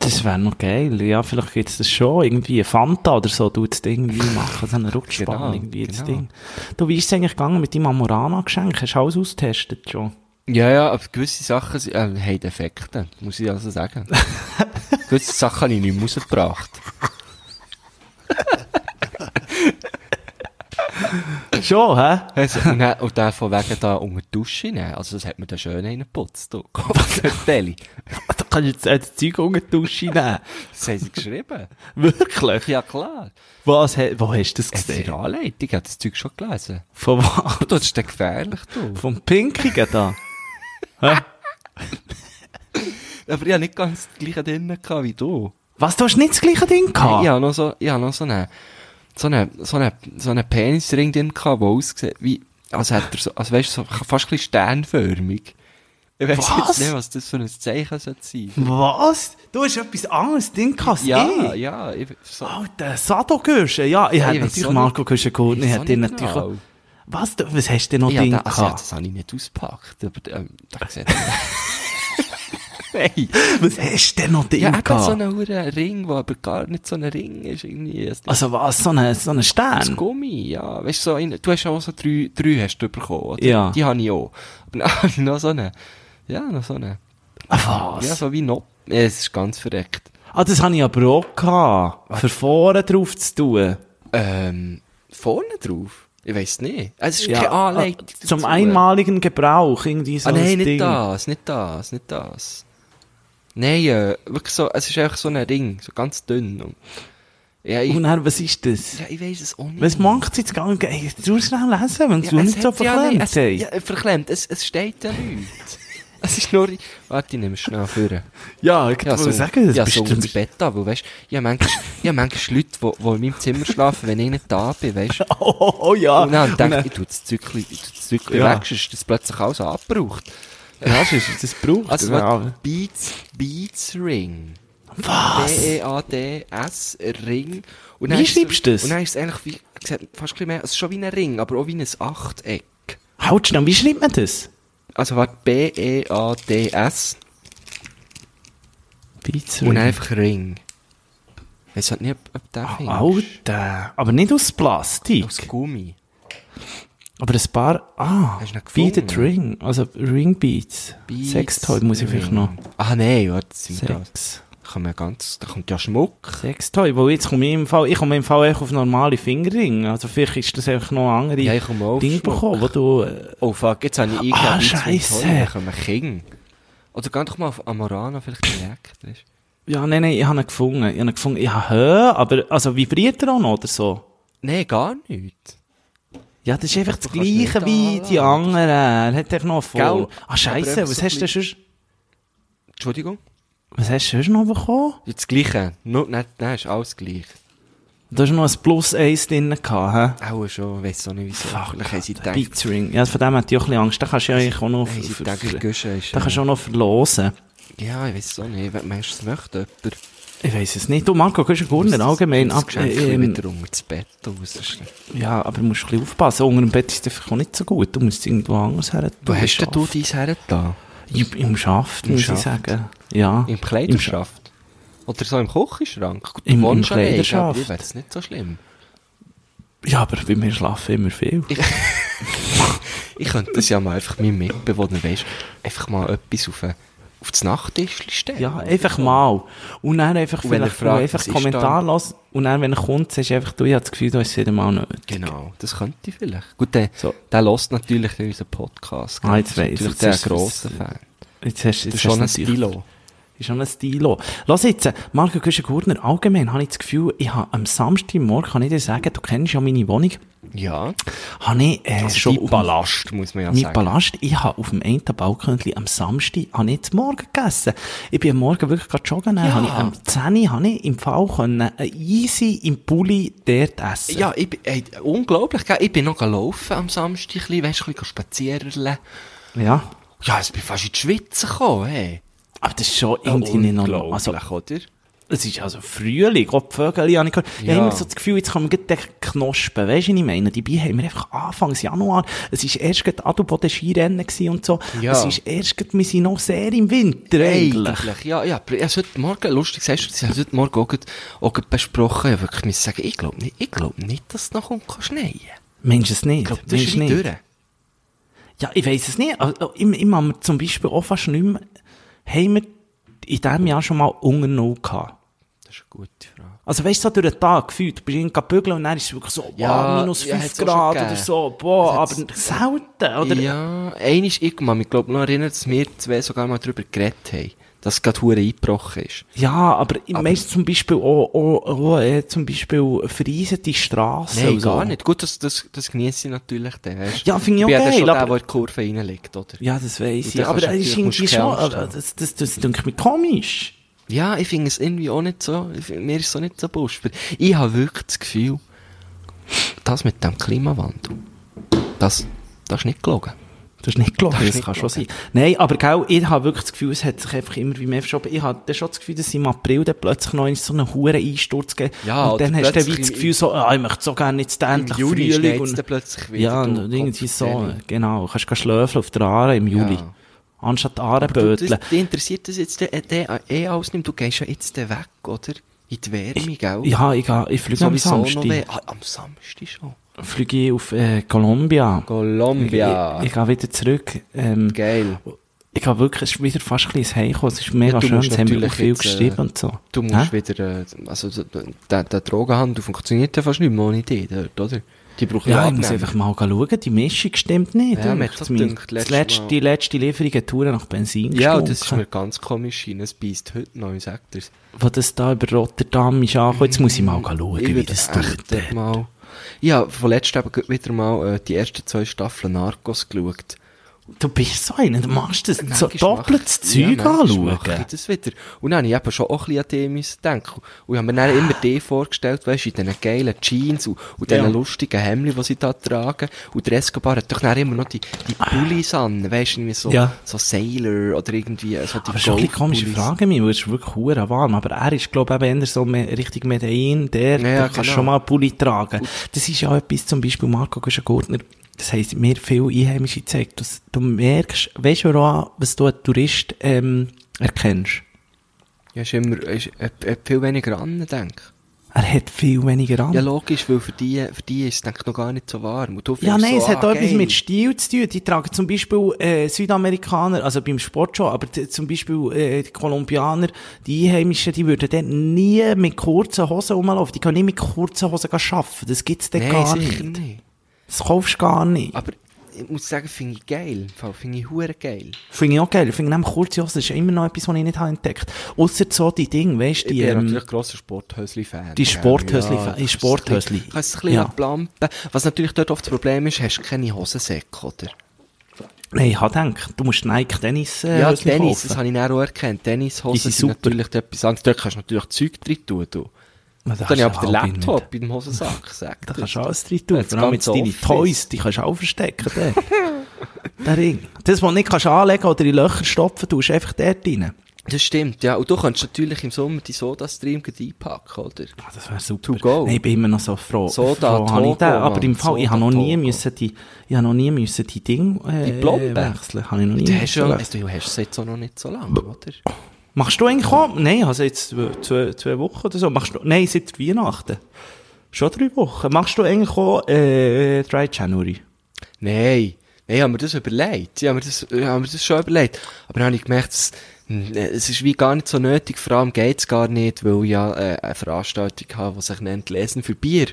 B: Das wäre noch geil. Ja, vielleicht gibt es das schon. Irgendwie Fanta oder so tut das Ding irgendwie machen. So eine Rutschbahn,
C: Genau,
B: irgendwie das
C: genau.
B: Ding. Du, wie ist es eigentlich gegangen mit deinem Amorana-Geschenk? Hast du alles ausgetestet schon?
C: Ja, ja, aber gewisse Sachen sind- äh, haben Defekte, muss ich also sagen. gewisse Sachen habe ich nicht mehr rausgebracht.
B: schon, hä?
C: Also, und, dann, und dann von wegen da unter die Dusche nehmen. Also, das hat mir dann schön reingeputzt. Du, Kopfverteilung.
B: Da kannst du jetzt auch das Zeug unter die Dusche nehmen.
C: Das haben sie geschrieben.
B: Wirklich?
C: Ja, klar.
B: Was, he- wo hast du das
C: Es ist
B: gesehen?
C: eine Anleitung, ich habe das Zeug schon gelesen.
B: Von was?
C: Du, das ist dann gefährlich, du.
B: Vom Pinkigen da?
C: Aber ich habe nicht ganz das gleiche drin gehabt wie du.
B: Was, du hast nicht das gleiche Ding
C: Ich
B: gehabt?
C: habe noch so, ich habe noch so einen, so einen, so einen, so einen Penisring drin gehabt, der ausgesehen, wie, als hätte er so, also weißt du, so, fast ein bisschen sternförmig. Ich weiss
B: Was?
C: jetzt nicht, was das für ein Zeichen sollte sein.
B: Was? Du hast etwas anderes drin gehabt als
C: Ja,
B: ich?
C: ja, ich, so,
B: Alter, Sado Kirsche. Ja, ich hätte
C: weiss
B: natürlich
C: auch
B: Marco
C: nicht-
B: Kirsche geholt.
C: ich
B: Ich
C: weiss
B: hätte
C: auch
B: dir
C: nicht
B: natürlich
C: genau.
B: auch... Was, du- was hast du denn noch
C: ja,
B: drin
C: da, also, ja,
B: gehabt?
C: das habe ich nicht ausgepackt, aber, ähm, da sieht Nein.
B: Was hast du denn noch drin
C: Ja, eben
B: gehabt?
C: so einen huren Ring, der aber gar nicht so ein Ring ist, irgendwie. Also,
B: also was, so einen so eine
C: Das
B: Stern?
C: Gummi, ja. Weißt du, so eine, du hast auch so drei, drei hast du bekommen, oder?
B: Ja.
C: Die habe ich auch. Aber dann habe ich noch so eine, ja, noch so eine.
B: Ah, was?
C: Ja, so wie noch. Ja, es ist ganz verreckt.
B: Ah, das habe ich aber auch gehabt. Für vorne drauf zu tun.
C: Ähm, vorne drauf? Ich weiss nicht. Es ist
B: Ja,
C: keine Anleitung.
B: ah, zum
C: dazu.
B: einmaligen Gebrauch, irgendwie so
C: Ah,
B: ein
C: nein, nicht
B: Ding.
C: das, nicht das, nicht das. Nein, äh, wirklich so, es ist einfach so ein Ring, so ganz dünn. Und, ja, ich,
B: Und dann, was ist das?
C: ja, ich weiss es auch nicht.
B: Was macht es jetzt gar nicht? Ey, Du musst schnell lesen, wenn
C: Ja,
B: du
C: es
B: nicht so
C: hat ja
B: verklemmt
C: nicht-
B: hast.
C: es, ja, verklemmt, es, es steht ja nichts. es ist nur... Warte, ich nehme es schnell vor.
B: Ja, ich
C: Ja,
B: kann sagen, das
C: ja,
B: bist
C: so
B: du...
C: ins Bett an, weil weißt, ich habe manchmal, ich habe manchmal Leute, die, die in meinem Zimmer schlafen, wenn ich nicht da bin, weißt.
B: Oh, oh, oh, ja.
C: Und dann
B: Und
C: denke
B: dann-
C: ich, ich tue das Zückli, ich tue das Zückli
B: Ja.
C: weg, sonst ist das plötzlich alles abgebraucht.
B: Ja, sonst- das braucht
C: Also,
B: man
C: warte,
B: auch.
C: Beats, Beats Ring. E
B: Was?
C: B-E-A-D-S Ring. Und
B: Wie
C: dann ist es-
B: schreibst du das?
C: Und dann ist es eigentlich wie, gesagt, fast ein bisschen mehr, es ist schon wie ein Ring, aber auch wie ein Achteck.
B: Halt schnell, wie schreibt man das?
C: Also warte, B-E-A-D-S und
B: Beizring.
C: einfach Ring. Ich weiß halt nicht, ob, ob
B: Ah,
C: der Ring
B: Alter. Aber nicht aus Plastik.
C: Aus Gummi.
B: Aber ein paar... Ah,
C: Hast du ihn
B: Beaded
C: gefunden?
B: Ring. Also Ring Beats.
C: Beats,
B: Sextoy muss ich vielleicht noch...
C: Ring. Ah, nein, warte, sind wir da.
B: Sex.
C: Da kommt ja ganz, da kommt ja Schmuck.
B: Sextoy, weil jetzt komme ich im Fall, ich komme im Fall echt auf normale Fingerringe. Also vielleicht ist das einfach noch ein andere
C: Ja, ich komme auch auf
B: Ding
C: Schmuck.
B: bekommen, wo du, äh,
C: Oh fuck, jetzt habe ich eingegeben.
B: Ah,
C: Beats mit
B: Scheisse.
C: Holly, Da kommen King. Oder geh doch mal auf Amorana, vielleicht direkt. Weißt.
B: ja, nein, nein, ich habe ihn gefunden. Ich habe ihn gefunden. Ich habe, hä? aber, also vibriert er auch noch oder so?
C: Nein, gar nicht.
B: Ja, das ist einfach das
C: kannst nicht
B: Gleiche wie
C: anlassen.
B: die anderen. Er hat einfach noch
C: Gell?
B: voll. Ah,
C: Aber
B: Scheiße, dus-
C: einfach
B: was
C: so
B: hast du denn
C: ein
B: sonst,
C: Entschuldigung.
B: was hast du sonst noch bekommen?
C: Jetzt das Gleiche. Nur, nein, nein, ist alles gleich.
B: Da hast du noch ein Plus 1 drin gehabt, hä?
C: Auch schon, weiss auch nicht wieso. Vielleicht haben sie
B: Alter,
C: gedacht,
B: Beatring. Ja, von dem hatte ich auch ein bisschen Angst. Da kannst du ja eigentlich auch noch,
C: haben sie
B: ver-
C: gedacht,
B: ver-
C: Gösche ist...
B: da kannst du auch noch verlosen.
C: Ja, ich weiß auch nicht. Wenn Meinst du, es möchte jemand?
B: Ich weiß es nicht. Du, Marco, gehst du Gurner allgemein
C: das
B: ab?
C: Geschenk
B: Ähm,
C: wieder unter das Bett raus.
B: ja, aber du musst ein bisschen aufpassen. Unter dem Bett ist es einfach auch nicht so gut. Du musst es irgendwo anders her.
C: Wo hast denn du dein Herr da?
B: Im, im Schaft,
C: Im
B: muss ich
C: Schaft?
B: sagen. Ja.
C: Im Kleiderschrank? Oder so im Küchenschrank? Gut, du
B: Im- im
C: wohnst ja nicht,
B: Kleiderschrank.
C: aber Ich wäre es nicht so schlimm.
B: Ja, aber bei mir schlafen immer viel.
C: Ich könnte das ja mal einfach meinem Mitbewohner, weißt einfach mal etwas auf, den- auf das Nachttischchen stellen.
B: Ja, einfach mal. Und dann einfach
C: Und wenn
B: vielleicht
C: er fragt,
B: du einfach
C: was ist
B: Kommentar los. Und dann, wenn er kommt, sagst du einfach, du, ich habe das Gefühl, du hast es jedes Mal nicht.
C: Genau, das könnte ich vielleicht. Gut, der,
B: So.
C: der lässt natürlich unseren Podcast. gell?
B: Ah, jetzt
C: Das
B: weiss
C: ist
B: ich,
C: Natürlich der
B: das ist-
C: grosse Fan.
B: Jetzt hast,
C: Das
B: jetzt
C: ist
B: hast
C: schon
B: du
C: ein
B: natürlich-
C: Stilo.
B: Ist schon ein Stilo. Lass jetzt, äh, Marco Güschen-Gurner, allgemein habe ich das Gefühl, ich habe am Samstagmorgen, kann ich dir sagen, du kennst ja meine Wohnung,
C: Ja.
B: habe ich äh, schon
C: Dein
B: auf-
C: Ballast, muss man ja
B: Mein
C: sagen.
B: Ballast, ich habe auf dem einen Balkon am Samstag habe ich zu Morgen gegessen. Ich bin am Morgen wirklich gerade joggen. Ja. Habe ich, am 10 Uhr habe ich im Fall können, äh, easy im Pulli dort essen.
C: Ja, ich bin, ey, unglaublich, gell? Ich bin noch gelaufen am Samstag, ein bisschen, weißt du, ein bisschen spazieren.
B: ja.
C: Ja, es bin fast in die Schweiz gekommen, hey.
B: Aber das ist schon irgendwie nicht normal. Also,
C: Unglaublich, oder?
B: es ist also Frühling, auch die Vögel habe ich gehört. Ich
C: Ja.
B: habe immer so das Gefühl, jetzt kommen gerade die Knospen, weisst du, was ich meine? Die Bienen haben wir einfach Anfangs Januar, es war erst gerade Adelboden Skirennen gewesen und so.
C: Ja.
B: Es ist erst gerade, wir sind noch sehr im Winter eigentlich.
C: Eigentlich, ja, ja. Ich habe heute Morgen, lustig sagst du, ich habe heute Morgen auch, gerade- auch gerade besprochen. Ich wirklich müssen sagen, ich glaube nicht, ich glaube nicht, dass es noch kommt, kann schneien.
B: Meinst du es nicht?
C: Ich glaube, das
B: Meinst
C: ist
B: du
C: nicht
B: nicht?
C: durch.
B: Ja, ich weiß es nicht. Also, ich, ich mache mir zum Beispiel auch fast nicht mehr, haben wir in diesem Jahr schon mal unter Null gehabt.
C: Das ist eine gute Frage.
B: Also weißt du, so durch den Tag gefühlt, du bist irgendwie bügeln und dann ist es wirklich so, boah,
C: Ja,
B: minus
C: ja,
B: 5
C: hat's auch schon
B: Grad
C: gegeben.
B: oder so, boah, aber
C: Das
B: selten, oder?
C: Ja, einmal, ich kann mich, glaube noch erinnern, dass wir zwei sogar mal darüber geredet haben, dass es gerade verdammt eingebrochen ist.
B: Ja, aber, ich meist zum Beispiel auch, auch, auch äh, zum Beispiel verreisete Strassen
C: Nein,
B: und so.
C: gar nicht. Gut, das, das, das genieße ich natürlich dann, weißt
B: Ja, finde ich auch
C: bin ja dann
B: geil,
C: schon der,
B: aber-
C: der in die Kurve reinlegt, oder?
B: Ja, das weiss ich.
C: Und dann
B: Aber
C: kannst
B: das
C: du
B: ist
C: natürlich- musst
B: irgendwie
C: du
B: schon,
C: keine Angst
B: äh,
C: haben.
B: das, das, das, denke mir komisch.
C: Ja, ich finde es irgendwie auch nicht so, ich find- mir ist es auch nicht so bewusst. Weil Ich habe wirklich das Gefühl, das mit dem Klimawandel, das, das ist nicht gelogen.
B: Das ist nicht gelogen,
C: Das
B: das,
C: ist nicht
B: kann schon sein.
C: gelogen.
B: Nein, aber gell, ich habe wirklich das Gefühl, es hat sich einfach immer wie mehr verschoben. Ich habe dann schon das Gefühl, dass im April dann plötzlich noch einmal so einen hohen Einsturz gegeben
C: Ja,
B: Und dann
C: oder
B: hast du dann wie
C: plötzlich
B: das Gefühl so, ah, ich möchte so gerne jetzt endlich Frühling.
C: schneit's
B: Und,
C: dann plötzlich wieder.
B: ja,
C: du
B: und irgendwie
C: Kopf-
B: so, genau. Du kannst gehen schlöfeln auf der Aare im Juli.
C: Ja.
B: Anstatt
C: Du, das,
B: Aareböteln.
C: dich interessiert das jetzt äh, äh, eh alles nicht. Du gehst ja jetzt äh, weg, oder? In die Wärme, gell?
B: Ja, ich, gehe- ich fliege am
C: Sowieso noch weh.
B: Samstag.
C: Ah, am Samstag schon.
B: Fliege ich auf äh, Columbia.
C: Columbia.
B: Ich, ich, ich gehe wieder zurück. Ähm,
C: Geil.
B: ich habe wirklich, es ist wieder fast ein bisschen heimgekommen. Es ist mega
C: Ja, du
B: schön,
C: musst
B: es haben wir auch
C: natürlich
B: viel
C: jetzt, äh,
B: geschrieben und so.
C: Du
B: Hä?
C: musst wieder, äh, also d- d- der, der Drogenhandel funktioniert ja fast nicht mehr ohne die dort, oder? Die brauchen
B: Ja, ich
C: Abnehmer.
B: muss einfach mal schauen, die Mischung stimmt nicht.
C: Ja, mir
B: dünkt's
C: hat's auch
B: mich. das
C: gedünkt, letztes
B: letzte,
C: Mal.
B: die letzte Lieferung hat Touren nach Benzin
C: Ja,
B: gestunken,
C: das ist mir ganz komisch hin, es beißt heute noch, ich sag dir's.
B: Wo das da über Rotterdam ist angekommen. Jetzt muss ich mal schauen,
C: Ich
B: wie
C: würde
B: das
C: echt
B: tut.
C: dort mal, ich habe von letztem Abend gerade wieder mal äh, die ersten zwei Staffeln Narcos geschaut.
B: Du bist so einer, du machst das so
C: Manchmal
B: doppeltes
C: mache ich-
B: Zeug
C: manchmal mache
B: anschauen.
C: ich das wieder. Und dann habe ich eben schon auch ein bisschen an die müssen denken. Und ich habe mir dann immer die vorgestellt, weißt du, in diesen geilen Jeans und, und diesen
B: Ah. Ja.
C: lustigen Hemden, die sie da tragen. Und der Escobar hat doch dann immer noch die, die Pullis an, weißt du, irgendwie so,
B: Ah. Ja.
C: so Sailor oder irgendwie äh, so die
B: Aber schon ein bisschen komische
C: Golf-Pullis.
B: Frage mich, weil es ist wirklich hure warm. Aber er ist, glaube ich, eben eher so mehr Richtung Medellin, der,
C: Ja,
B: der kann
C: genau.
B: schon mal einen Pulli tragen. Das ist ja etwas, zum Beispiel Marco Gurtner, das heisst, mir viel Einheimische zeigt, dass du merkst, weißt du auch, an, was du als Tourist, ähm, erkennst.
C: Ja, ist immer, ist, äh, äh, viel weniger an, denke ich.
B: Er hat viel weniger an.
C: Ja,
B: Ja,
C: logisch, weil für die, für die ist es, denke ich, noch gar nicht so warm. Und du findest
B: nein,
C: so,
B: es hat
C: ah,
B: auch etwas
C: geil.
B: mit Stil zu tun. Die tragen zum Beispiel äh, Südamerikaner, also beim Sport schon, aber t- zum Beispiel äh, die Kolumbianer, die Einheimischen, die würden dort nie mit kurzen Hosen rumlaufen. Die können nicht mit kurzen Hosen gehen arbeiten. Das gibt's dort
C: Nein,
B: gar
C: sicher
B: nicht.
C: nicht. Ah.
B: Das kaufst du gar nicht.
C: Aber ich muss sagen, finde ich geil. Im Fall Finde ich hure geil.
B: Finde ich auch geil. Finde nämlich kurze Hosen ist immer noch etwas, was ich nicht habe entdeckt. Ausser so die Dinge, weißt du,
C: Ich
B: die...
C: bin
B: Ähm,
C: natürlich grosser Sporthösli-Fan.
B: Die Sporthösli-Fan, ich
C: ich
B: Sporthösli.
C: Kannst du ein bisschen
B: Ja.
C: ablampen. Was natürlich dort oft das Problem ist, hast du keine Hosensäcke, oder?
B: nein, ich habe gedacht, du musst Nike Dennis äh,
C: ja,
B: Hosen
C: Tennis,
B: kaufen.
C: das habe ich dann auch erkannt.
B: Die
C: Tennishosen
B: sind
C: sind,
B: super.
C: natürlich etwas anderes. Dort kannst du natürlich Zeug drin tun. Du.
B: Na, da
C: Dann habe ich
B: hast
C: aber
B: du
C: den
B: halb nicht.
C: Laptop in dem Hosensack, sag
B: Da
C: dir.
B: kannst du alles drin tun.
C: Jetzt
B: Vor allem
C: ganz
B: jetzt deine
C: Office.
B: Toys, die kannst du auch verstecken. Der, der Ring. Das, was du nicht kannst anlegen oder in Löcher stopfen tust, einfach dort rein.
C: Das stimmt, ja. Und du kannst natürlich im Sommer die Soda-Stream gleich einpacken, oder?
B: Ah, das wäre super.
C: To go.
B: Nein, ich bin immer noch so froh.
C: Soda,
B: froh habe ich den.
C: Togo,
B: Aber im Fall, ich habe
C: Mann.
B: noch nie
C: Soda,
B: müssen die, ich habe noch nie müssen die Dinge, äh,
C: Die Plomben.
B: wechseln. Habe ich noch nie
C: Du hast
B: müssen
C: ja, also,
B: wechseln.
C: du hast es jetzt auch noch nicht so lange, oder?
B: Machst du eigentlich auch? Nein, also jetzt zwei, zwei, zwei Wochen oder so. Machst du, nein, seit Weihnachten. Schon drei Wochen. Machst du eigentlich auch, äh, 3 January?
C: Nein, nein, haben wir das überlegt. Ja, haben wir das, äh, haben wir das schon überlegt. Aber dann habe ich gemerkt, es, äh, es ist wie gar nicht so nötig, vor allem geht's gar nicht, weil ich ja äh, eine Veranstaltung habe, die sich nennt Lesen für Bier.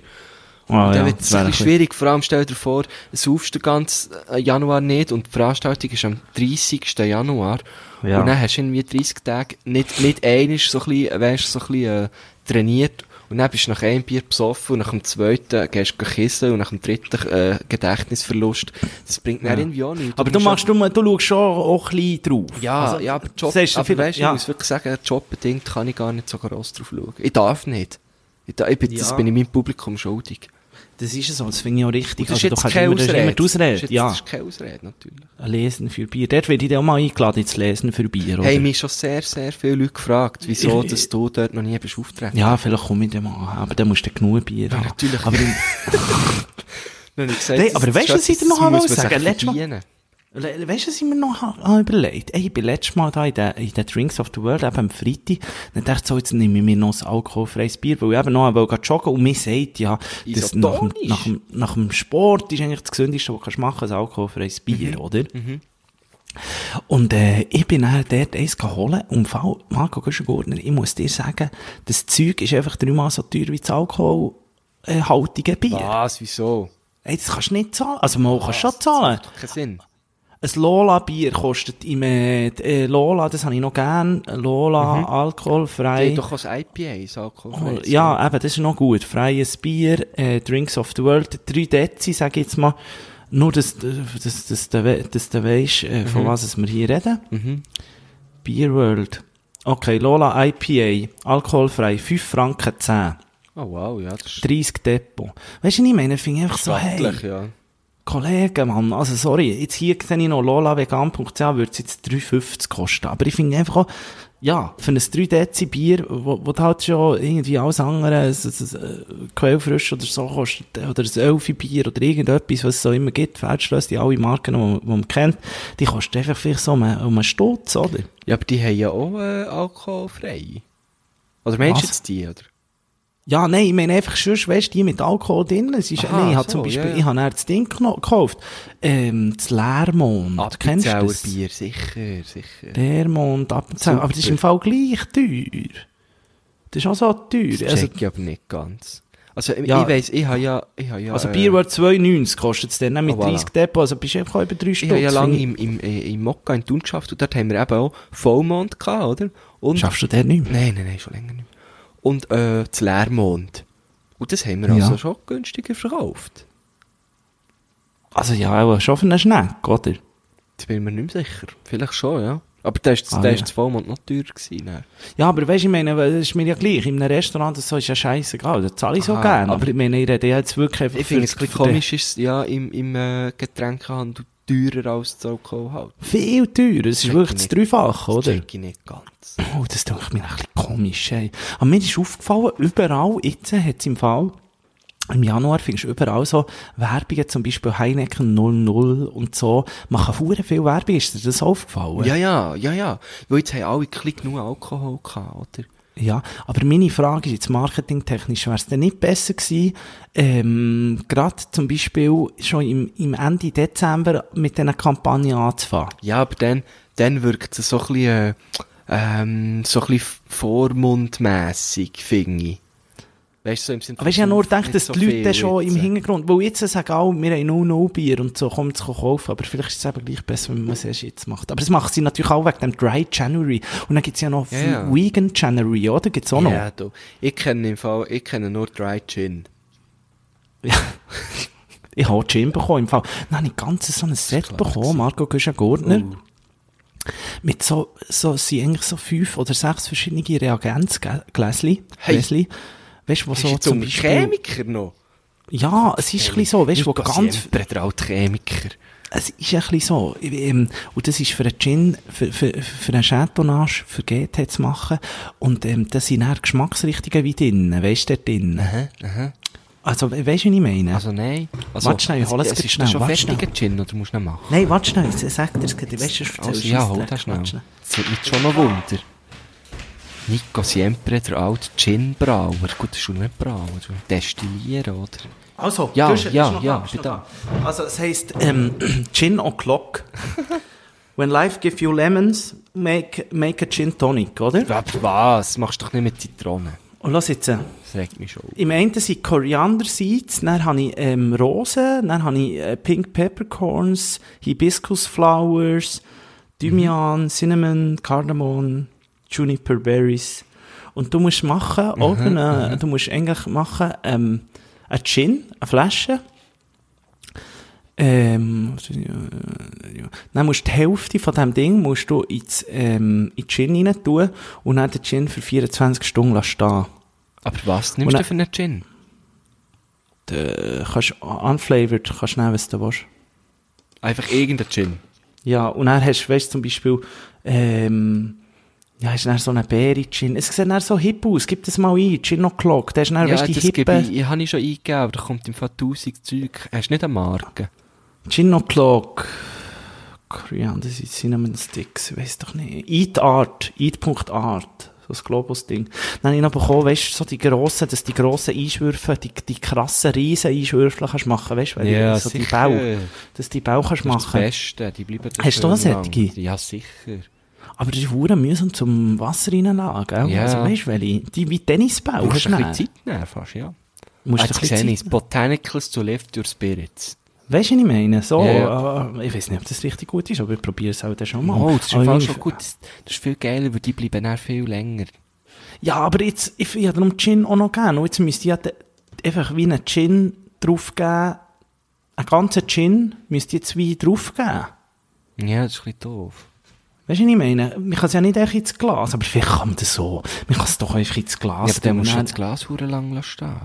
B: Ah,
C: Und
B: ja,
C: dann wird es
B: das wäre
C: ein
B: ein
C: bisschen schwierig, vor allem stell dir vor, du saufst den ganzen äh, Januar nicht und die Veranstaltung ist am 30. Januar.
B: Ja.
C: Und dann hast du irgendwie 30 Tage nicht, nicht einisch so ein bisschen, weißt, so ein bisschen äh, trainiert. Und dann bist du nach einem Bier besoffen und nach dem zweiten gehst du kissen und nach dem dritten äh, Gedächtnisverlust. Das bringt dann irgendwie auch nichts.
B: Aber du, machst,
C: musst
B: du, du schaust schon auch ein bisschen drauf.
C: auch- Ja,
B: Also,
C: ja, aber Job,
B: siehst du
C: aber
B: viel-
C: weißt,
B: ja.
C: ich muss wirklich sagen, jobbedingt kann ich gar nicht so gross drauf schauen. Ich darf nicht. Ich, da- ich bin, Das
B: Ja.
C: bin ich meinem Publikum schuldig.
B: Das ist es so, das finde ich auch richtig.
C: Und das
B: Also, du
C: ist jetzt
B: kannst
C: keine
B: immer, das ist
C: Ausrede.
B: immer die
C: Das ist
B: Ausrede.
C: jetzt-
B: Ja,
C: Das ist keine Ausrede, natürlich.
B: Lesen für Bier. Dort werde ich dann auch mal eingeladen ins Lesen für Bier. Oder?
C: Hey, mich schon sehr, sehr viele Leute gefragt, wieso
B: Ich-
C: dass du dort noch nie bist auftreten.
B: ja, vielleicht komme ich dann mal an, aber dann musst du genug Bier haben.
C: natürlich.
B: Aber im,
C: Dann habe ich gesagt,
B: Nein,
C: das-
B: aber
C: das
B: weißt du,
C: ist
B: was ich dir
C: etwas,
B: noch
C: das muss
B: wollte
C: man
B: sagen?
C: sich
B: Letztes Mal-
C: verdienen.
B: Le- Weißt du, was ich mir noch ha- ha überlegt Ey, ich bin letztes Mal da in den, in den Drinks of the World, eben am Freitag, dann dachte ich so, jetzt nehme ich mir noch ein alkoholfreies Bier, weil ich eben noch wollte joggen und mir sagt ja, dass nach,
C: Isotonisch.
B: dem- nach, dem- nach dem Sport ist eigentlich das Gesündeste, was du kannst machen kannst, ein alkoholfreies Bier, oder? Und äh, ich bin dann dort eins geholt und Fall, Marco Güschengurtner, ich muss dir sagen, das Zeug ist einfach dreimal so teuer wie das alkoholhaltige Bier.
C: Was, wieso?
B: Ey, das kannst du nicht zahlen. Also man kann schon zahlen.
C: Kein Sinn.
B: Ein Lola-Bier kostet im äh, d- äh, Lola, das habe ich noch gern. Lola, alkoholfrei.
C: Mhm. Die haben doch auch das IPA, so
B: Alkohol-
C: Alkohol.
B: Oh, ja, eben, das ist noch gut. Freies Bier, äh, Drinks of the World, 3 Dezi, sag ich jetzt mal. Nur, dass, dass, dass, du we- dass du weisst, äh,
C: Mhm.
B: von was es wir hier reden. Beer World. Okay, Lola IPA, alkoholfrei, 5 Franken 10.
C: Oh wow, ja, das ist
B: 30 Depot. Weißt du, was ich meine, finde ich einfach so, hey,
C: stattlich, ja.
B: Kollege, Mann, also sorry, jetzt hier sehe ich noch lolavegan.ch, würde es jetzt 3,50 kosten. Aber ich finde einfach auch, ja, für ein 3 Dezi Bier, wo, wo du halt schon irgendwie alles andere, ein, ein, ein äh, Quellfrisch oder so kostet, äh, oder ein Elfi Bier oder irgendetwas, was es so immer gibt, Feldschlösser, die alle Marken, die man, die man kennt, die kosten einfach vielleicht so um, einen- um einen Stutz, oder?
C: Ja, aber die haben ja auch äh, alkoholfrei. Oder meinst du
B: Was?
C: jetzt die, oder?
B: Ja, nein, ich meine einfach schon, weißt die mit Alkohol drin. Es ist,
C: Aha,
B: nee, ich habe
C: so,
B: zum Beispiel,
C: ja, ja.
B: ich habe dann das Ding geno- gekauft. Ähm, das Leermond.
C: Ah,
B: Kennst Ah, du das?
C: Bier, sicher, sicher.
B: Leermond, Appenzell. Aber das ist im Fall gleich teuer. Das ist auch so teuer.
C: Das
B: Also,
C: check ich aber nicht ganz. Also, ich-
B: Ja.
C: ich weiss, ich habe ja, ich habe ja...
B: also
C: äh,
B: Bier war 2,90 kostet es dann ne, mit
C: Ah, voilà.
B: 30 Depot. Also bist du einfach über 3
C: Ich habe
B: Stunden.
C: ja lange im, im, äh, im Mokka in Thun geschafft und dort haben wir eben auch Vollmond gehabt, oder? Und,
B: Schaffst du den nicht mehr?
C: Nein, nein, nein, schon länger nicht mehr. Und äh, das Leermond. Und das haben wir also
B: Ja.
C: schon günstiger verkauft.
B: Also ja, aber schon für einen Schneck, oder?
C: Jetzt bin ich mir nicht mehr sicher. Vielleicht schon, ja. Aber da ist,
B: Ah,
C: da
B: ja.
C: ist das Vollmond noch teurer gewesen. ne? dann.
B: Ja, aber weißt du, ich meine, weil es ist mir ja gleich. In einem Restaurant, das so ist ja scheißegal. Da zahle ich so
C: Aha,
B: gerne.
C: aber-
B: Aber ich meine, ich rede jetzt wirklich einfach
C: Ich
B: für-
C: finde es ein bisschen
B: für den-
C: komisch, ist es ja im, im äh, Getränkehandel teurer als das Alkohol halt.
B: Viel teurer. Es ist
C: Check
B: wirklich das
C: ich
B: Dreifache,
C: Das
B: oder?
C: check ich nicht ganz.
B: Oh, das tut mir ein bisschen komisch. Ey. Aber mir ist aufgefallen, überall, jetzt hat es im Fall, im Januar findest du überall so Werbungen, zum Beispiel Heineken 00 und so, machen hure viel Werbung. Ist dir das aufgefallen?
C: Ja, ja, ja, ja. Weil jetzt haben alle ein bisschen genug Alkohol gehabt, oder?
B: Ja, aber meine Frage ist jetzt marketingtechnisch, wäre es denn nicht besser gewesen, ähm, gerade zum Beispiel schon im, im Ende Dezember mit einer Kampagne anzufangen?
C: Ja, aber dann, dann wirkt es so ein bisschen, äh, ähm, so ein bisschen vormundmässig, finde ich. Weißt du, so im Sinne
B: Aber ich ja
C: du
B: nur
C: nicht
B: gedacht, dass
C: so
B: die Leute
C: viel
B: dann schon
C: jetzt,
B: im
C: äh,
B: Hintergrund, weil jetzt sagen auch, wir haben 0 Bier und so, kommt es kaufen, aber vielleicht ist es eben gleich besser, wenn man es erst jetzt macht. Aber das machen sie natürlich auch wegen dem Dry January. Und dann gibt es ja noch
C: Ja, ja.
B: Vegan January, oder? Gibt es auch noch?
C: Ja, du. Ich kenne im Fall, ich kenne nur Dry Gin.
B: Ich habe auch Gin bekommen, im Fall. Dann habe ich ganz so ein Set
C: klar
B: bekommen,
C: gewesen.
B: Marco Güschen-Gurtner.
C: Oh.
B: Mit so, so, es sind eigentlich so fünf oder sechs verschiedene Reagenzgläschen.
C: Hey.
B: Gläschen. Weißt du, wo
C: Bist
B: so
C: du
B: zum
C: zum
B: Beispiel...
C: Chemiker noch?
B: Ja, es ist ein bisschen so, weißt du, wo
C: Nico
B: ganz...
C: Siempre, der alte Chemiker.
B: Es ist ein bisschen so, ähm, und das ist für einen Gin, für, für, für einen Chardonnage, für GT zu machen, und ähm, das sind eher Geschmacksrichtungen wie drinnen, weisst du, dort drinnen. Also, we- weisst du, was ich meine?
C: Also nein. Also,
B: Warte schnell, ich hol es
C: es
B: grad
C: ist doch
B: schnell,
C: schon
B: warte
C: fertiger Gin, oder musst du ihn machen?
B: Nein, warte schnell, jetzt sag dir das gerade, weisst du, das
C: Also
B: erzählst du
C: ja,
B: uns
C: hol
B: direkt,
C: das schnell.
B: warte schnell.
C: Das wird mich schon noch wunder. Nico Siempre, der alte Gin-Brauer. Gut, das ist schon nicht Brauer, das ist schon Destillieren, oder?
B: Also,
C: Ja,
B: Duschen,
C: ja,
B: ist noch
C: ja,
B: da, ist
C: bin
B: noch da. Also, es heisst, ähm, Gin O'Clock. When life gives you lemons, make, make a Gin Tonic, oder?
C: Ja, aber was? Machst du doch nicht mit Zitronen.
B: Und lass jetzt... Äh,
C: Das regt mich schon auf.
B: Im einen sind Koriander-Seeds, dann habe ich ähm, Rosen, dann habe ich äh, Pink Peppercorns, Hibiscus Flowers, Thymian, Cinnamon, Cardamom, Juniper Berries. Und du musst machen, oder, äh, du musst eigentlich machen, ähm, ein Gin, eine Flasche, ähm, was weiß ich, äh, ja. dann musst du die Hälfte von diesem Ding musst du ins, ähm, in den Gin rein tun und dann den Gin für 24 Stunden lassen stehen.
C: Aber was nimmst
B: Und
C: du für einen Gin?
B: äh, kannst unflavored, kannst nehmen, was du willst.
C: Einfach irgendeinen Gin.
B: Ja, und dann hast du, weißt du, zum Beispiel, ähm, ja, hast du dann so einen Beere-Gin. Es sieht dann so hip aus, gib das mal ein, Gin O'Clock. Da hast du dann, Ah, weißt du, die
C: das gebe ich,
B: hippe
C: ich habe ich schon eingegeben, aber da kommt im Fall 1000 Zeug. Hast du nicht eine Marke?
B: Gin O'Clock. Koriander sind Cinnamon Sticks, ich weiss doch nicht. Eat Art, Eat.art. So das Globus-Ding. Dann habe ich noch bekommen, weißt du, so die grossen, dass die grossen Einschwürfe, die, die krassen, riesen Einschwürfe kannst machen, weißt du, weil
C: Ja,
B: die- so die
C: sicher.
B: Bau, dass die Bau kannst
C: Das ist
B: machen.
C: das Beste, die bleiben da
B: Hast du auch
C: schön lang.
B: solche?
C: Ja, sicher.
B: Aber das ist hure mühsam zum Wasser reinlagen, gell?
C: Ja.
B: Also weißt du, welche? Die wie Tennisbälle.
C: Du musst ein bisschen
B: nehmen.
C: Zeit nehmen, fast, ja.
B: Musst
C: Ah,
B: du ein
C: jetzt
B: bisschen
C: sehe
B: Zeit
C: ich's. Botanicals to lift your spirits.
B: Weißt du, was ich meine? So,
C: Ja, ja.
B: äh, ich weiß nicht, ob das richtig gut ist, aber ich probiere es halt dann schon mal.
C: Oh, das ist
B: Aber
C: im Fall
B: meine-
C: schon gut. Das, das ist viel geiler, weil die bleiben dann viel länger.
B: Ja, aber jetzt, ich, ich habe darum Gin auch noch gerne. Und jetzt müsste ich ja de- einfach wie einen Gin draufgeben. Einen ganzen Gin müsste ich jetzt wie draufgeben.
C: Ja, das ist ein bisschen doof.
B: Weißt du, was ich meine? Man kann es ja nicht einfach ins Glas, aber vielleicht kann man das so. Man kann es doch einfach ins Glas
C: Ja, aber dann
B: tun
C: musst du
B: und
C: das Glas hure lang lassen
B: Oh,
C: stehen.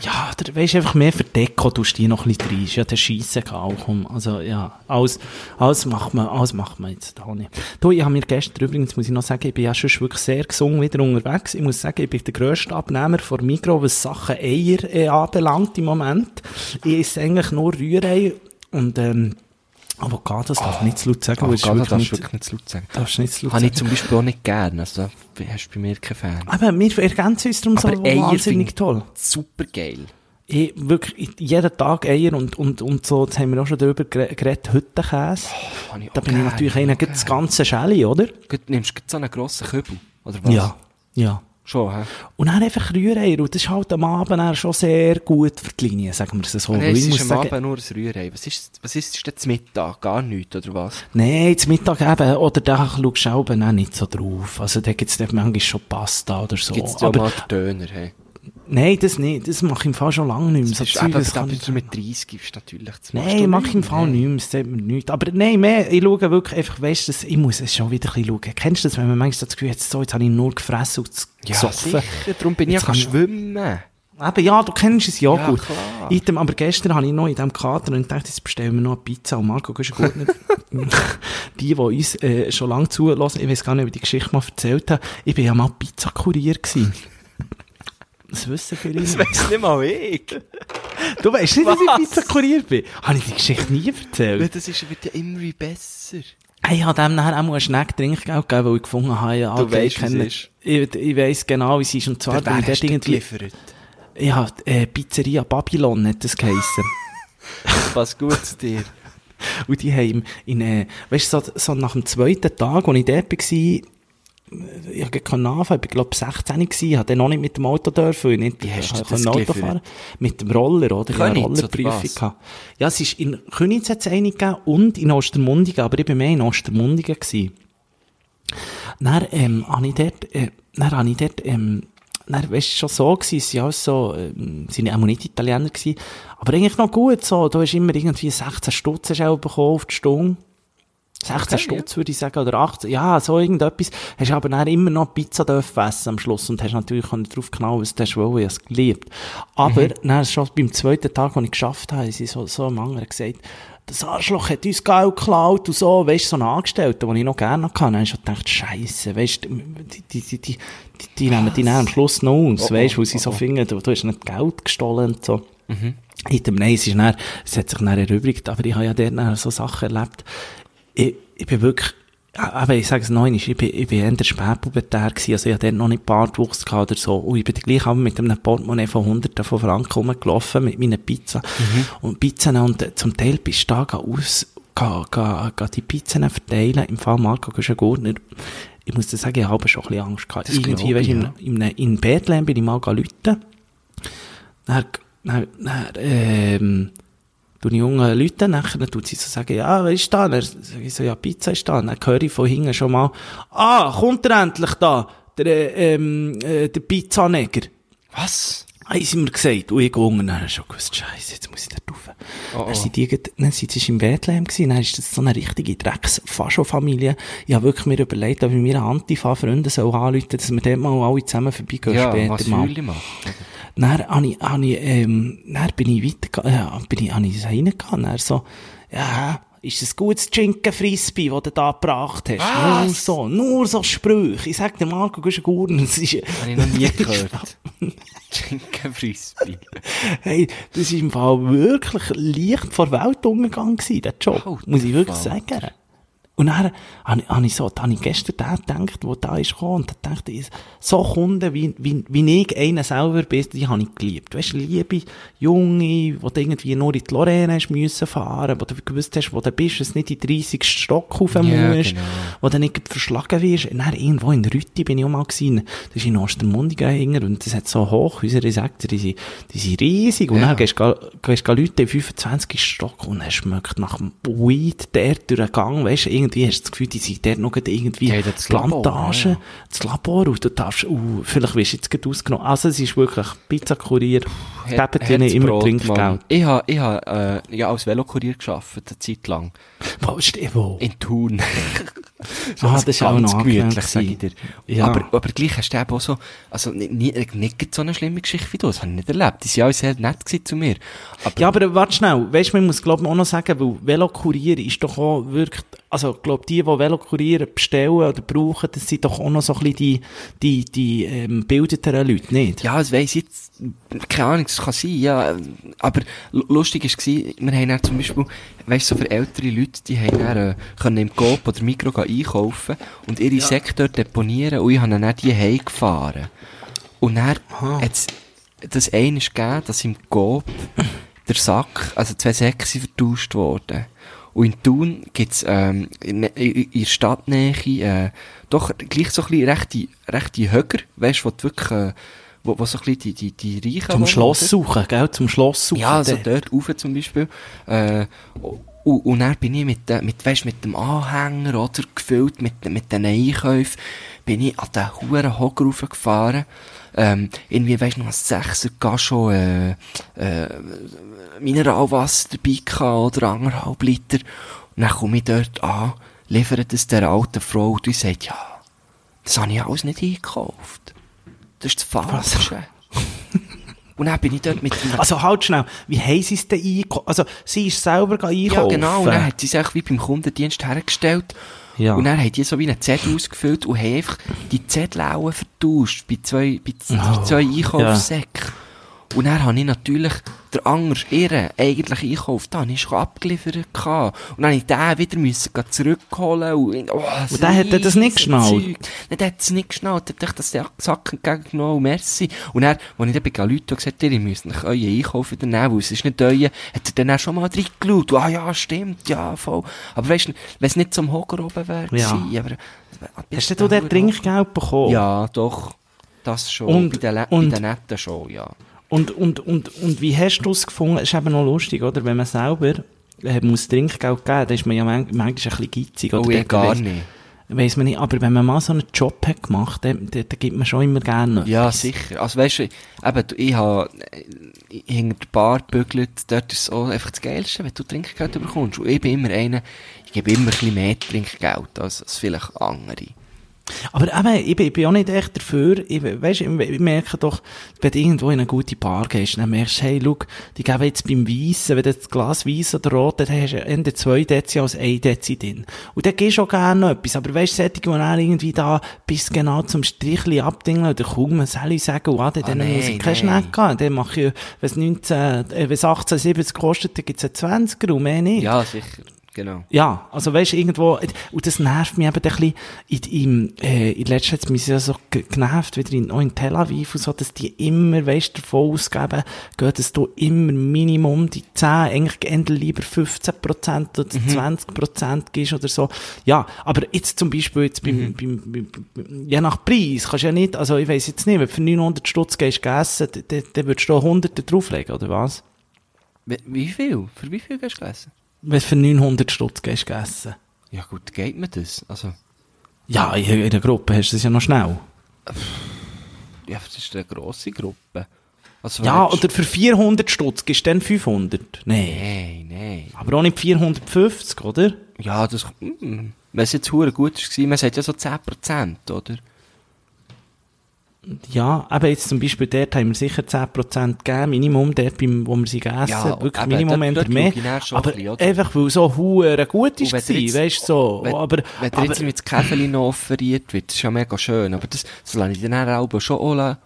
B: Ja, oder weisst einfach mehr für Deko tust du die noch ein bisschen rein. Ist Ja, der Scheisse kann auch um. Also, ja, alles, alles macht man, alles macht man jetzt auch nicht. Du, ich habe mir gestern übrigens, muss ich noch sagen, ich bin ja schon wirklich sehr gesungen wieder unterwegs. Ich muss sagen, ich bin der grösste Abnehmer von Migros, was Sachen Eier äh, anbelangt im Moment. Ich esse eigentlich nur Rührei und, ähm, Avocados darf ich nicht zu laut sagen, weil es ist
C: Avocado
B: wirklich
C: darfst du
B: nicht-
C: wirklich nicht zu laut sagen.
B: darfst du nicht zu laut
C: Habe ich
B: sagen.
C: zum Beispiel auch nicht gern. Also, da hast du bei mir keinen Fan.
B: Aber wir ergänzen uns darum so
C: finde
B: wahnsinnig
C: ich
B: toll.
C: Super geil.
B: Ich, wirklich, ich- jeden Tag Eier und, und, und so, jetzt haben wir auch schon darüber gere- geredet, Hüttenkäse.
C: Oh,
B: da bin ich natürlich einer, okay. das ganze Schäli, oder?
C: Gut, nimmst du so einen grossen Kübel? Oder was?
B: Ja.
C: Schon, hä?
B: Und dann einfach Rührei, und das ist halt am Abend dann schon sehr gut für die Linie, sagen wir es so.
C: Nein,
B: Weil
C: es ist am Abend nur ein Rührei. Was ist, was ist denn zum Mittag? Gar nichts, oder was?
B: Nein, zum Mittag eben, oder da schaust du eben auch nicht so drauf. Also da gibt es manchmal schon Pasta oder so.
C: Gibt es ja
B: aber
C: mal den Döner, hä?
B: nein, das nicht, das mache ich im Fall schon lange nicht mehr.
C: Das
B: So
C: ist
B: Zeug,
C: eben,
B: das
C: da
B: kann ich-
C: bist du mit 30 gibst natürlich zu
B: Nein, mach ich im Fall nicht mehr, das sagt mir nichts. Aber nein, mehr, ich schaue wirklich einfach, weißt du, das- ich muss es schon wieder ein bisschen schauen. Kennst du das, wenn man manchmal das Gefühl hat, so, jetzt habe ich nur gefressen und
C: Ja,
B: gesoffen.
C: sicher. Darum bin ich
B: Jetzt
C: ja
B: kann ich-
C: schwimmen.
B: Eben, ja, du kennst es ja,
C: Ja,
B: gut.
C: klar.
B: In dem, aber gestern habe ich noch in diesem Kater und dachte, jetzt bestellen wir noch eine Pizza. Und Marco, gehst du gut nicht? die, die uns äh, schon lange zulassen, ich weiß gar nicht, ob ich die Geschichte mal erzählt habe, ich bin ja mal Pizzakurier gewesen. Das wissen viele nicht.
C: weiss nicht mal ich.
B: Du weißt nicht, dass ich
C: Was?
B: Pizzakurier bin. Habe ich die Geschichte nie erzählt?
C: Das ist, wird ja immer besser.
B: Hey, Ich habe dem nachher auch mal einen Schneck Trinkgeld gegeben, weil ich gefunden habe, ja, okay,
C: weisst,
B: ich
C: wie es
B: kenne-
C: ist.
B: Ich, ich weiss genau, wie es ist. Und zwar bin ich dort irgendwie, ich habe, äh, Pizzeria Babylon hat das geheissen.
C: Passt gut zu dir.
B: Und die haben in, äh, weißt du, so, so nach dem zweiten Tag, als ich dort war, äh, ich hab keinen Anfang, ich glaube 16 war, hatte noch nicht mit dem Auto dürfen, weil ich nicht
C: Wie hast du
B: äh,
C: das
B: konnte Auto
C: geliefert?
B: fahren. Mit dem Roller, oder? Ich hab eine
C: Königs, oder
B: Rollerprüfung
C: was?
B: gehabt. Ja, es ist in Königs hat es eine gegeben und in Ostermundigen, aber ich war mehr in Ostermundigen. Gewesen. Dann, ähm, habe ich dort, äh, dann habe ich dort, ähm, dann, weisst du, schon so gewesen, sie waren so, ähm, sie waren auch nicht Italiener gewesen, aber eigentlich noch gut so, du hast immer irgendwie 16 Stutz hast du auch bekommen auf die Stunde. 16
C: Okay,
B: Stutz, würde ich sagen, oder 18, ja, so irgendetwas. Hast aber dann immer noch Pizza dürfen essen am Schluss und hast natürlich können drauf genau, was du hast wollen, ich habe es geliebt. Aber,
C: Mhm.
B: dann, schon beim zweiten Tag, als ich geschafft habe, haben sie so, so einem anderen gesagt, das Arschloch hat uns Geld geklaut und so, weißt du, so einen Angestellten, den ich noch gerne hatte. Dann habe ich schon gedacht, Scheiße, weißt du, die, die, die, die, die nehmen die nehmen am Schluss noch aus,
C: Oh,
B: weißt du,
C: oh, Mhm.
B: weil sie so finden, du, du hast nicht Geld gestohlen und so. In dem Nein, es, ist dann, es hat sich dann erübrigt, aber ich habe ja dort dann so Sachen erlebt. Ich, ich bin wirklich, aber ich sage es noch einmal, ich bin, ich bin eher der Spätpubertär gewesen, also ich hatte dort noch nicht Bartwuchs gehabt oder so. Und ich bin dann gleich auch mit einem Portemonnaie von Hunderten von Franken rumgelaufen, mit meiner Pizza.
C: Mhm.
B: Und Pizzen, und äh, zum Teil bist du da geh aus, geh, geh, geh die Pizzen verteilen, im Fall Marco Güschen-Gurtner. Ich muss dir sagen, ich habe schon ein bisschen Angst gehabt.
C: Das
B: Irgendwie,
C: glaub
B: weißt
C: ich,
B: du, in,
C: ja.
B: in, in Bethlehem bin ich mal gelitten. Dann, dann, dann, ähm, tue ich jungen Leuten nachher, dann tut sie so sagen, ja, was ist da? Dann sag ich so, ja, Pizza ist da. Dann höre ich von hinten schon mal, ah, kommt er endlich da, der, äh, ähm, äh, der Pizzaneger.
C: Was?
B: Haben sie mir gesagt, und ich gewungen, dann habe ich schon gewusst, Scheiße, jetzt muss ich da rauf.
C: Oh, oh.
B: Dann sind die, ged- dann sind sie in Bethlehem gewesen, dann ist das so eine richtige Drecks-Fascho-Familie. Ich habe wirklich mir überlegt, ob ich mir eine Antifa-Freunde soll anrufen, dass wir dort mal alle zusammen vorbeigehen
C: Ja, was
B: später mal.
C: Fühle machen.
B: Dann, habe ich, habe ich, ähm, dann bin ich weiter, äh, bin ich, habe ich das reingegangen, dann so, ja, ist das gutes Schinken-Frisbee, das du da gebracht hast?
C: Was?
B: Nur so, nur so Sprüche. Ich sag dir, Marco, du bist ein Gurner, das ist,
C: Habe ich noch nie gehört. Schinken Frisbee.
B: Hey, das war im Fall wirklich leicht vor Weltuntergang, gewesen, der Job.
C: Alter
B: muss ich wirklich
C: Falter.
B: sagen. Und dann habe ich, habe ich so, da habe ich gestern den gedacht, der da ist gekommen, und da dachte ich, so Kunden, wie, wie, wie ich einer selber bin, die habe ich geliebt. Weißt du, liebe Junge, die du irgendwie nur in die Lorraine hast müssen fahren, wo du gewusst hast, wo du bist, dass du nicht in den 30. Stock rauf
C: Ja,
B: musst,
C: genau.
B: wo du nicht verschlagen wirst. Und dann irgendwo in Rütti bin ich auch mal gewesen, das ist in Ostermundigen hinger, und das hat so Hochhäuser, ich sag dir, die sind, die sind riesig, und
C: Ja.
B: dann gehst gehst du- gehst du Leute in 25 Stock und es schmeckt nach dem Weed dort durch den Gang, weißt du, irgendwie hast du das Gefühl, die sind dort noch gerade irgendwie
C: Die haben das Labor,
B: Plantagen,
C: ja.
B: das Labor und du darfst, uh, vielleicht wirst du jetzt gerade ausgenommen. Also es ist wirklich Pizza-Kurier, geben dir nicht immer Trinkgeld.
C: Ich habe, ich habe, äh, ja, als Velokurier gearbeitet, eine Zeit lang.
B: Wo ist der wo?
C: In Thun. So
B: Ah,
C: ein
B: das ist
C: ganz
B: auch noch
C: gemütlich,
B: angenehm
C: sag ich dir.
B: gewesen. Ja.
C: Aber, aber gleich hast du eben auch so, also nicht, nicht, nicht so eine schlimme Geschichte wie du, das habe ich nicht erlebt. Die sind alle sehr nett gewesen zu mir. Aber
B: Ja, aber warte schnell. Weißt du, man muss, glaube ich, auch noch sagen, weil Velokurier ist doch auch wirklich, also, glaube die, die Velokurier bestellen oder brauchen, das sind doch auch noch so ein bisschen die, die, die, ähm, bildeteren Leute, nicht?
C: Ja, das weiss ich jetzt, keine Ahnung, es kann sein, ja. Aber lu- lustig war, wir haben dann zum Beispiel, weißt du, so für ältere Leute, die haben dann, äh, können im Coop oder Mikro gehen einkaufen und ihre Sektor deponieren und ich habe dann die heimgefahren. Und dann hat's das eine ist gegeben, dass im Coop der Sack, also zwei Säcke sind vertauscht worden. Und in Thun gibt's ähm, in, in, in der Stadtnähe äh, doch gleich so ein bisschen rechte, rechte Höger, weißt du, wo du wirklich, äh, wo, wo so ein bisschen die, die, die Reichen...
B: Zum
C: wohnen,
B: Schloss
C: oder?
B: suchen, gell? Zum Schloss suchen.
C: Ja, also
B: Dann-
C: dort rauf zum Beispiel. Äh, und, und dann bin ich mit, den- mit, weißt, mit dem Anhänger, oder, gefüllt mit, mit den Einkäufen, bin ich an den huren Hocker raufgefahren. Ähm, irgendwie, weisst du, noch ein Sechser Gacho, äh, äh, Mineralwasser dabei gehabt, oder anderthalb Liter. Und dann komme ich dort an, liefere das der alten Frau, und die sagt, ja, das habe ich alles nicht eingekauft. Das ist das Falsche. Und dann bin ich dort mit einem
B: Also halt schnell, wie haben sie es denn einkaufen? Also sie ist selber gegangen
C: Ja,
B: einkaufen.
C: genau. Und dann hat sie es auch wie beim Kundendienst hergestellt.
B: Ja.
C: Und dann hat die so wie einen Zettel ausgefüllt und haben einfach die Zettel auch vertauscht bei zwei, bei z-
B: Oh,
C: bei zwei Einkaufssäcken. Und dann habe ich natürlich der anders, ihren eigentlichen Einkauf, da habe ich schon abgeliefert. Gehabt. Und dann musste ich den wieder müssen gehen zurückholen. Und, oh,
B: Und der hat das nicht geschnallt?
C: Nein, der hat es nicht geschnallt. Der hat sich den Sack entgegengenommen, merci. Und er, als ich dann bei Leuten habe gesagt, ihr müsst euch euren Einkauf wieder nehmen, weil es ist nicht euer, hat er dann auch schon mal reingeschaut. Ah ja, stimmt, ja, voll. Aber weisst du, wenn es nicht zum Hocker oben wäre
B: Ja.
C: gewesen, aber...
B: Hast denn du den Trinkgeld bekommen?
C: Ja, doch. Das schon.
B: Und-
C: bei, den, Le-
B: und-
C: bei den Netten schon, ja.
B: Und, und, und, und wie hast du es gefunden? Ist eben noch lustig, oder? Wenn man selber äh, muss Trinkgeld geben, dann ist man ja man manchmal ein bisschen geizig. Oder
C: Oh, ich
B: Dann
C: gar
B: weiss-
C: nicht.
B: Weiss man nicht, aber wenn man mal so einen Job hat gemacht, dann, dann, dann gibt man schon immer gerne
C: Ja,
B: etwas.
C: sicher. Also weißt du, eben, du- ich habe äh, hinter der Bar gebügelt, dort ist es auch einfach das Geilste, wenn du Trinkgeld bekommst. Und ich bin immer einer, ich gebe immer ein bisschen mehr Trinkgeld als, als vielleicht andere.
B: Aber eben, ich bin, ich bin auch nicht echt dafür. Ich, weißt, ich, ich merke doch, wenn du irgendwo in eine gute Bar gehst, dann merkst du, hey, schau, die geben jetzt beim Weissen, wenn du das Glas Weiss oder Rot, dann hast du entweder zwei Dezi als ein Dezi drin. Und dann gehst du auch gerne noch etwas. Aber weißt du, solche, die dann irgendwie da bis genau zum Strichli abdingeln oder kaum ein Sally sagen, oh, dann
C: Ah,
B: muss
C: nein,
B: ich keinen
C: nein.
B: Schneck haben. Dann mache ich, wenn es 19, äh, wenn es 1870 kostet, dann gibt's einen 20er und mehr nicht.
C: Ja, sicher. Genau.
B: Ja, also weißt du, irgendwo, und das nervt mich eben ein bisschen, in, in, äh, in letzter Zeit hat mich ja so ge- genervt, wieder in, auch in Tel Aviv und so, dass die immer, weißt du, davon ausgeben, gehen, dass du immer Minimum die 10, eigentlich endlich lieber 15% oder 20% gibst oder so. Ja, aber jetzt zum Beispiel, jetzt beim, beim, beim, beim, je nach Preis, kannst du ja nicht, also ich weiss jetzt nicht, wenn du für 900 Stutz gehst gegessen, dann- dann dann würdest du auch 100 drauflegen, oder was?
C: Wie, wie viel? Für wie viel hast du gelesen?
B: Wenn du für 900 Stutz gehst gegessen.
C: Ja gut, geht mir das? Also,
B: Ja, in in der Gruppe hast du es ja noch schnell.
C: ja, das ist eine grosse Gruppe. Also,
B: Ja,
C: wenn du-
B: oder für 400 Stutz gibst du dann 500. Nein.
C: Nein, nein.
B: Aber auch nicht 450, oder?
C: Ja, das... Mm, wenn es jetzt verdammt gut war, man sagt ja so 10%, oder?
B: Ja, aber jetzt zum Beispiel dort haben wir sicher 10% gegeben, Minimum, dort, beim, wo wir sie gegessen
C: Ja,
B: haben, wirklich
C: eben,
B: Minimum
C: dort- dort
B: entweder mehr.
C: schaue ich dann schon
B: Aber
C: ein bisschen, oder?
B: einfach, weil so hure gut ist,
C: Und wenn
B: gewesen,
C: dir jetzt-
B: weißt du, so.
C: Wenn,
B: aber,
C: wenn dir
B: aber,
C: jetzt mit Käfeli noch offeriert wird, das ist ja mega schön, aber das, das lasse ich dann auch schon auch la,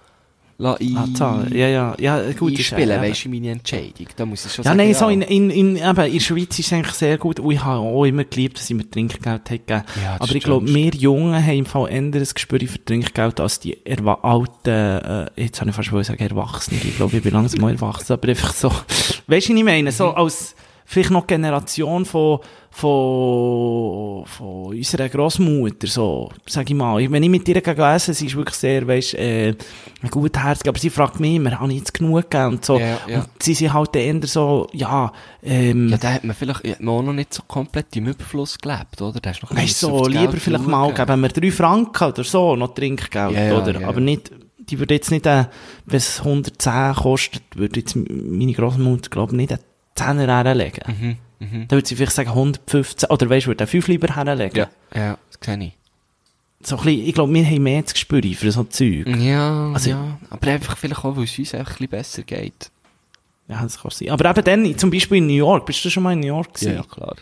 C: la ein,
B: ah, zahlen. ja, ja, ja, gut, ist
C: einspielen,
B: ja,
C: weisst du, meine Entscheidung. Da muss ich schon
B: Ja,
C: sagen,
B: nein, so in, in, in, eben, in der Schweiz ist es eigentlich sehr gut. Und ich habe auch immer geliebt, dass ich mir Trinkgeld hätte gegeben.
C: Ja, das
B: Aber ich
C: stimmt.
B: glaube, wir Jungen haben im Fall eher ein Gespür für Trinkgeld als die erwa alten, äh, jetzt habe ich fast wollen sagen Erwachsenen. Ich glaube, ich bin langsam mal erwachsen, aber einfach so, weißt du, was ich meine? So
C: Mhm.
B: als, vielleicht noch die Generation von, von, von unserer Grossmutter, so, sag ich mal. Ich- Wenn ich mit ihr gelesen sie ist wirklich sehr, weißt, äh, gutherzig, aber sie fragt mich immer, habe ich jetzt genug gegeben und so.
C: Ja, ja.
B: Und sie sind halt eher so, ja, ähm,
C: Ja, da hat man vielleicht hat man auch noch nicht so komplett im Überfluss gelebt, oder? Da hast du noch ein
B: weißt
C: bisschen
B: so,
C: auf das
B: lieber
C: Geld
B: vielleicht
C: schauen.
B: mal geben wir drei Franken oder so, noch Trinkgeld,
C: Ja, ja,
B: oder?
C: ja, ja.
B: Aber nicht, die würde jetzt nicht, äh, wenn es
C: Mhm.
B: 110 kostet, würde jetzt m- meine Großmutter, glaube ich, nicht einen Zehner herlegen. Dann würde sie vielleicht sagen 115, oder weißt du, würde den 5 lieber herlegen.
C: Ja. Ja, das sehe ich.
B: So ein bisschen, ich glaube, wir haben mehr das Gespür für so Zeug.
C: Mhm. Ja,
B: Also-
C: ja. Aber einfach vielleicht auch, weil es uns einfach ein bisschen besser geht.
B: Ja, das kann sein. Aber eben dann, zum Beispiel in New York, bist du schon mal in New York gewesen?
C: klar.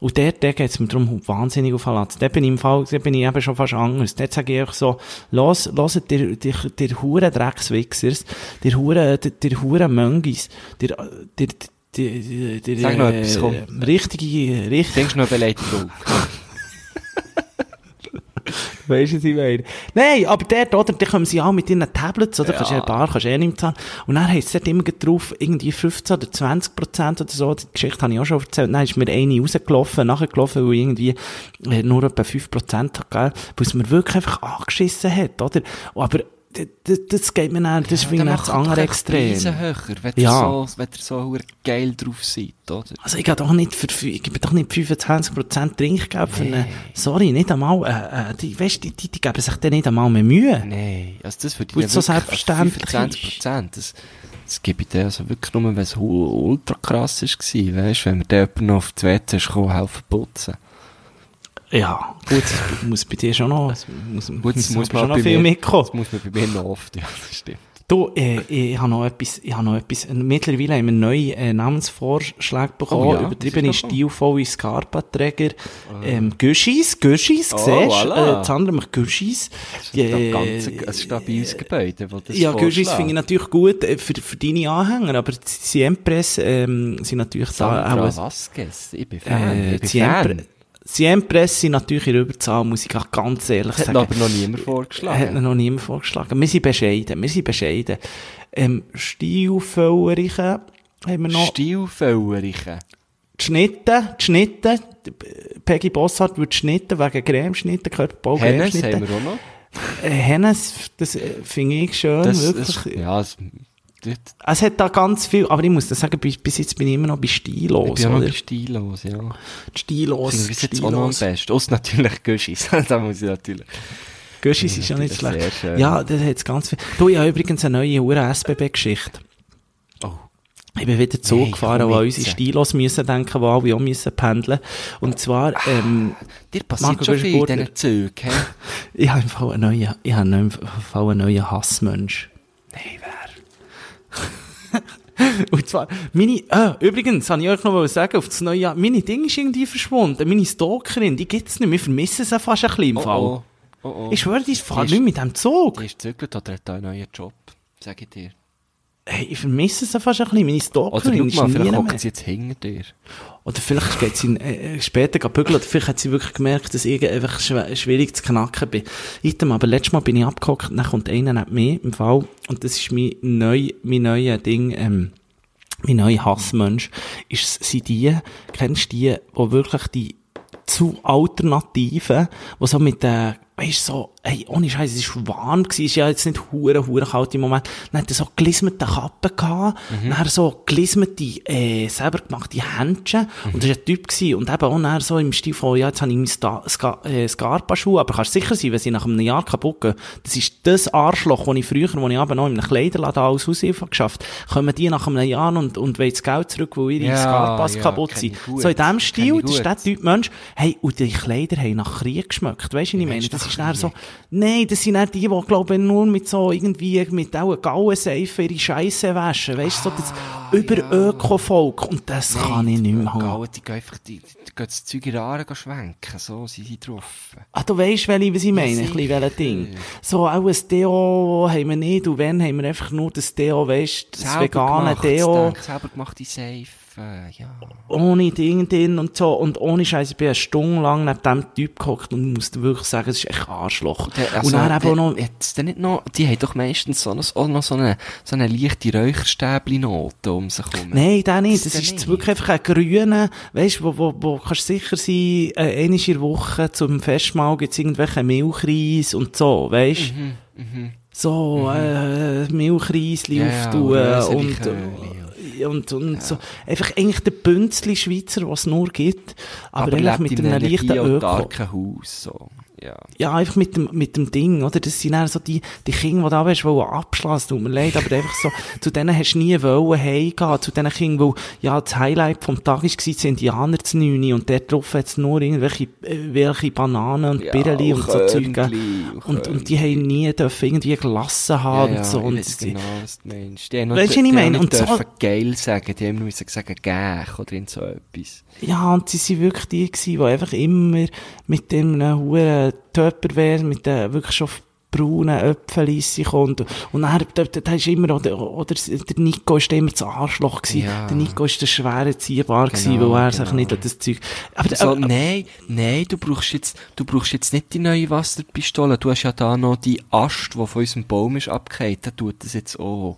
B: Und dort, dort geht's mir darum wahnsinnig auf den Latz. Dort bin ich im Fall, dort bin ich eben schon fast anders. Dort sage ich einfach so, los, loset dir, dir, dir hure Dreckswichsers, dir hure, dir, dir hure Möngis, dir, dir, dir, dir, dir,
C: Sag noch etwas, komm.
B: äh, richtige, richtig,
C: Denkst du noch eine Beleidigung?
B: Weisst du, was ich meine? Nein, aber dort, oder, da kommen sie auch mit ihren Tablets, oder? Kannst du ja ein paar, kannst du eh nicht zahlen. Und dann heisst es dort immer gleich drauf, irgendwie 15 oder 20 Prozent oder so. Die Geschichte habe ich auch schon erzählt. Dann ist mir eine rausgelaufen, nachgelaufen, weil ich irgendwie äh, nur etwa 5 Prozent hat, gell? Weil es mir wirklich einfach angeschissen hat, oder? Aber d- d- das geht mir dann, das ist wie
C: Dann
B: dann
C: macht
B: das
C: doch
B: andere
C: echt die Preise
B: Extrem.
C: höher, wenn ja.
B: Ja.
C: ihr so, wenn ihr so hure geil drauf seid, oder?
B: Also ich gehe doch nicht für, fü- ich gebe doch nicht 25 Prozent Trinkgeld für eine, sorry, nicht einmal, äh, äh, die, weißt, die, die, die geben sich dann nicht einmal mehr Mühe.
C: Nein, also das würde
B: Weil
C: ich
B: es so Eh. selbstverständlich ist.
C: Prozent, das, das gebe ich dir also wirklich nur, wenn es hu- ultra krass ist gewesen, weißt, wenn mir der jemand noch auf die WC ist gekommen, helfen putzen.
B: Ja, gut, das muss bei dir schon noch, muss,
C: Gut, das Also, muss man
B: schon noch
C: bei
B: viel
C: mir-
B: mitkommen.
C: Das muss man bei mir noch oft, ja, das stimmt.
B: Du, äh, ich habe noch etwas, ich habe noch etwas, mittlerweile haben wir neue äh, Namensvorschläge bekommen,
C: Oh ja,
B: übertriebene,
C: das ist doch cool.
B: stilvolle Scarpa-Träger, ähm, Güschis, Güschis,
C: Oh,
B: siehst du,
C: voilà.
B: äh, das andere macht Güschis. Äh,
C: Das ist ein ganz ein stabiles Gebäude, weil das
B: Ja, Güschis
C: vorschlägt.
B: finde ich natürlich gut äh, für, für deine Anhänger, aber die Siempress ähm, sind natürlich da
C: Sandra
B: auch...
C: Vasquez, ich bin Fan,
B: Äh,
C: ich bin
B: Siempre-
C: Fan.
B: Siempress sind natürlich in der Überzahl, muss ich auch ganz ehrlich
C: Das hat
B: sagen.
C: mir aber noch niemand
B: Hat mir
C: vorgeschlagen.
B: noch niemand vorgeschlagen. Wir sind bescheiden, wir sind bescheiden. Ähm, Stilföllerichen haben wir noch.
C: Stilfäulerichen.
B: Die Schnitten, die Schnitten. Die Peggy Bossart wird Schnitten wegen Cremeschnitten, Körperbau,
C: Hennes haben
B: Cremeschnitten.
C: wir auch noch.
B: Äh, Hennes, das äh, finde ich schön,
C: Das,
B: wirklich.
C: das, ja, das, das,
B: Es hat da ganz viel, aber ich muss dir sagen, bis, bis jetzt bin ich immer noch bei
C: ich
B: Stillos,
C: bin auch
B: oder?
C: noch stillos, ja.
B: Stillos,
C: Finde ich jetzt auch noch am besten. Ausser natürlich Göschis. da muss ich natürlich.
B: Göschis ist ja nicht
C: Natürlich
B: schlecht.
C: sehr schön.
B: Ja, das hat's ganz viel. Du, ich habe übrigens eine neue Ur-SBB-Geschichte.
C: Oh.
B: Ich bin wieder Zug
C: Nein,
B: gefahren,
C: komm
B: wo an
C: jetzt.
B: unsere Stilos müssen denken, wo alle auch müssen pendeln. Und zwar, ähm,
C: Dir passiert
B: Marco,
C: schon
B: bist du
C: viel in
B: Gurtner?
C: diesen Zügen, hä?
B: ich habe im Fall einen neuen, ich habe im Fall einen neuen Hassmensch. Nein, wer? Und zwar, meine, ah, übrigens, habe ich euch noch mal sagen, auf das neue Jahr, meine Ding ist irgendwie verschwunden, meine Stalkerin, die gibt's nicht, wir vermissen sie fast ein bisschen im
C: Oh,
B: Fall.
C: oh. Oh, oh.
B: Ich schwöre, die fahren
C: ist-
B: nicht mit dem Zug.
C: Die ist gezögert oder hat da einen neuen Job. Sag ich dir.
B: Hey, ich vermisse sie fast ein bisschen, meine
C: Oder
B: Stalkerin
C: Also, schau
B: ist
C: mal,
B: nie
C: vielleicht
B: mehr.
C: hockt sie jetzt hinter dir.
B: Oder vielleicht geht sie äh, äh, später gehen bügeln, oder vielleicht hat sie wirklich gemerkt, dass ich einfach schw schwierig zu knacken bin. Item, aber letztes Mal bin ich abgehockt, dann kommt einer nicht mehr im Fall, und das ist mein neu, mein neues Ding, ähm, mein neuer Hassmensch, ist, sind die, kennst du die, wo wirklich die zu Alternativen, wo so mit den, weißt so, hey, ohne Scheiß, es war warm gewesen, es ist ja jetzt nicht hure, hure kalt im Moment. Dann hat er so gelismete Kappen gehabt, dann so gelismete, äh, selber gemachte Händchen. Und das war ein Typ gewesen. Und eben auch dann so im Stil von, ja, jetzt habe ich meinen Sta- Ska- äh, Scarpa-Schuh, aber kannst sicher sein, wenn sie nach einem Jahr kaputt gehen, das ist das Arschloch, das ich früher, wo ich aber noch in einem Kleiderladen alles aushilfe geschafft, kommen die nach einem Jahr und, und wollen das Geld zurück, weil ihre
C: Ja,
B: Scarpas
C: ja,
B: kaputt
C: kenn
B: sind.
C: ich gut.
B: So in
C: Kenn
B: dem
C: ich
B: Stil, das
C: gut.
B: ist der Typ Mensch, hey, und die Kleider haben nach Krieg geschmeckt. Weißt du, was ich meine?
C: meinst
B: Das
C: nach
B: ist dann so, nein, das sind dann die, die, glaube ich, nur mit so irgendwie, mit auch Gauenseife ihre Scheiße waschen. Weißt du, so das über Öko-Volk. Und das kann ich nicht mehr haben.
C: Gell, Die gehen einfach, die, die gehen das Zeug in den Haaren schwenken. So sind sie drauf.
B: Ah, du weisst, welche, was ich meine, ein bisschen welches Ding. So, auch ein Deo haben wir nicht, und wenn, haben wir einfach nur das Deo, weisst, das
C: Selber
B: vegane
C: gemacht,
B: Deo,
C: denk, Selber gemachte Seife, ja.
B: ohne Ding drin und so, und ohne Scheiße, ich bin eine Stunde lang neben diesem Typ gehockt und muss dir wirklich sagen, es ist echt ein Arschloch.
C: Der-
B: und
C: also,
B: dann eben auch noch,
C: der- Hat's denn nicht noch, die haben doch meistens so, noch, auch noch so eine, so eine leichte Räucherstäbli-Note um sich herum.
B: Nein, der nicht. Das,
C: Das denn
B: ist
C: nicht?
B: wirklich einfach ein grüner, weisst, wo, wo, wo kannst sicher sein, äh, einmal in der Woche zum Festmahl gibt's irgendwelche Milchreis und so, weisst.
C: Mhm,
B: So, äh, Milchreisli
C: Ja, ja,
B: auftun
C: oder
B: und,
C: Röseliköli.
B: äh, und, und so. Einfach eigentlich der Bünzli Schweizer, was es nur gibt. Aber,
C: aber
B: eigentlich
C: lebt
B: mit
C: in
B: einem leichten Öko.
C: autarken Haus, so. Ja.
B: Ja, einfach mit dem, mit dem Ding, oder? Das sind dann so die, die Kinder, die da wärst, wollen abschlagen, tut mir leid, aber einfach so, zu denen hast du nie wollen heimgehen, zu diesen Kindern, weil, ja, das Highlight vom Tag war, das Indianer zu 9 und dort drauf hat es nur irgendwelche, äh, welche Bananen und
C: Ja,
B: Birreli und so Zeug gegeben.
C: Körnchen,
B: Und, und die haben nie dürfen irgendwie Glassen haben und so.
C: ich
B: Und
C: weiss
B: sie-
C: genau, was du meinst. Die haben
B: Weisst du, was ich
C: die haben
B: meine?
C: nicht
B: Und so-
C: dürfen geil sagen, die haben nur müssen sagen, gäch oder irgend so etwas.
B: Ja, und sie waren wirklich die, gewesen, die einfach immer mit dem hohen Töpperwehr, mit den wirklich schon braunen Äpfeln kommt. Und dann, da, da, da ist immer, oder, oder der Nico ist immer das Arschloch gewesen.
C: Ja.
B: Der Nico ist der schwere Ziehbar gewesen,
C: Genau,
B: weil er sich
C: genau.
B: nicht an das Zeug... Aber, äh,
C: So,
B: aber,
C: nein, nein, du brauchst jetzt, du brauchst jetzt nicht die neue Wasserpistole. Du hast ja da noch die Ast, die von unserem Baum ist abgehängt. Der tut das jetzt auch.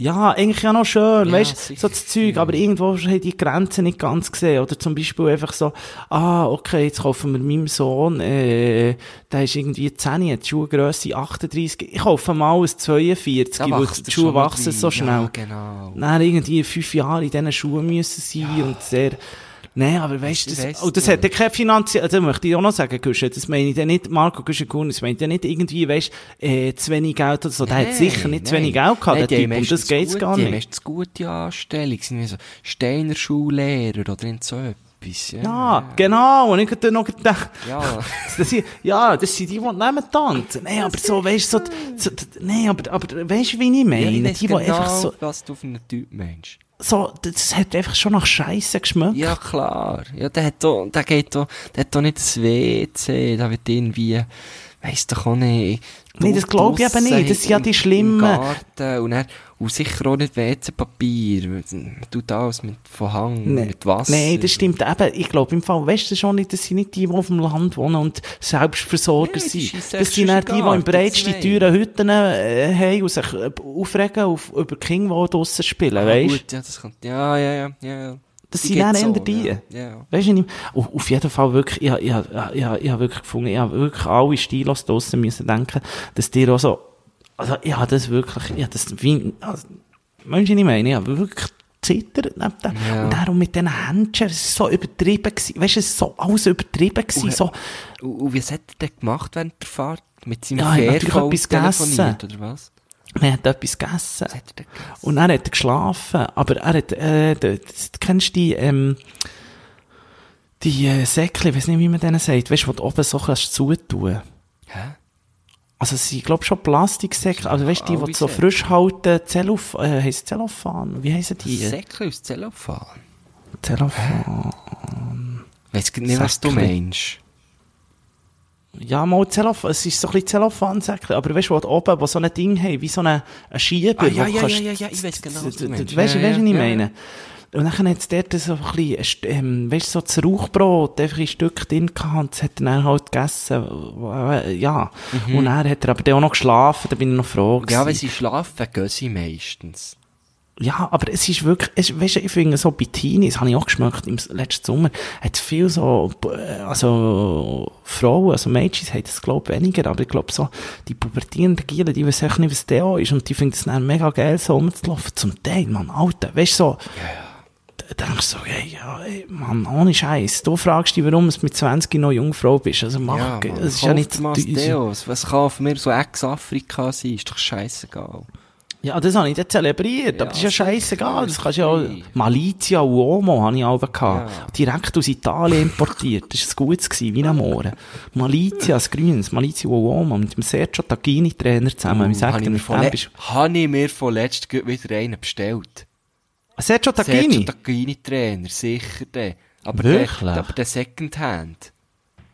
B: ja, eigentlich ja noch schön,
C: Ja,
B: weißt
C: sicher.
B: so das Zeug, aber irgendwo hast du halt die Grenzen nicht ganz gesehen. Oder zum Beispiel einfach so, ah, okay, jetzt kaufen wir meinem Sohn, äh, der ist irgendwie 10, hat die Schuhgrösse 38, ich kaufe mal ein 42, weil die
C: er
B: Schuhe
C: schon noch
B: wachsen
C: rein.
B: so schnell.
C: Ja, genau.
B: Nein, irgendwie fünf Jahre in diesen Schuhen müssen sein und sehr... Nein, aber weißt du,
C: Ich
B: das,
C: weiss
B: und das
C: nicht.
B: hat ja keine Finanzierung, also möchte ich auch noch sagen, Guschen, das meine ich dann nicht, Marco Guschen das meine ich dann nicht irgendwie, weißt du, äh, zu wenig Geld oder so, der hat
C: Nein,
B: sicher nicht zu
C: nein.
B: wenig Geld gehabt,
C: Nein,
B: der
C: die haben
B: Typ, und das
C: meistens
B: geht's
C: gut-
B: gar
C: Die haben
B: nicht.
C: meistens gute Anstellung, sind wie so Steinerschullehrer oder irgend so etwas. Ja,
B: Ja, genau, und ich hab dann noch gedacht,
C: Ja.
B: das sind, ja, das sind die, die nehmen tanzen. Nein, aber so, weißt du, so, so, nein, aber, aber weißt du, wie ich
C: Ja,
B: meine?
C: ich weiss
B: die, die
C: genau,
B: einfach so,
C: was du für einen Typ meinst.
B: so, das hat einfach schon nach Scheiße geschmeckt.
C: Ja, klar. Ja, der hat doch, der geht doch, der hat doch nicht das WC, der wird irgendwie, weiss doch auch nicht.
B: Nein, das glaub ich eben
C: draussen
B: nicht. Das sind ja die
C: im-
B: Schlimmen.
C: Im Garten und er, und sicher auch nicht WC-Papier. Man tut alles mit, von Hang, mit Wasser.
B: Nein, das stimmt eben. Ich glaube im Fall, weißt du schon nicht, das sind nicht die, die auf dem Land wohnen und Selbstversorger
C: Nein, die
B: sind.
C: scheissen
B: Das
C: sich
B: sind
C: schon
B: dann die, die
C: gar,
B: im breitsten
C: das meine ich.
B: teuren Hütten äh, haben und sich äh, aufregen auf, über die Kinder, die draussen spielen,
C: Ah,
B: weißt du?
C: gut, ja, das kommt, ja, ja, ja, ja, ja.
B: Das
C: Die
B: sind
C: geht's
B: dann
C: so,
B: eher die.
C: Ja, ja.
B: Weißt du, ich, auf, auf jeden Fall wirklich, ich, hab- ich, hab- ich, hab- ich habe wirklich gefunden, ich habe wirklich alle Stilos draussen müssen denken, dass die auch so, also ich habe das wirklich, ich habe das, wie, also, Menschen, ich meine, ich habe wirklich zittert neben dem.
C: Ja.
B: Und darum mit diesen Händchen, es war so übertrieben gewesen, weißt du, es war so alles übertrieben gewesen,
C: Und-
B: so,
C: Und, und was hat er denn gemacht während der Fahrt? Mit seinem
B: Ja, er hat natürlich
C: Fairphone
B: etwas
C: telefoniert, oder was?
B: man hat etwas gegessen.
C: Was hat er denn gegessen?
B: Und dann hat er geschlafen, aber er hat, äh, d- d- kennst du die, ähm, die äh, Säckchen, ich weiß nicht, wie man denen sagt, weißt du, wo du oben so kannst zutun.
C: Hä?
B: Also es sind, glaube ich, schon Plastiksäcke, also weißt du, die, die
C: Alle
B: du so
C: Säcke.
B: frisch halten, Zellof äh, heisst Zellophan, wie heissen die?
C: Säckchen aus Zellophan.
B: Zellophan.
C: Weiss grad nicht, was du
B: Säckchen.
C: meinst.
B: Ja, mal Zellophan, es ist so ein bisschen Zellophan-Säckchen, aber weißt du, wo die oben, wo so ein Ding haben, wie so ein ein Schieber,
C: Ah, ja,
B: wo du
C: ja,
B: kannst-
C: ja, ja, ja, ich weiss genau, was du
B: d- d-
C: meinst.
B: Weißt du,
C: Ja,
B: weißt du, was ich
C: ja, ja,
B: meine? Und dann hat es dort so ein bisschen, ein St- ähm, weißt du, so das Rauchbrot einfach in Stück drin gehabt und das hat er dann halt gegessen, äh, ja. Und dann hat er aber dann auch noch geschlafen, da bin ich noch froh
C: Mhm. Ja,
B: gewesen.
C: wenn sie schlafen, gehen sie meistens.
B: Ja, aber es ist wirklich, es, weißt du, ich finde so bei Teenies, habe ich auch geschmeckt, im letzten Sommer, hat es viel so, äh, also Frauen, also Mädchen haben das, glaube ich, weniger, aber ich glaube so, die pubertierenden Gielen, die wissen echt nicht, was der ist und die finden es dann mega geil, so rumzulaufen, zum Teil, Mann, Alter, weißt du, so, da denkst du so, ey, ja, ey, Mann, ohne Scheiß, du fragst dich, warum du mit 20 noch Jungfrau bist, also mach,
C: Mann,
B: es ist ja nicht
C: kauft mal
B: teuer.
C: Deos. Was kann auf mir so Ex-Afrika sein? Ist doch scheißegal.
B: Ja, das habe ich dann zelebriert, aber
C: Ja, also,
B: das ist ja
C: sicher,
B: scheißegal. Das
C: sicher.
B: kannst du ja auch, Malizia und Uomo habe ich auch gehabt.
C: Ja.
B: Direkt aus Italien importiert. Das war ein gutes, gewesen, wie ein Mohren. Malizia, das Grünes, Malizia und Uomo mit dem Sergio Tacchini Trainer zusammen. Ich sag
C: Oh, Habe ich
B: dir,
C: mir
B: mit
C: von
B: dem
C: le-
B: bist
C: Habe ich mir von letztem gut wieder einen bestellt.
B: Sergio
C: Sergio
B: Tacchini?
C: Tacchini Trainer, sicher der. Aber
B: Wirklich?
C: der, aber der Secondhand.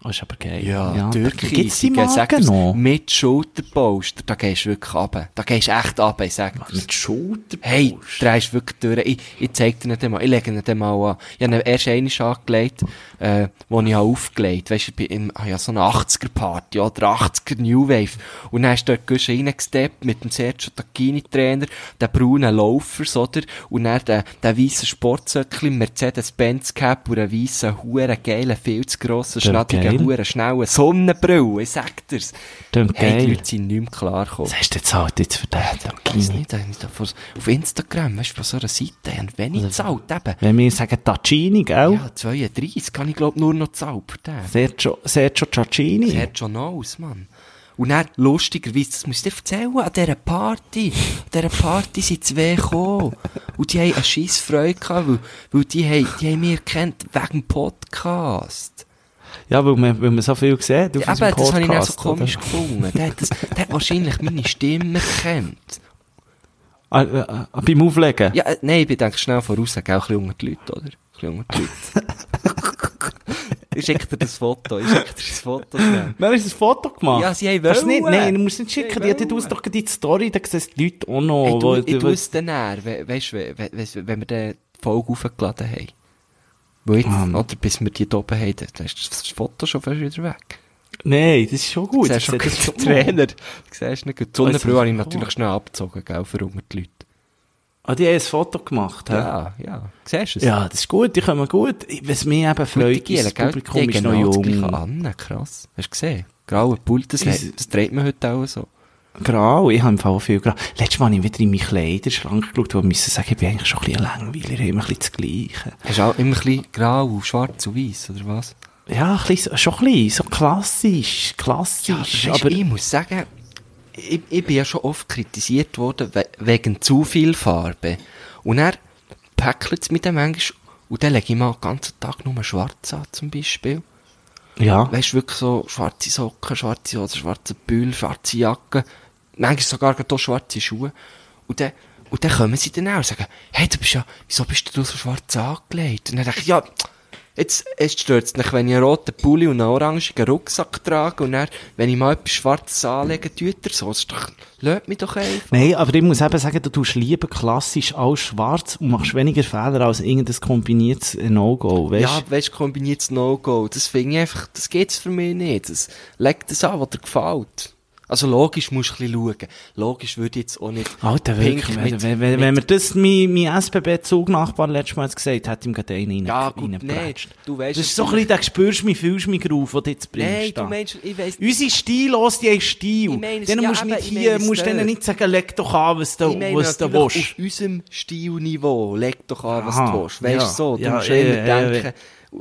B: Oh, ist aber geil.
C: Ja,
B: Türkei. Gibt's die
C: Türkei, sag
B: Marke
C: dir's,
B: noch?
C: Mit Schulterpolster, da gehst du wirklich runter. Da gehst du echt runter, ich sag dir's.
B: Mit Schulter?
C: Hey, drehst wirklich durch. Ich, ich zeig dir nicht mal. Ich lege nicht mal an. Ich habe ihn erst einmal angelegt, äh, wo ich habe aufgelegt habe. Weißt du, ich bin in, ah ja, so eine 80er-Party, oder 80er New Wave. Und dann hast du dort Gusch reingesteppt mit dem Sergio Tacchini-Trainer, den braunen Laufers, oder? Und dann den, den weißen Sportsöckchen, Mercedes-Benz-Cap und einen weißen, huren geilen, viel zu grossen, schnattigen einer
B: geil.
C: huren schnellen Sonnenbrille, ich sag dir's.
B: Klingt
C: Hey, die
B: geil.
C: Leute sind nicht mehr klargekommen.
B: Was hast du jetzt halt jetzt für den?
C: Weiss nicht, da haben wir da vor- auf Instagram, weißt du, von so einer Seite, haben wenig
B: Also,
C: gezahlt eben.
B: Wenn wir sagen Tacchini, gell?
C: Ja, 32 kann ich glaub nur noch zahlen für den.
B: Sergio, Sergio Tacchini.
C: Das hört schon aus, Mann. Und dann, lustigerweise, das muss ich dir erzählen, an dieser Party, an dieser Party sind zwei gekommen. Und die haben eine scheisse Freude gehabt, weil, weil die haben, die haben mich erkannt wegen dem Podcast.
B: ja, weil man, weil man so viel sieht auf
C: Ja,
B: unserem
C: eben, das habe ich dann so
B: Podcast.
C: komisch
B: oder?
C: gefunden. Der hat, das, der hat wahrscheinlich meine Stimme erkannt.
B: Ah, ah, ah, beim Auflegen?
C: Ja, äh, nein, ich denke schnell voraus, gell, ein bisschen unter die Leute, oder? Ein bisschen unter die Leute. ich schicke dir das Foto, ich schicke dir das Foto schnell.
B: Dann hast du ein Foto gemacht.
C: Ja, sie haben
B: Kannst du
C: wollen.
B: nicht, Nein, du musst nicht
C: Sie haben
B: schicken. Die, die,
C: wollen.
B: du hast doch gerade in die Story, da siehst du die Leute auch noch.
C: Hey, du,
B: wo-
C: ich
B: wo-
C: tue es dann näher, we weißt du, we we wenn wir die Folge aufgeladen haben. Wo jetzt, oder bis wir die da oben haben, dann ist das Foto schon fast wieder weg.
B: Nein, das ist schon gut.
C: Du siehst schon
B: Das
C: gut
B: sieht
C: den
B: das schon mal.
C: Trainer. Du siehst nicht gut. Die Sonnenbrille
B: Also,
C: habe ich
B: oh.
C: natürlich schnell abgezogen, gell, für unter die Leute.
B: Ah, die haben ein Foto gemacht, hä?
C: Ja, ja. Siehst du es?
B: Ja, das ist gut, die kommen gut. Was mich eben
C: Leute,
B: freut,
C: die
B: ist, das
C: gell, die
B: Publikum
C: haben
B: ist noch
C: genau das gleiche
B: jung.
C: an. Krass. Hast du gesehen? Grauer Pult, das,
B: Ist-
C: das dreht man heute auch so.
B: Grau, ich habe im Fall auch viel grau. Letztes Mal habe ich wieder in meinen Kleiderschrank geschaut, wo ich müssen sagen, ich bin eigentlich schon ein bisschen langweilig, ich habe immer ein bisschen das Gleiche.
C: Hast du auch immer ein bisschen grau, und schwarz und weiß, oder was?
B: Ja, ein bisschen, so- schon ein bisschen, so klassisch, klassisch.
C: Weisst,
B: aber
C: ich muss sagen, ich, ich bin ja schon oft kritisiert worden we wegen zu viel Farbe. Und er päckelt es mit dem manchmal und dann lege ich mal den ganzen Tag nur schwarz an, zum Beispiel.
B: ja,
C: Weißt du, wirklich so schwarze Socken, schwarze Hosen, schwarze Bühl, schwarze Jacke, manchmal sogar gerade auch schwarze Schuhe. Und dann, und dann kommen sie dann auch und sagen, hey, du bist ja, wieso bist du so schwarz angelegt? Und dann denke ich, ja, jetzt, jetzt stört es mich, wenn ich einen roten Pulli und einen orangigen Rucksack trage und dann, wenn ich mal etwas Schwarzes anlege, tut er so. Das ist doch, lädt mich doch einfach.
B: Nein, aber ich muss eben sagen, du tust lieber klassisch alles schwarz und machst weniger Fehler als irgendein kombiniertes äh, No-Go, weißt
C: Ja, weißt du, kombiniertes No-Go. Das finde ich einfach, das geht's für mich nicht. Das, leg das an, was dir gefällt. Also logisch musst du ein bisschen schauen. Logisch würde ich jetzt auch nicht.
B: Alter,
C: pink
B: wirklich,
C: mit-
B: wenn, wenn, wenn, wenn mir das mein, mein SBB-Zugnachbar letztes Mal jetzt gesagt hat, ihm gerade einen rein,
C: Ja, gut,
B: reingeprätscht.
C: nee, du weisst
B: Das
C: es
B: ist so ein bisschen, da spürst du mich, fühlst du mich drauf, was du jetzt bringst.
C: Nein, du
B: da.
C: meinst, ich weiss, ich
B: Unsere Stilos, die haben Stil.
C: Ich meine es,
B: denen
C: ja,
B: musst du
C: eben,
B: nicht
C: ich meine
B: hier,
C: es
B: musst denen
C: dort.
B: nicht sagen, leg doch an, was du,
C: meine
B: was du willst.
C: natürlich auf unserem Stilniveau. Leg doch an, was
B: Aha,
C: du willst. Weißt du
B: ja,
C: so, du
B: ja,
C: musst
B: ja,
C: immer
B: ja, ja,
C: denken,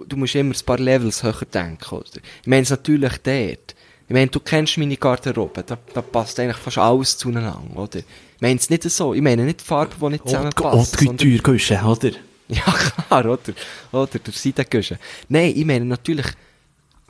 C: du musst immer ein paar Levels höher denken. Oder? Ich meine es natürlich dort. Ich meine, du kennst meine Garderobe, da, da passt eigentlich fast alles zueinander, oder? Ich meine es nicht so, ich meine nicht die Farbe, die nicht zusammenpasst.
B: Haute
C: sondern-
B: Couture küssen, oder?
C: Ja, klar, oder? Oder der Seidengüschen. Nein, ich meine natürlich,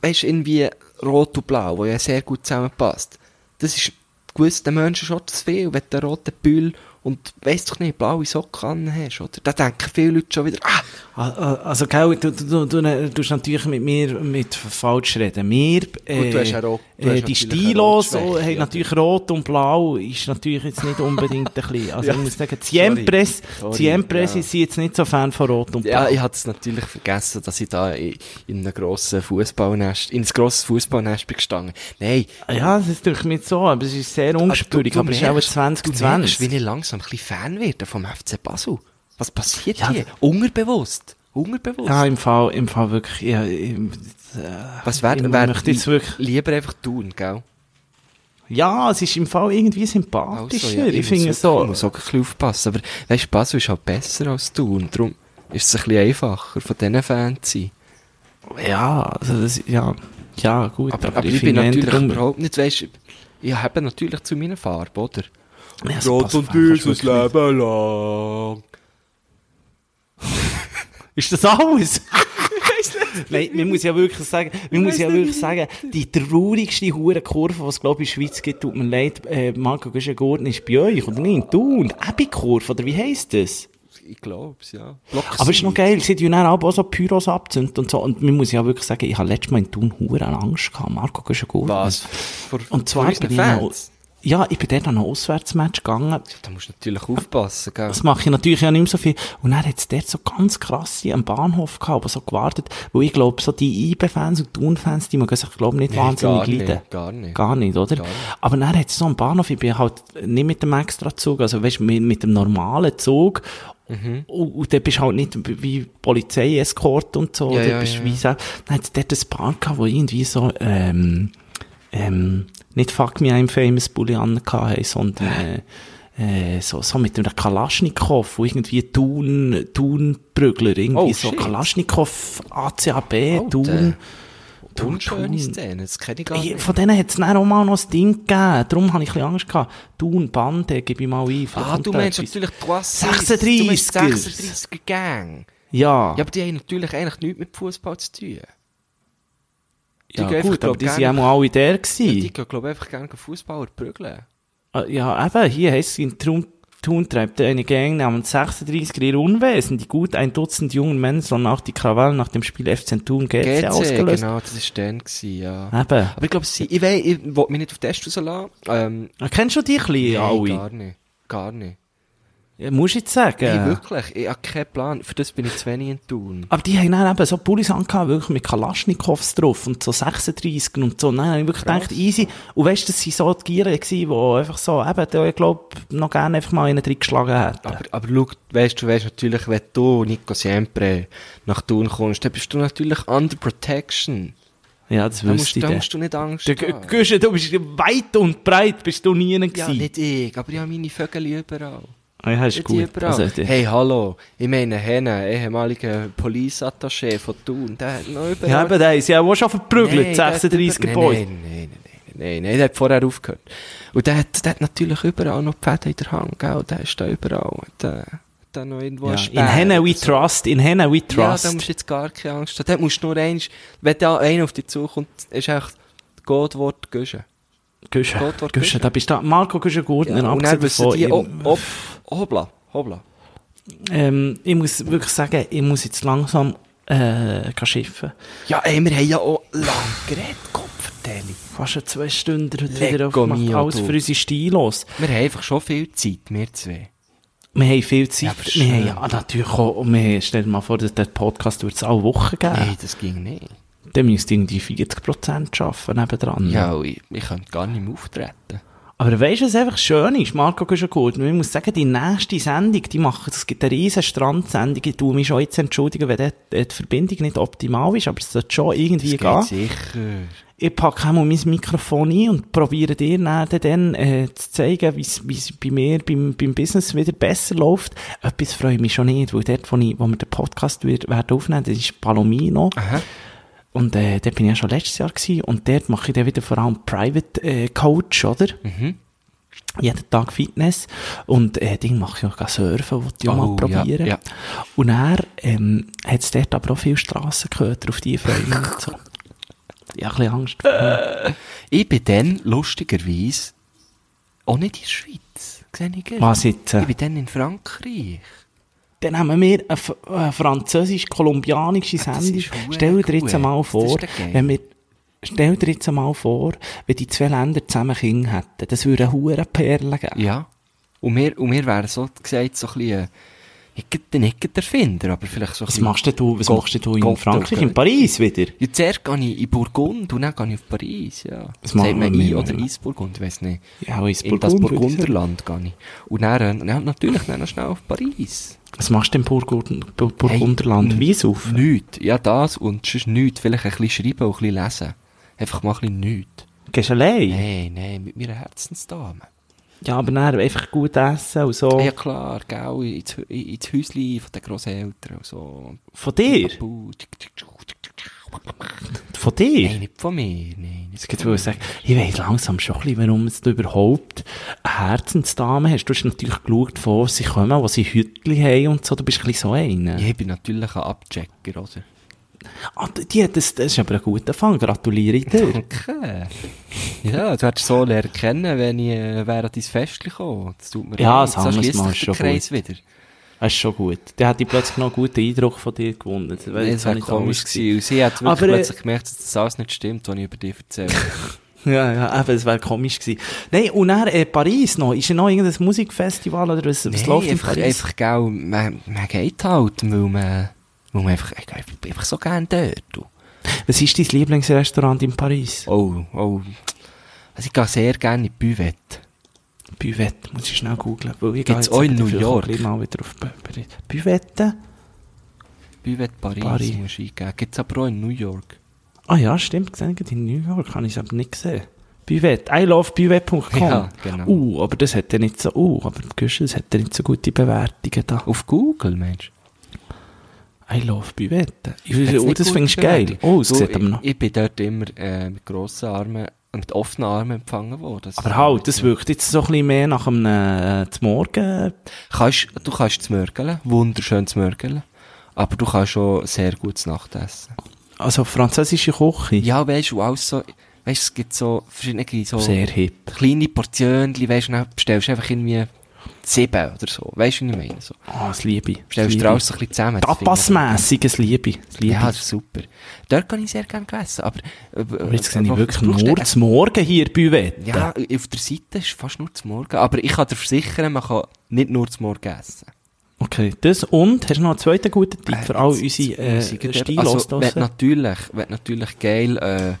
C: weißt du, irgendwie Rot und Blau, wo ja sehr gut zusammenpasst. Das ist gewissen Menschen schon zu viel, wenn du einen roten Büll und, weißt doch nicht, blaue Socken hast, oder? Da denken viele Leute schon wieder, ah,
B: Ah, ah, Also, gell, du, du, du, du tust natürlich mit mir mit falsch reden. Wir, äh,
C: du hast ja rot- du
B: äh,
C: hast
B: die
C: natürlich eine
B: Stilos
C: Rotschwäche,
B: äh, haben
C: ja.
B: natürlich rot und blau, ist natürlich jetzt nicht unbedingt ein bisschen, also
C: Ja,
B: ich muss sagen,
C: sorry.
B: Ziempres,
C: Sorry,
B: Ziempres
C: ja.
B: sind jetzt nicht so Fan von rot und blau.
C: Ja, Ah, ich hatte es natürlich vergessen, dass ich da in, in einem grossen Fußballnest, in ein grosses Fußballnest bin gestanden. Nein.
B: Ja, das ist durch mich so, aber es ist sehr ungespürig, aber es ist auch
C: Du Ah, merkst, wie
B: 2020.
C: ich langsam ein bisschen Fan werde vom FC Basel. Was passiert
B: Ja,
C: hier? Unbewusst. Unbewusst.
B: Ja, im Fall, im Fall wirklich, ja, im- äh,
C: Was wär,
B: ich
C: wär
B: möchte jetzt wirklich,
C: lieber einfach tun, gell?
B: ja, es ist im Fall irgendwie sympathischer, ich
C: muss
B: finde es
C: wirklich- Also, Ich
B: so.
C: muss auch ein bisschen aufpassen, aber weißt du, Basel ist halt besser als tun. Darum ist es ein bisschen einfacher, von diesen Fans zu sein.
B: Ja, also das, ja, ja, gut.
C: Aber, aber ich, bin
B: finde
C: natürlich
B: eher drum-
C: überhaupt nicht, weißt du, ich habe natürlich zu meiner Farbe, oder?
B: Ja, das passt einfach wirklich nicht.
C: Leben lang.
B: Ist das alles? Nein, man muss ja wirklich sagen, man muss ja wirklich sagen, die traurigste Hurenkurve, die es, glaube ich, in der Schweiz gibt, tut mir leid, äh, Marco Güschen-Gurten ist bei euch, oder nicht? Du, und Ebi-Kurve, oder wie heisst das?
C: Ich glaub's, ja. Block
B: Aber es ist noch
C: Süd.
B: geil, sie tun dann auch so Pyros abzünden und so, und man muss ja wirklich sagen, ich habe letztes Mal in Thun Huren Angst gehabt, Marco Güschen-Gurten.
C: Was? Vor-
B: Und
C: vor
B: zwar
C: unseren
B: bin ich mal,
C: Fans?
B: ja, ich bin dort an ein Auswärtsmatch gegangen.
C: Da musst du natürlich aufpassen, gell?
B: Das mache ich natürlich auch nicht mehr so viel. Und dann hat es dort so ganz krass hier am Bahnhof gehabt, aber so gewartet, wo ich glaube, so die IB-Fans und Thun-Fans, die mögen sich, glaube nicht
C: Nee,
B: wahnsinnig
C: gar nicht,
B: leiden.
C: gar nicht.
B: Gar nicht, oder?
C: Gar nicht.
B: Aber dann hat es so am Bahnhof, ich bin halt nicht mit dem Extra-Zug, also weißt mit, mit dem normalen Zug.
C: Mhm.
B: Und, und dann bist du halt nicht wie Polizei-Escort und so,
C: Ja,
B: oder
C: ja,
B: bist
C: ja,
B: wie
C: ja.
B: so. Dann hat es dort ein Paar gehabt, wo irgendwie so, ähm, ähm, nicht Fuck Me I'm Famous Bulli angehabt haben, sondern äh, äh, so, so mit einem Kalaschnikow, wo irgendwie Thun, Thunbrügler, irgendwie
C: Oh,
B: so
C: shit.
B: Kalaschnikow, ACAB,
C: Alter.
B: Thun.
C: Unschöne
B: Thun.
C: Szene, das kenne ich gar
B: Ich,
C: nicht.
B: von denen hat es dann auch mal noch das Ding gegeben. Darum habe ich ein bisschen Angst gehabt. Thun, Bande, gebe ich mal ein. Vielleicht
C: Ah,
B: kommt
C: du
B: da
C: meinst
B: etwas.
C: natürlich Trois
B: 36er.
C: Du meinst 36er Gang.
B: Ja,
C: Ja, aber die haben natürlich eigentlich nichts mit Fußball zu tun. die
B: ja,
C: gehen einfach,
B: gut,
C: glaub,
B: aber die
C: gerne-
B: waren auch alle der.
C: Ja,
B: Gewesen.
C: die gehen, glaube ich, einfach gerne Fußballer prügeln.
B: Ah, Ja, eben, hier heisst es, in Trun- Thun treibt eine Gang namens 36 ihr Unwesen. Die gut ein Dutzend jungen Männer sollen auch die Krawall nach dem Spiel FC Thun GC,
C: GC,
B: ausgelöst. Ah.
C: genau, das war dann, gewesen, ja.
B: Eben.
C: Aber ich glaube, sie, ich weiß, ich will mich nicht auf den Test rauslassen. Ähm,
B: Ah, Kennst du die ein bisschen,
C: nein,
B: alle?
C: gar nicht. Gar nicht.
B: Ja, Muss ich jetzt sagen.
C: Nein, wirklich, ich habe keinen Plan. Für das bin ich zu wenig in Tun.
B: Aber die haben dann eben so Pullis angehabt, wirklich mit Kalaschnikows drauf und so 36 und so. Nein, ich wirklich gedacht, easy. Und weißt du, das waren so die Gieren, gewesen, die einfach so, eben, die, ich glaube, noch gerne einfach mal einen drin geschlagen hätten.
C: Aber, aber schau, weißt du, weißt natürlich, wenn du, Nico Siempre, nach Tun kommst, dann bist du natürlich under protection.
B: ja, das
C: Da musst,
B: wüsste ich.
C: da
B: dann.
C: musst du nicht Angst
B: Du,
C: haben.
B: Güsche, du bist weit und breit, bist du nie gewesen.
C: Ja, nicht ich, aber ich habe meine Vögel überall.
B: Ah, ja, ist
C: Nicht
B: gut.
C: überall.
B: Also, die-
C: hey, hallo, ich meine, Henne, ehemaliger Police-Attaché von Thun, der hat noch überall...
B: ja, eben, der ist ja auch schon verprügelt,
C: Nein,
B: 36
C: der hat
B: Boy.
C: über- Nein, nein, nein, nein, nein, nein, der hat vorher aufgehört. Und der hat, der hat natürlich überall noch die Fäden in der Hand, gell? Der ist da überall. Der, hat da noch irgendwo
B: Ja,
C: einen Speer
B: in Henne we
C: oder so.
B: trust, in Henne we
C: Ja, da
B: trust.
C: musst du jetzt gar keine Angst haben. Da musst du nur eins, wenn da einer auf dich zukommt, ist echt Gottwort Güsche.
B: Güsche,
C: Gott, Gott,
B: Güsche, da bist du, Marco Güsche Gurtner,
C: Genau. und
B: abgesehen
C: dann wissen
B: davon,
C: die,
B: ich-
C: oh, oh, hobla, hobla.
B: Ähm, ich muss wirklich sagen, ich muss jetzt langsam äh, kann schiffen.
C: Ja, ey, wir haben ja auch lang geredet, Kopfverteilung.
B: Fast eine zwei Stunden heute
C: Lecco
B: wieder aufgemacht,
C: mio,
B: alles
C: du.
B: für unsere Stilos.
C: Wir haben einfach schon viel Zeit, wir zwei.
B: Wir haben viel
C: Ja,
B: Zeit. ah,
C: aber
B: wir haben
C: schön.
B: ja natürlich auch, und wir haben, stell dir mal vor, dass der Podcast würde es alle Wochen geben.
C: Nein, das ging nicht.
B: Dann müsst ihr irgendwie 40% arbeiten nebendran.
C: Ja, ich, ich könnte gar nicht mehr auftreten.
B: Aber weißt du, was einfach schön ist? Marco, gehst schon gut. Ich muss sagen, die nächste Sendung, die machen, es gibt eine riesen Strandsendung. Ich tue mich schon jetzt entschuldigen, wenn dort, äh, die Verbindung nicht optimal ist, aber es sollte schon irgendwie
C: geht
B: gehen.
C: sicher.
B: ich packe einmal mein Mikrofon ein und probiere dir dann, dann äh, zu zeigen, wie es bei mir beim, beim Business wieder besser läuft. Etwas freue ich mich schon nicht, weil dort, wo, ich, wo wir den Podcast wird, werden aufnehmen, das ist Palomino.
C: Aha.
B: Und äh, dort bin ich ja schon letztes Jahr gewesen und dort mache ich dann wieder vor allem Private äh, Coach, oder?
C: Mhm.
B: Jeden Tag Fitness. Und äh, Ding mache ich auch gar Surfen, wollte ich auch
C: Oh,
B: mal
C: ja,
B: probieren.
C: ja.
B: Und er ähm, hat es dort aber auch viele Strassenköter auf die Freunde und so. Ja, ein bisschen Angst vor dem.
C: Ich bin dann, lustigerweise, auch nicht in der Schweiz. Sehe ich gell?
B: Was jetzt?
C: Ich bin dann in Frankreich.
B: Dann haben wir eine, f- eine französisch-kolumbianische
C: das
B: Sendung.
C: ist verdammt
B: Stell dir jetzt
C: gut.
B: einmal
C: Das
B: vor,
C: ist doch geil.
B: wenn wir, stell dir jetzt einmal vor, wenn die zwei Länder zusammen Kinder hätten. Das würde eine hure Perle geben.
C: Ja. Und mir, und mir wäre so gesagt, so ein bisschen, äh, ich bin nicht der Finder, aber vielleicht so ein
B: Was
C: bisschen-
B: machst denn du, was
C: Gott-
B: machst denn du in
C: Gott-
B: Frankreich,
C: Gott-
B: in Paris wieder?
C: Ja, zuerst gehe ich in Burgund und dann gehe ich auf Paris, ja.
B: Das
C: Sagt
B: machen
C: man
B: wir
C: ein
B: immer.
C: oder ins Burgund, ich weiss nicht.
B: Ja, auch ins
C: In das
B: Burgund, würde ich sagen.
C: Burgunderland gehe ich. Und dann, äh, ja, natürlich dann noch schnell auf Paris.
B: Was machst du im Burgund, Bur- Burgunderland?
C: Hey,
B: Hey, Wie saufen?
C: Nichts. Ja, das und sonst nichts. Vielleicht ein bisschen schreiben und ein bisschen lesen. Einfach mal ein bisschen nichts.
B: Gehst allein?
C: Nein, nein, mit meiner Herzensdame.
B: Ja, aber dann einfach gut essen und so.
C: Ja klar, gell, ins, Hü- ins Häuschen von den Grosseltern und so.
B: Von dir?
C: Babu.
B: Von dir?
C: Nein, nicht von mir, nein. nicht
B: Es gibt
C: von
B: wohl sagen, ich weiss langsam schon ein bisschen, warum es du überhaupt eine Herzensdame hast. Du hast natürlich geschaut, von wo sie kommen, wo sie Hütchen haben und so. Du bist ein bisschen so einer.
C: mir. Ja, Ich bin natürlich ein Abchecker, oder?
B: Ah, die- die hat das, das ist aber ein guter Fang. Gratuliere ich dir.
C: Okay. Ja, du hättest so lernen kennen, wenn ich äh, wäre an dein Fest gekommen. Das tut mir
B: Ja,
C: leid.
B: das
C: So
B: haben wir
C: schließt
B: mal
C: sich der
B: schon
C: Kreis wieder.
B: Das ist schon gut. Dann hat ich plötzlich noch einen guten Eindruck von dir gewonnen. Das
C: Nee,
B: wäre
C: das wäre komisch gewesen. Und sie hat wirklich
B: Aber, äh,
C: plötzlich gemerkt, dass das alles nicht stimmt, was ich über dich erzähle.
B: Ja, ja, eben, das wäre komisch gewesen. Nein, und dann äh, Paris noch. Ist ja noch irgendein Musikfestival oder was, was läuft in
C: einfach,
B: Paris?
C: einfach, gell, man, man geht halt, weil man, weil man einfach, ich, ich, einfach so gerne dort. du.
B: Was ist dein Lieblingsrestaurant in Paris?
C: Oh, oh. Also ich gehe sehr gerne in die Buvette.
B: Buvette, muss ich schnell googeln. weil ich gehe
C: Gibt's
B: jetzt
C: auch in
B: eben
C: New
B: dafür
C: York?
B: gleich mal wieder auf Paris. Buvette?
C: Buvette Paris,
B: Paris.
C: muss ich eingeben. Gibt's aber auch in New York.
B: Ah ja, stimmt, gesehen, in New York habe ich es aber nicht gesehen. Buvette, I love buvette.com.
C: Ja, genau.
B: Uh, aber das hat ja nicht so, uh, aber Güschel, das hat ja nicht so gute Bewertungen da.
C: Auf Google, Mensch.
B: I love Buvette. Ich- Oh, das findest du geil. Oh, das sieht aber noch.
C: Ich bin dort immer äh, mit grossen Armen, mit offenen Armen empfangen worden. Das
B: Aber halt, das wirkt jetzt so ein bisschen mehr nach einem äh, zum Morgen.
C: Kannst, du kannst zmörgeln, wunderschön zmörgeln. Aber du kannst auch sehr gutes Nachtessen.
B: Also französische Küche.
C: Ja, weißt du, auch so, weißt es gibt so verschiedene so
B: Sehr hip.
C: kleine Portionen, weißt du, dann bestellst du einfach irgendwie sieben oder so. Weißt du, was ich meine? So.
B: Ah, das liebe ich. Das
C: Stellst du
B: liebe
C: dir
B: ich.
C: alles so ein bisschen zusammen. das finde ich-
B: Tapasmässig, das liebe ich. Das liebe
C: Ja,
B: ich.
C: das ist super. Dort kann ich sehr gerne gegessen, aber... äh,
B: Aber jetzt sehe ich
C: aber
B: wirklich
C: du brauchst
B: nur
C: nicht-
B: zum Morgen hier Buvette.
C: Ja, auf der Seite ist fast nur zum Morgen, aber ich kann dir versichern, man kann nicht nur zum Morgen essen.
B: Okay, das und, hast du noch einen zweiten guten Tipp für all
C: Äh, Jetzt-
B: unsere
C: jetzt muss ich
B: äh,
C: gerade-
B: Stilos
C: Also, wird
B: draussen?
C: natürlich, wird natürlich geil, äh,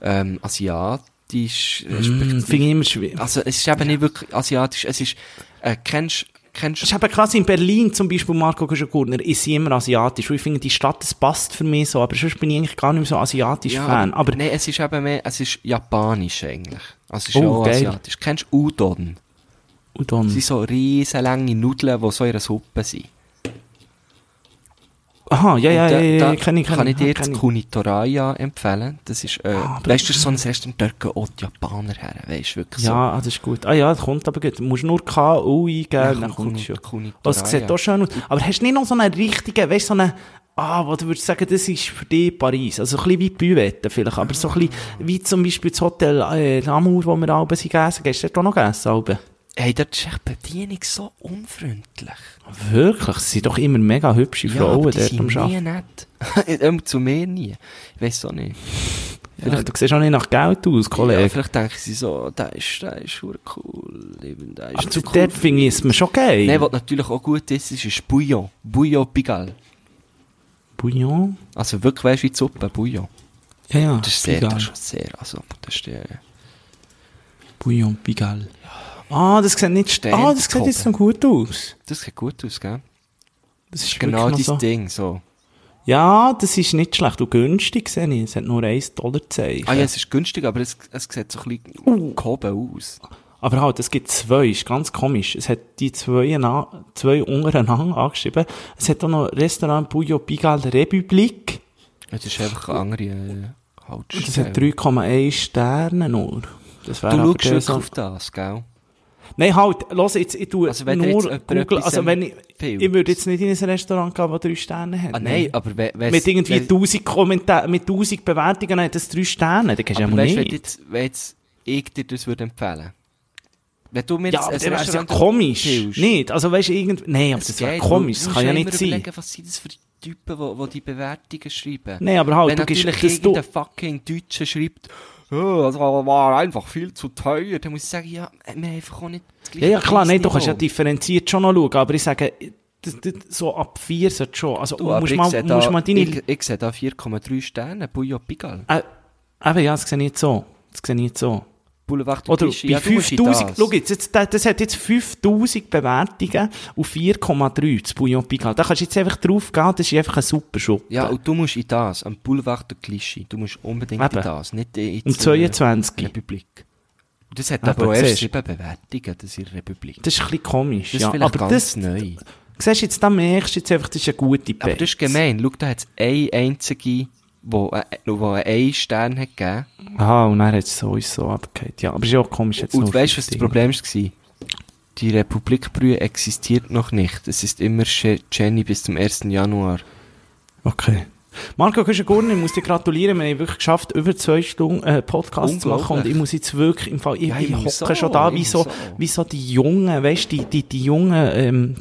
C: ähm, asiatisch,
B: Mm,
C: respektive-
B: Finde ich immer schwierig.
C: Also, es ist eben nicht wirklich asiatisch, es ist, äh, kennst, kennst,
B: Es ist eben krass, in Berlin zum Beispiel, Marco Guschel-Gurner, ist sie immer asiatisch. Und ich finde, die Stadt, das passt für mich so, aber sonst bin ich eigentlich gar nicht mehr so asiatisch Fan. Aber,
C: Nein, es ist eben mehr, es ist japanisch eigentlich. Also es ist
B: Oh,
C: auch
B: geil.
C: asiatisch. Kennst du Udon?
B: und dann,
C: Das sind so riesenlange Nudeln, die so in einer Suppe sind.
B: aha, ja, ja,
C: Und
B: ja,
C: da-
B: ja,
C: da
B: ja, kenne ich,
C: kann
B: kenne
C: ich
B: ich.
C: dir
B: ja,
C: jetzt
B: kenne ich.
C: Kunitoraya empfehlen. Das ist, äh,
B: Ah, aber-
C: weißt du, das ist so ein Restaurant, dort gehen auch die Japaner her, weißt du, wirklich
B: Ja, ah, das ist gut. Ah ja, das kommt aber gut. Du musst nur K.U. eingeben,
C: so.
B: dann kommt es
C: Kuni-
B: schon.
C: Kunitoraya.
B: Das sieht auch schön aus. Aber hast du nicht noch so einen richtigen, weißt du, so einen, ah, wo du würdest sagen, das ist für dich Paris. Also ein bisschen wie Buvette vielleicht, aber so ein bisschen wie zum Beispiel das Hotel äh, Amour, wo wir alle sind gegessen. Gehst du dort auch noch gegessen? Alben?
C: Hey, dort ist echt die Bedienung so unfreundlich.
B: Wirklich, es sind doch immer mega hübsche Frauen
C: aber die
B: dort am
C: sind nie
B: Schaffen.
C: nett. Ähm, Zu mir nie. Ich weiss auch nicht.
B: Vielleicht, du siehst auch nicht nach Geld aus,
C: Ja,
B: Kollege.
C: vielleicht denken sie so, der ist, der ist verdammt cool, eben, der ist
B: aber
C: zu
B: zu
C: cool.
B: dort finde ich es mir schon geil.
C: Nein, was natürlich auch gut ist, ist, ist Bouillon. Bouillon Pigalle.
B: Bouillon?
C: Also wirklich, weißt du, wie die Suppe, Bouillon.
B: Ja, ja.
C: Das ist sehr,
B: Pigalle.
C: das ist sehr, also, das ist der...
B: Bouillon Pigalle. Ah, das sieht nicht,
C: Stern
B: ah, das sieht jetzt noch gut aus.
C: Das sieht gut aus, gell?
B: Das ist
C: Genau
B: wirklich noch
C: dein
B: so.
C: Ding, so.
B: Ja, das ist nicht schlecht. Und günstig, sehe ich. Es hat nur 1 Dollar gezeigt.
C: Ah ja, es ist günstig, aber es, es sieht so ein bisschen
B: Uh.
C: gehoben aus.
B: Aber halt, es gibt zwei. Ist ganz komisch. Es hat die zwei, na- zwei untereinander angeschrieben. Es hat auch noch Restaurant Bouillon Pigalle Republik.
C: Es ist einfach eine andere äh,
B: Das
C: Hautstelle.
B: hat 3,1 Sterne nur. Das wäre
C: Du
B: aber
C: schaust
B: der
C: wirklich
B: so-
C: auf das, gell?
B: Nein, halt, los jetzt, ich tue
C: Also wenn dir
B: nur
C: jetzt jemand
B: googeln.
C: etwas
B: Also wenn ich,
C: empfiehlt.
B: ich würde jetzt nicht in ein Restaurant gehen, das drei Sterne hat.
C: Ah nein, aber we, wenn's-
B: Mit irgendwie
C: wenn-
B: 1000 Kommentaren, mit 1000 Bewertungen hat das drei Sterne. Dann kannst du ja
C: Aber
B: mal
C: weißt, wenn,
B: nicht.
C: jetzt, wenn jetzt ich dir das würde empfehlen wenn du mir
B: Ja, aber
C: jetzt ein
B: dann wär's ja
C: Restaurant
B: komisch.
C: empfiehlst,
B: Nicht, also weißt du, irgend... Nein, aber
C: es
B: das wäre
C: geht,
B: komisch,
C: weil
B: das
C: du
B: kann ja
C: musst
B: nicht
C: immer
B: sein.
C: überlegen, was sind das für Typen, die, die die Bewertungen schreiben?
B: Nein, aber halt,
C: Wenn
B: du gibst-
C: natürlich
B: dass du-
C: irgendein fucking Deutscher schreibt, «Ja, das war einfach viel zu teuer, dann muss ich sagen, ja, wir haben einfach auch nicht das
B: Ja,
C: gleiche
B: ja klar, nein, du kannst ja
C: Preisniveau.
B: differenziert schon noch schauen, aber ich sage, das- das- so ab 4 sollte schon, also
C: Du, aber
B: musst
C: ich
B: mal,
C: sehe da-
B: musst mal deine...
C: Ich, ich sehe da 4,3 Sterne, Bouillon Pigalle.
B: Äh, eben, ja, das sehe ich jetzt so. Das sehe ich jetzt so.
C: Boulevard du
B: Oder
C: Clichy,
B: bei
C: ja, du musst in
B: 5000,
C: das.
B: schau jetzt, jetzt, das, das hat jetzt 5000 Bewertungen und 4,3, das Bouillon Pigalle. Da kannst du jetzt einfach drauf gehen, das ist einfach ein super Schuppen.
C: Ja, und du musst in das, am Boulevard der Clichy, du musst unbedingt
B: Eben.
C: in das, nicht in
B: Um
C: die
B: 22.
C: Republik. Und das hat
B: Eben,
C: aber auch erst
B: siehst.
C: sieben Bewertungen, das in der Republik.
B: Das ist ein bisschen komisch,
C: Das ist
B: ja.
C: vielleicht
B: Aber
C: ganz
B: das,
C: neu.
B: siehst du jetzt, da merkst du jetzt einfach, das ist eine gute
C: Aber das ist gemein, schau, da hat es eine einzige, wo, äh, wo einen Stern hat gegeben.
B: Aha, Ah, und dann hat es sowieso abgegeben. Ja, aber ist ja auch komisch jetzt
C: Und
B: nur
C: weißt du, was das
B: 15.
C: Problem war? Die Republikbrühe existiert noch nicht. Es ist immer Che- Jenny bis zum 1. Januar.
B: Okay. Marco Küschengurner, ich muss dir gratulieren, wir haben wirklich geschafft, über zwei Stunden äh, Podcast zu machen und
C: Unglaublich.
B: ich muss jetzt wirklich, im Fall, ich,
C: Ja,
B: ich
C: ich muss
B: hocke
C: so,
B: schon da,
C: ich
B: wie
C: muss
B: so,
C: so.
B: wie so die Jungen, weißt du, die, die, die Jungen, ähm,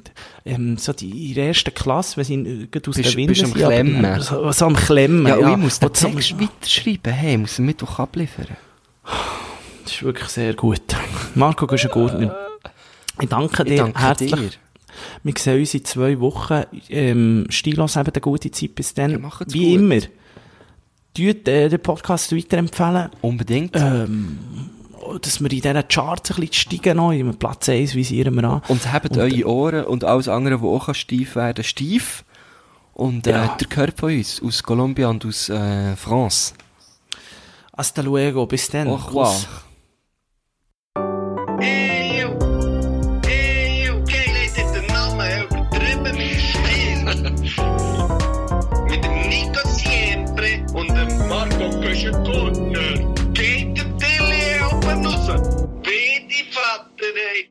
B: ähm, so die in der ersten Klasse, wenn sie äh, gerade aus
C: Bist-
B: der Winde
C: bist am
B: sind, aber-
C: Klemmen.
B: aber So, so am Klemmen, Ah, ja.
C: Ja, und ich muss den
B: Und so-
C: Text weiterschreiben. Hey, ich muss am Mittwoch abliefern.
B: Das ist wirklich sehr gut. Marco Göschengurtner, ich danke dir
C: Ich danke
B: herzlich.
C: dir.
B: Wir sehen uns in zwei Wochen. Ähm, Stilos haben eine gute Zeit bis dann.
C: Ja, macht's
B: Wie
C: gut.
B: immer. Tut äh, den Podcast weiterempfehlen,
C: Unbedingt.
B: Äh, oh, dass wir in diesen Charts ein bisschen steigen. Noch. Im Platz 1 visieren wir an.
C: Und habt
B: äh,
C: eure Ohren und alles andere, wo auch steif werden, steif. Und äh,
B: Ja.
C: der Körper von uns, aus Kolumbien und aus äh, France.
B: Hasta luego. Bis dann.
C: Au revoir.
B: Kuss.
A: Eeuw, eeuw, kijk, hij zit er de namen overdreven stil. Met de Nico Siempre en de Marco Kusje-Kortner. Kijk de tele op en onze. Weet die vatten, hey.